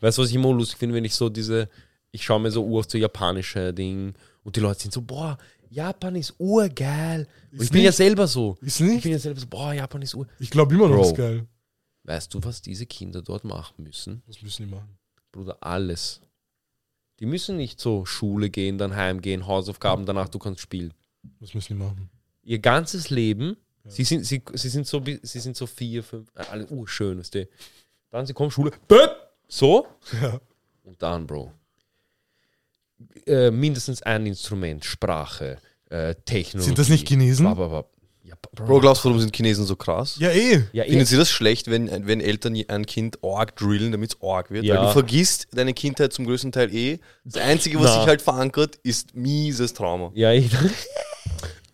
S3: Weißt du, was ich immer lustig finde, wenn ich so diese, ich schaue mir so oft so japanische Ding und die Leute sind so, boah, Japan ist urgeil. Und ich bin ja
S2: nicht.
S3: selber so.
S2: Ist
S3: Ich bin
S2: nicht?
S3: ja selber so, boah, Japan ist ur.
S2: Ich glaube immer noch,
S3: Bro.
S2: das ist geil.
S3: Weißt du, was diese Kinder dort machen müssen?
S2: Das müssen die machen.
S3: Bruder, alles. Die müssen nicht so Schule gehen, dann heimgehen, Hausaufgaben, danach du kannst spielen.
S2: Das müssen die machen.
S3: Ihr ganzes Leben, sie, sind, sie, sie, sind so, bi- sie sind so vier, fünf, äh, alle, uh, schön, weißt du. Dann sie kommen, Schule, böp, so,
S2: Ja.
S3: Und dann, Bro, äh, mindestens ein Instrument, Sprache, äh, Technologie.
S2: Sind das nicht Chinesen?
S3: Bla, bla, bla. Ja, Bro.
S6: Bro, glaubst du, warum sind Chinesen so krass?
S2: Ja, eh.
S3: ja, eh.
S6: Finden Sie das schlecht, wenn, wenn Eltern ein Kind arg drillen, damit es arg wird?
S3: Ja.
S6: Weil du vergisst deine Kindheit zum größten Teil eh. Das Einzige, was
S3: Na. eh-
S6: sich halt verankert, ist mieses Trauma.
S3: ja, ich.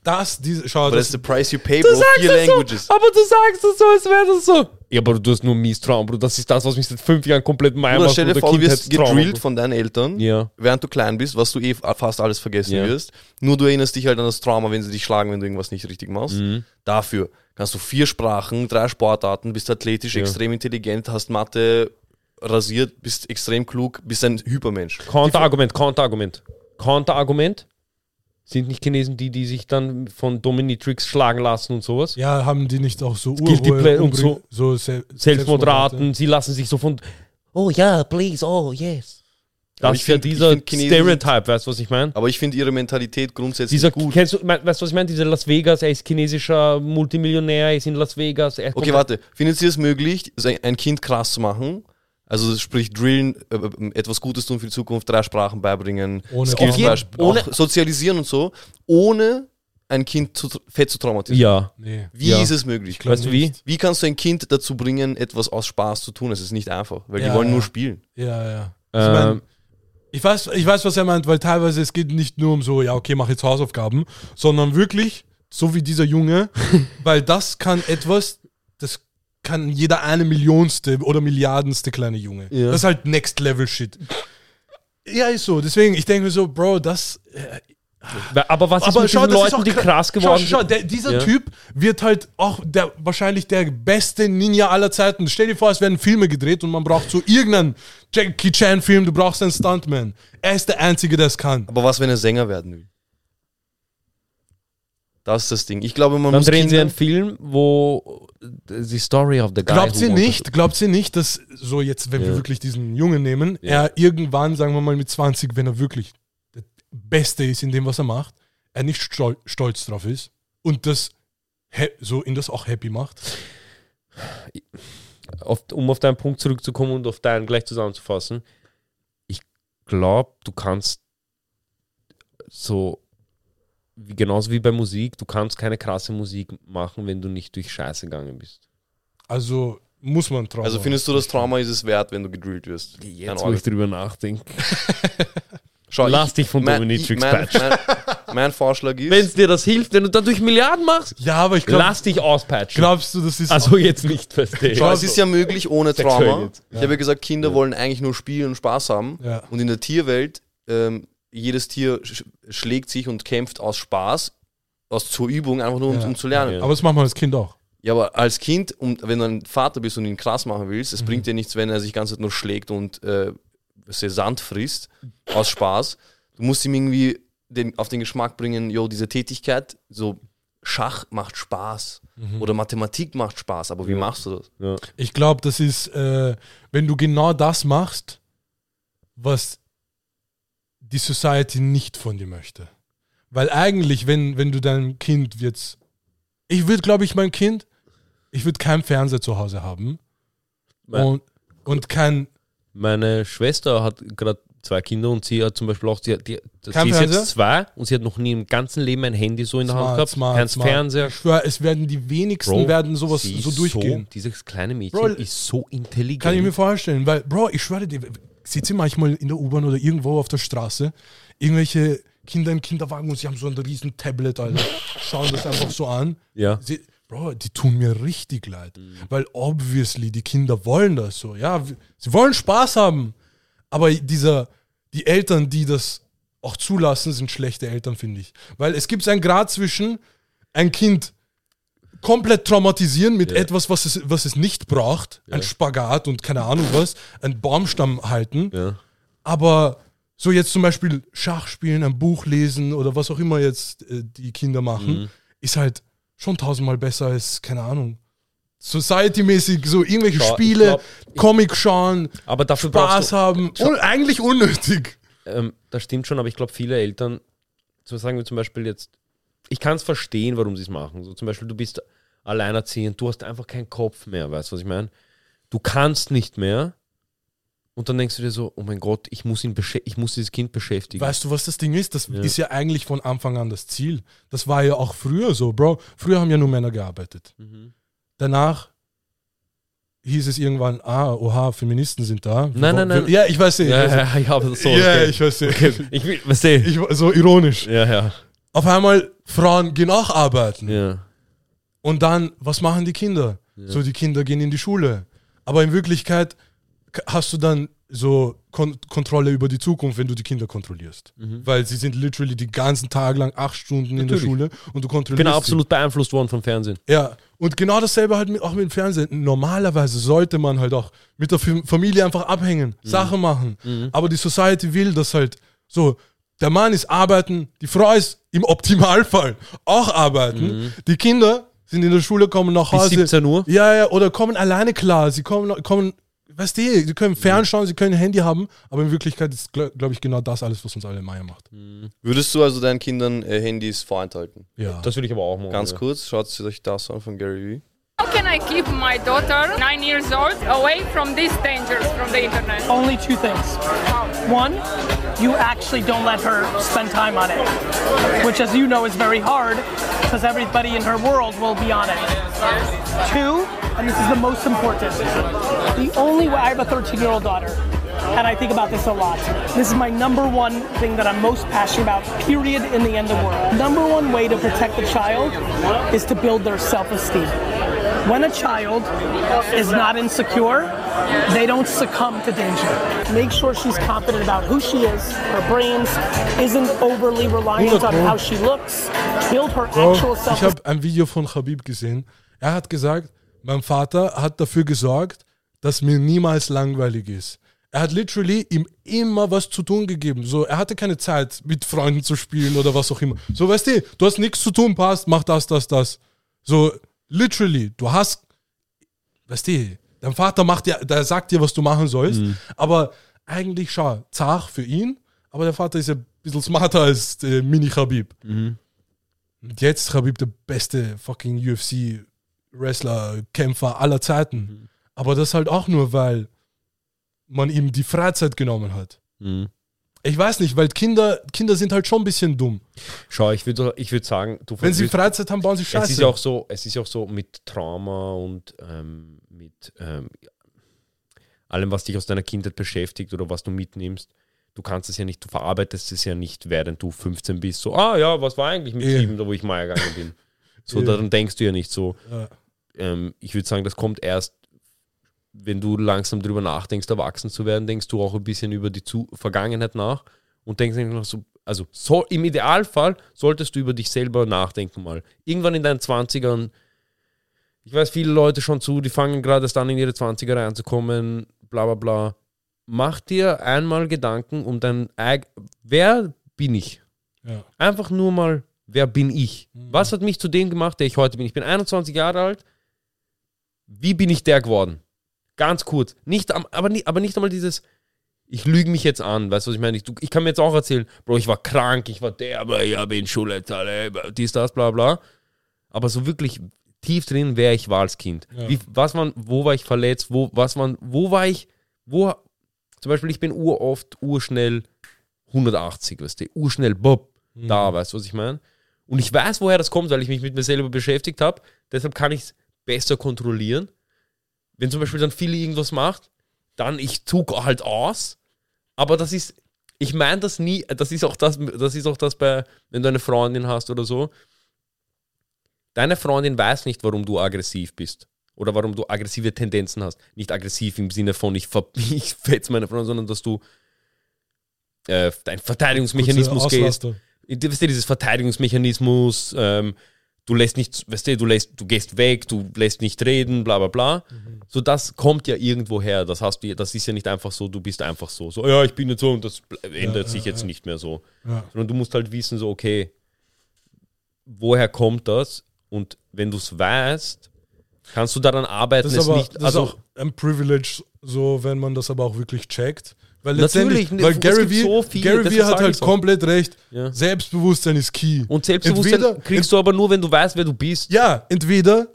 S2: dass diese, schau,
S6: Aber
S2: das,
S6: that's the price you pay, bro. Vier languages.
S3: So, aber du sagst es so, als wäre das so. Ja, aber du hast nur mies Traum, Bro. Das ist das, was mich seit fünf Jahren komplett meier
S6: Bruder,
S3: macht.
S6: stell dir
S3: Bruder.
S6: vor, du wirst
S3: Kindheitstrauma,
S6: gedrillt
S3: Bro.
S6: von deinen Eltern,
S3: Ja.
S6: während du klein bist, was du eh fast alles vergessen
S3: Ja.
S6: wirst. Nur du erinnerst dich halt an das Trauma, wenn sie dich schlagen, wenn du irgendwas nicht richtig machst.
S3: Mhm.
S6: Dafür kannst du vier Sprachen, drei Sportarten, bist athletisch,
S3: Ja.
S6: extrem intelligent, hast Mathe rasiert, bist extrem klug, bist ein Hypermensch.
S3: Counterargument, Counterargument. Counterargument sind nicht Chinesen die, die sich dann von Dominatrix schlagen lassen und sowas?
S2: ja, haben die nicht auch so
S3: Guilty Play und
S2: umbring- so Se-
S3: Selbstmordraten, sie lassen sich so von. Oh ja, please, oh yes.
S6: Aber
S3: Das
S6: ich
S3: ist ja
S6: find- ich
S3: dieser
S6: find Chinesen sind-
S3: Stereotype, weißt du, was ich meine?
S6: Aber ich finde ihre Mentalität grundsätzlich
S3: Dieser,
S6: gut.
S3: kennst du, mein- weißt du, was ich meine? Dieser Las Vegas, er ist chinesischer Multimillionär, er ist in Las Vegas. Er
S6: Okay, warte. Findet ihr es möglich, sein- ein Kind krass zu machen? Also sprich drillen, äh, äh, etwas Gutes tun für die Zukunft, drei Sprachen beibringen,
S2: Ohne
S6: Skills
S2: Auf jeden-
S6: beisp-
S3: ohne-
S6: auch sozialisieren und so, ohne ein Kind zu, tra- fett zu traumatisieren.
S3: Ja.
S2: Nee.
S6: Wie
S3: Ja.
S6: ist es möglich?
S3: Weißt du wie?
S6: Wie kannst du ein Kind dazu bringen, etwas aus Spaß zu tun? Es ist nicht einfach, weil
S2: Ja,
S6: die wollen
S2: ja.
S6: nur spielen.
S2: Ja, ja. Ich,
S3: Ähm.
S2: mein, ich, weiß, ich weiß, was er meint, weil teilweise es geht nicht nur um so, ja, okay, mach jetzt Hausaufgaben, sondern wirklich, so wie dieser Junge, weil das kann etwas, das kann jeder eine Millionste oder Milliardenste kleine Junge. Das ist halt Next Level Shit. Ja, ist so. Deswegen, ich denke mir so, Bro, das.
S3: Aber was ist mit
S2: schau,
S3: diesen
S2: das ist
S3: Leuten,
S2: auch
S3: die
S2: kra-
S3: krass geworden
S2: Schau, schau
S3: sind?
S2: der, dieser
S3: Ja.
S2: Typ wird halt auch der, wahrscheinlich der beste Ninja aller Zeiten. Stell dir vor, es werden Filme gedreht und man braucht so irgendeinen Jackie Chan-Film, du brauchst einen Stuntman. Er ist der Einzige, der es kann.
S6: Aber was, wenn er Sänger werden will? Das ist das Ding. Ich glaube, man
S3: Dann
S6: muss
S3: drehen sie
S6: Kindern-
S3: einen Film, wo die Story of the Guy.
S2: Glaubt
S3: who
S2: sie
S3: wanted-
S2: nicht, glaubt sie nicht, dass so jetzt, wenn wir wirklich diesen Jungen nehmen, er irgendwann, sagen wir mal mit 20, wenn er wirklich der Beste ist in dem, was er macht, er nicht stol stolz drauf ist und das hä- so in das auch happy macht.
S3: auf, um auf deinen Punkt zurückzukommen und auf deinen gleich zusammenzufassen, ich glaube, du kannst so, wie, genauso wie bei Musik, du kannst keine krasse Musik machen, wenn du nicht durch Scheiße gegangen bist.
S2: Also muss man drauf.
S6: Also findest du, das Trauma ist es wert, wenn du gedrillt wirst? Ein Orgel.
S3: drüber nachdenke.
S6: Schau,
S3: Lass dich von Dominatrix
S6: ich- mein,
S3: peitschen.
S6: mein, mein Vorschlag ist,
S3: Wenn es dir das hilft, wenn du dadurch Milliarden machst,
S2: ja, aber ich glaube,
S3: lass dich auspeitschen.
S2: glaubst du, das ist
S3: also jetzt nicht, verstehe.
S6: schau, es ist ja möglich ohne
S3: Sexuell
S6: Trauma.
S3: jetzt.
S6: Ich habe ja gesagt, Kinder wollen eigentlich nur spielen und Spaß haben.
S2: Ja.
S6: Und in der Tierwelt, ähm, jedes Tier sch schlägt sich und kämpft aus Spaß, aus zur Übung, einfach nur um,
S2: Ja.
S6: um zu lernen.
S2: Aber das macht man als Kind auch.
S6: Ja, aber als Kind, und wenn du ein Vater bist und ihn krass machen willst, es bringt dir nichts, wenn er sich die ganze Zeit nur schlägt und äh, was der Sand frisst, aus Spaß. Du musst ihm irgendwie den, auf den Geschmack bringen, jo, diese Tätigkeit, so Schach macht Spaß oder Mathematik macht Spaß, aber wie machst du das?
S2: Ich glaube, das ist, äh, wenn du genau das machst, was die Society nicht von dir möchte. Weil eigentlich, wenn, wenn du deinem Kind jetzt. Ich würde, glaube ich, mein Kind, ich würde keinen Fernseher zu Hause haben
S3: Nein.
S2: und, und kein.
S3: Meine Schwester hat gerade zwei Kinder und sie hat zum Beispiel auch, die, die,
S2: Kein
S3: sie ist
S2: Fernseher?
S3: jetzt zwei und sie hat noch nie im ganzen Leben ein Handy so in der Hand gehabt, kein Fernseher.
S2: Ich schwör, es werden die wenigsten werden sowas
S3: sie
S2: so
S3: ist
S2: durchgehen.
S3: So, dieses kleine Mädchen
S2: Bro,
S3: ist so intelligent.
S2: Kann ich mir vorstellen, weil, Bro, ich schwöre dir, sitze manchmal in der U-Bahn oder irgendwo auf der Straße, irgendwelche Kinder im Kinderwagen und sie haben so ein riesen Tablet, Alter. Schauen das einfach so an.
S3: Ja.
S2: Sie, Bro, die tun mir richtig leid. Weil obviously, die Kinder wollen das so. Ja, w- sie wollen Spaß haben. Aber dieser, die Eltern, die das auch zulassen, sind schlechte Eltern, finde ich. Weil es gibt einen Grad zwischen ein Kind komplett traumatisieren mit etwas, was es, was es nicht braucht, ein Spagat und keine Ahnung was, einen Baumstamm halten.
S3: Ja.
S2: Aber so jetzt zum Beispiel Schach spielen, ein Buch lesen oder was auch immer jetzt äh, die Kinder machen,
S3: Mhm.
S2: ist halt schon tausendmal besser als, keine Ahnung, Society-mäßig, so irgendwelche
S3: Schau, ich
S2: Spiele,
S3: glaub, ich-
S2: Comic schauen,
S3: Aber dafür
S2: Spaß
S3: brauchst du-
S2: haben. Un eigentlich unnötig.
S3: ähm, das stimmt schon, aber ich glaube, viele Eltern, so sagen wir zum Beispiel jetzt, ich kann es verstehen, warum sie es machen. So zum Beispiel, du bist alleinerziehend, du hast einfach keinen Kopf mehr, weißt du, was ich meine? Du kannst nicht mehr. Und dann denkst du dir so, oh mein Gott, ich muss ihn beschä- ich muss dieses Kind beschäftigen.
S2: Weißt du, was das Ding ist? Das ist ja eigentlich von Anfang an das Ziel. Das war ja auch früher so, Bro. Früher haben ja nur Männer gearbeitet. Danach hieß es irgendwann, ah, oha, Feministen sind da. Wir wollen-
S3: Nein, nein, nein.
S2: wir- Ja, ich weiß eh, nicht.
S3: ja, ja, ja, aber so.
S2: Ja,
S3: okay.
S2: ich weiß nicht.
S3: Ich will, was sehe
S2: Ich, so ironisch.
S3: Ja, ja.
S2: Auf einmal, Frauen gehen auch arbeiten.
S3: Ja.
S2: Und dann, was machen die Kinder? So, die Kinder gehen in die Schule. Aber in Wirklichkeit k- hast du dann so Kon Kontrolle über die Zukunft, wenn du die Kinder kontrollierst. Weil sie sind literally die ganzen Tag lang acht Stunden in der
S3: Mhm. Natürlich.
S2: Schule und du kontrollierst
S3: Genau,
S2: sie.
S3: absolut beeinflusst worden vom Fernsehen.
S2: Ja, und genau dasselbe halt mit, auch mit dem Fernsehen. Normalerweise sollte man halt auch mit der Fam- Familie einfach abhängen,
S3: Mhm.
S2: Sachen machen. Aber die Society will das halt so. Der Mann ist arbeiten, die Frau ist im Optimalfall auch arbeiten. Die Kinder sind in der Schule, kommen nach
S3: Mhm. Bis
S2: Hause.
S3: 17 Uhr.
S2: Ja, ja, oder kommen alleine klar. Sie kommen, kommen weißt du, sie
S3: Mhm.
S2: können fernschauen, sie können ein Handy haben. Aber in Wirklichkeit ist, glaube glaub ich, genau das alles, was uns alle Meier macht.
S6: Würdest du also deinen Kindern äh, Handys vorenthalten?
S2: Ja.
S3: Das würde ich aber auch machen.
S6: Ganz
S3: ja.
S6: kurz, schaut euch das an von Gary
S12: How can I keep my daughter, nine years old, away from these dangers from the internet?
S9: Only two things. One, you actually don't let her spend time on it, which, as you know, is very hard because everybody in her world will be on it. Two, and this is the most important, the only way I have a 13 year old daughter, and I think about this a lot. This is my number one thing that I'm most passionate about, period, in the end of the world. Number one way to protect the child is to build their self esteem. When a child is not insecure, they don't succumb to danger. Make sure she's confident about who she is, her brains, isn't overly reliant on how she looks, build her
S2: Bro,
S9: actual
S2: ich
S9: self
S2: habe ein Video von Habib gesehen. Er hat gesagt, mein Vater hat dafür gesorgt, dass mir niemals langweilig ist. Er hat literally ihm immer was zu tun gegeben. So, er hatte keine Zeit, mit Freunden zu spielen oder was auch immer. So, weißt du, du hast nichts zu tun, passt, mach das, das, das. So, literally, du hast, weißt du, dein Vater macht dir, der sagt dir, was du machen sollst, aber eigentlich, schau, zach für ihn, aber der Vater ist ja ein bisschen smarter als äh, Mini-Habib. Und jetzt Khabib der beste fucking UFC-Wrestler, Kämpfer aller Zeiten.
S3: Mhm.
S2: Aber das halt auch nur, weil man ihm die Freizeit genommen hat.
S3: Mhm.
S2: Ich weiß nicht, weil Kinder, Kinder sind halt schon ein bisschen dumm.
S3: Schau, ich würde ich würd sagen, du
S2: Wenn sie
S3: wirst-
S2: Freizeit haben, bauen sie Scheiße.
S3: Es ist ja auch so, es ist ja auch so mit Trauma und ähm, mit ähm, allem, was dich aus deiner Kindheit beschäftigt oder was du mitnimmst. Du kannst es ja nicht, du verarbeitest es ja nicht, während du 15 bist. So, ah ja, was war eigentlich mit
S2: Eh.
S3: sieben, da wo ich mal gegangen bin? So,
S2: Eh.
S3: daran denkst du ja nicht so.
S2: Ja.
S3: Ähm, ich würde sagen, das kommt erst, wenn du langsam drüber nachdenkst, erwachsen zu werden, denkst du auch ein bisschen über die Zu Vergangenheit nach und denkst eigentlich noch so, also so, im Idealfall solltest du über dich selber nachdenken mal. Irgendwann in deinen 20ern, ich weiß viele Leute schon zu, die fangen gerade erst an, in ihre 20er reinzukommen, bla bla bla. Mach dir einmal Gedanken um dein eigen, wer bin ich?
S2: Ja. Mhm.
S3: Einfach nur mal, wer bin ich? Was hat mich zu dem gemacht, der ich heute bin? Ich bin 21 Jahre alt. Wie bin ich der geworden? Ganz kurz. Nicht, am- aber, ni- aber nicht einmal dieses, ich lüge mich jetzt an, weißt du, was ich meine? Ich, du, ich kann mir jetzt auch erzählen, Bro, ich war krank, ich war der, aber ich habe in Schule, alle, dies, das, bla, bla. Aber so wirklich tief drin, wer ich war als Kind.
S2: Ja.
S3: Wie, was waren, wo war ich verletzt, wo, was waren, wo war ich, wo, zum Beispiel, ich bin uroft, urschnell 180, weißt du, urschnell, bob, da, weißt du, was ich meine? Und ich weiß, woher das kommt, weil ich mich mit mir selber beschäftigt habe, deshalb kann ich es besser kontrollieren. Wenn zum Beispiel dann Philly irgendwas macht, dann ich zug halt aus. Aber das ist, ich meine das nie, das ist auch das, das ist auch das bei, wenn du eine Freundin hast oder so. Deine Freundin weiß nicht, warum du aggressiv bist. Oder warum du aggressive Tendenzen hast. Nicht aggressiv im Sinne von, ich, ver- ich fetz meine Freundin, sondern dass du äh, dein Verteidigungsmechanismus
S2: Kurze
S3: gehst.
S2: Auslaster.
S3: Du- Weißt du, dieses Verteidigungsmechanismus, ähm, du lässt nicht, weißt du, du lässt, du gehst weg, du lässt nicht reden, bla bla bla.
S2: Mhm.
S3: So, das kommt ja irgendwo her. Das hast du, das ist ja nicht einfach so, du bist einfach so. So, ja, ich bin jetzt so und das ble- ändert
S2: ja,
S3: sich jetzt
S2: ja.
S3: nicht mehr so.
S2: Ja.
S3: Sondern du musst halt wissen, so, okay, woher kommt das? Und wenn du es weißt, kannst du daran arbeiten,
S2: Das ist, aber,
S3: es nicht. also-
S2: das ist auch ein Privilege, so wenn man das aber auch wirklich checkt. Weil letztendlich,
S3: Natürlich, ne,
S2: weil
S3: es
S2: Gary
S3: gibt
S2: Vee,
S3: so viele,
S2: Gary
S3: deshalb
S2: Vee hat
S3: sag
S2: halt
S3: ich's auch.
S2: komplett recht.
S3: Ja.
S2: Selbstbewusstsein ist key.
S3: und Selbstbewusstsein
S2: Entweder-
S3: kriegst du aber nur, wenn du weißt, wer du bist.
S2: Ja, entweder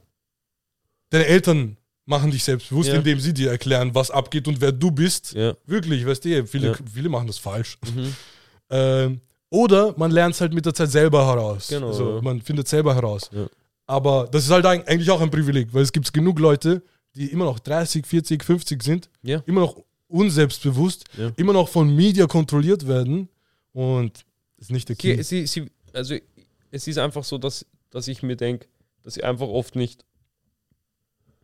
S2: deine Eltern machen dich selbstbewusst,
S3: Ja.
S2: indem sie dir erklären, was abgeht und wer du bist.
S3: Ja.
S2: Wirklich, weißt du, viele,
S3: Ja. Mhm.
S2: viele machen das falsch. Ähm, oder man lernt es halt mit der Zeit selber heraus.
S3: Genau,
S2: Also,
S3: ja.
S2: Man findet selber heraus.
S3: Ja.
S2: Aber das ist halt eig- eigentlich auch ein Privileg, weil es gibt genug Leute, die immer noch 30, 40, 50 sind,
S3: Ja.
S2: immer noch unselbstbewusst,
S3: Ja.
S2: immer noch von Media kontrolliert werden und das ist nicht der Key.
S3: Sie, sie, sie, also es ist einfach so, dass, dass ich mir denke, dass sie einfach oft nicht,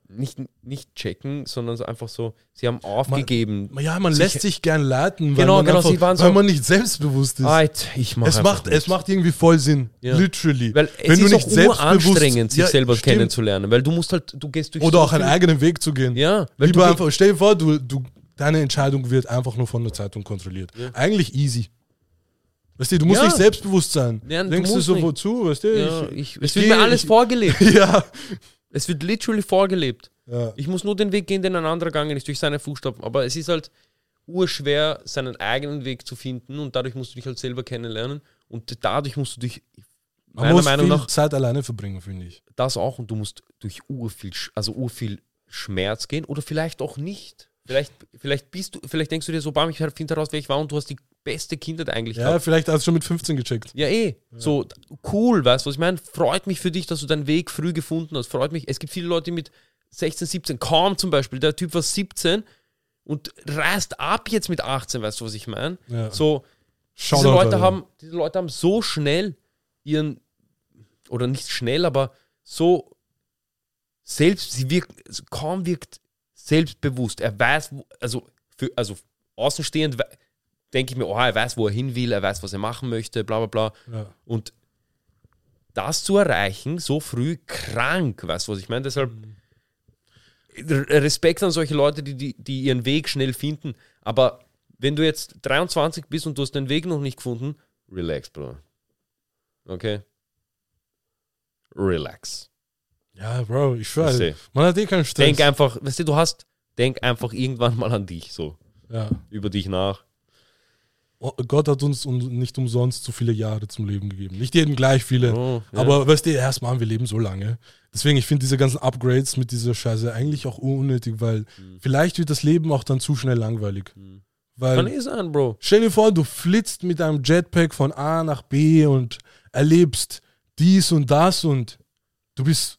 S3: nicht, nicht checken, sondern so einfach so, sie haben aufgegeben.
S2: Man, ja, man lässt sich gern leiten, weil,
S3: Genau,
S2: man,
S3: genau,
S2: einfach,
S3: sie waren so-
S2: weil man nicht selbstbewusst ist.
S3: Ah, jetzt- ich mach
S2: es,
S3: einfach
S2: macht,
S3: mit.
S2: es macht irgendwie voll Sinn.
S3: Ja.
S2: Literally.
S3: Weil es
S2: Wenn
S3: ist
S2: du
S3: nicht
S2: nicht
S3: auch anstrengend,
S2: selbstbewusst
S3: sich selber
S2: stimmt.
S3: kennenzulernen, weil du musst halt, du gehst durch
S2: Oder
S3: so
S2: auch einen
S3: viel-
S2: eigenen Weg zu gehen.
S3: Ja, weil
S2: Lieber
S3: du-
S2: einfach, stell dir vor, du, du, deine Entscheidung wird einfach nur von der Zeitung kontrolliert. Eigentlich easy. Weißt du, du musst
S3: Ja.
S2: nicht selbstbewusst sein.
S3: Nein, du
S2: Denkst du,
S3: musst
S2: so,
S3: nicht.
S2: wozu? Weißt du,
S3: Ja, ich, es
S2: geh-
S3: wird mir alles
S2: ich-
S3: vorgelebt.
S2: Ja.
S3: Es wird literally vorgelebt.
S2: Ja.
S3: Ich muss nur den Weg gehen, den ein anderer gegangen ist, durch seine Fußstapfen. Aber es ist halt urschwer, seinen eigenen Weg zu finden und dadurch musst du dich halt selber kennenlernen und dadurch musst du dich,
S2: Man muss viel Zeit alleine verbringen, finde ich.
S3: das auch und du musst durch urviel, Sch- also urviel Schmerz gehen oder vielleicht auch nicht. Vielleicht, vielleicht bist du, vielleicht denkst du dir so, bam, ich finde heraus, wer ich war und du hast die beste Kindheit eigentlich
S2: Ja, vielleicht hast du schon mit 15 gecheckt.
S3: ja, eh. So, d- cool, weißt du, was ich meine? Freut mich für dich, dass du deinen Weg früh gefunden hast. Freut mich. Es gibt viele Leute die mit 16, 17, kaum zum Beispiel, der Typ war 17 und reißt ab jetzt mit 18, weißt du, was ich meine?
S2: Ja.
S3: So,
S2: Shoutout,
S3: diese Leute
S2: Alter.
S3: haben, diese Leute haben so schnell ihren, oder nicht schnell, aber so selbst, sie wirkt, also kaum wirkt selbstbewusst. Er weiß, wo- also, für, also außenstehend we- denke ich mir, oh, er weiß, wo er hin will, er weiß, was er machen möchte, bla bla bla.
S2: Ja.
S3: Und das zu erreichen, so früh krank, weißt du, was ich meine?
S2: Mhm.
S3: Deshalb R- Respekt an solche Leute, die, die, die ihren Weg schnell finden. Aber wenn du jetzt 23 bist und du hast den Weg noch nicht gefunden, relax, Bruder. Okay? Relax.
S2: Ja, Bro, ich
S3: Ist
S2: schwöre.
S3: safe.
S2: Man hat eh keinen Stress.
S3: Denk einfach, weißt du, du hast, denk einfach irgendwann mal an dich, so.
S2: Ja.
S3: Über dich nach.
S2: Oh, Gott hat uns un- nicht umsonst so viele Jahre zum Leben gegeben. Nicht jedem gleich viele.
S3: Oh, ja.
S2: Aber weißt du, erstmal, wir leben so lange. Deswegen, ich finde diese ganzen Upgrades mit dieser Scheiße eigentlich auch unnötig, weil
S3: Hm.
S2: vielleicht wird das Leben auch dann zu schnell langweilig.
S3: Kann
S2: Weil,
S3: eh sein, Bro.
S2: stell dir vor, du flitzt mit einem Jetpack von A nach B und erlebst dies und das und du bist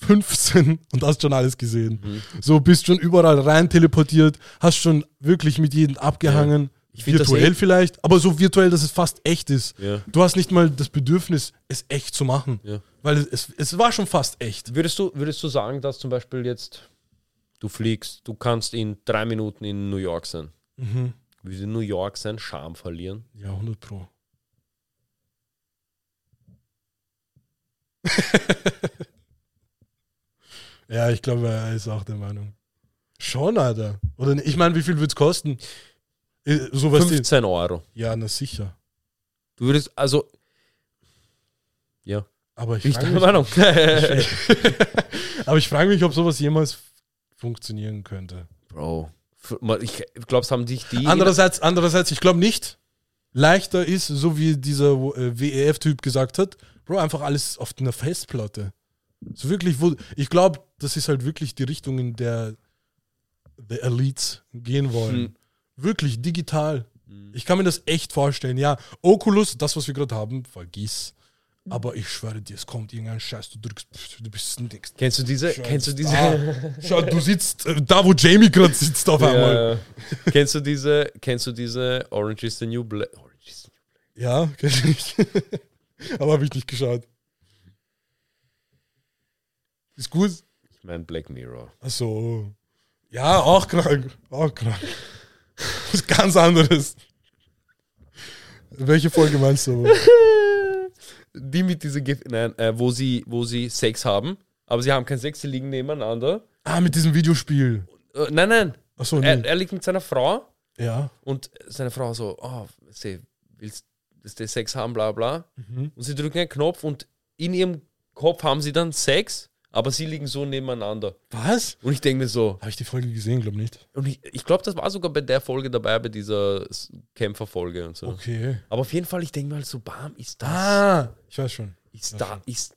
S2: 15 und hast schon alles gesehen.
S3: Mhm.
S2: So bist schon überall rein teleportiert, hast schon wirklich mit jedem abgehangen.
S3: Ich find das
S2: virtuell
S3: eh-
S2: vielleicht, aber so virtuell, dass es fast echt ist.
S3: Ja.
S2: Du hast nicht mal das Bedürfnis, es echt zu machen.
S3: Ja.
S2: Weil es, es war schon fast echt.
S3: Würdest du, würdest du sagen, dass zum Beispiel jetzt du fliegst, du kannst in drei Minuten in New York sein?
S2: Mhm.
S3: Würde New York sein Charme verlieren?
S2: Ja, 100 Pro. ja, ich glaube, er ist auch der Meinung. Schon, Alter. Oder nicht? ich meine, wie viel wird es kosten? Äh, So was
S3: 15 Euro.
S2: Die, ja, na sicher.
S3: Du würdest, also. Ja.
S2: Aber ich
S3: Bin ich
S2: frage
S3: deiner
S2: mich,
S3: Meinung?
S2: aber ich frage mich, ob sowas jemals funktionieren könnte.
S3: Bro. F- mal- Ich glaube, es haben dich die.
S2: Andererseits, andererseits, ich glaube nicht, leichter ist, so wie dieser äh, WEF-Typ gesagt hat, Bro, einfach alles auf einer Festplatte. So wirklich, wo, ich glaube, das ist halt wirklich die Richtung, in der the Elites gehen wollen.
S3: Hm.
S2: Wirklich digital. Ich kann mir das echt vorstellen. Ja, Oculus, das, was wir gerade haben, vergiss. Aber ich schwöre dir, es kommt irgendein Scheiß, du drückst, pff, du bist ein Dix.
S3: Kennst du diese? Kennst du diese?
S2: Ah, schau, du sitzt äh, da, wo Jamie gerade sitzt auf einmal.
S3: Ja, ja. kennst du diese? Kennst du diese Orange is the New Black? Orange is the New
S2: Ja, kenn ich. Aber habe ich nicht geschaut. Ist gut.
S3: Ich meine Black Mirror.
S2: Achso. Ja, auch krank. Auch krank. Was ganz anderes. Welche Folge meinst du? aber?
S3: Die mit diese Gif nein, äh, wo sie, wo sie Sex haben, aber sie haben keinen Sex, sie liegen nebeneinander.
S2: ah, mit diesem Videospiel. Äh,
S3: Äh, nein, nein.
S2: Achso,
S3: Er,
S2: nee.
S3: er liegt mit seiner Frau
S2: Ja.
S3: und seine Frau so, oh, sie willst, willst du Sex haben, bla bla. Und sie drücken einen Knopf und in ihrem Kopf haben sie dann Sex, aber sie liegen so nebeneinander.
S2: Was?
S3: Und ich denke mir so,
S2: Habe ich die Folge gesehen? Glaub nicht.
S3: und ich, ich glaube, das war sogar bei der Folge dabei, bei dieser S- Kämpferfolge und so.
S2: Okay.
S3: Aber auf jeden Fall, ich denke mir halt so, bam, ist das,
S2: Ah, ich weiß schon.
S3: ist da, ist,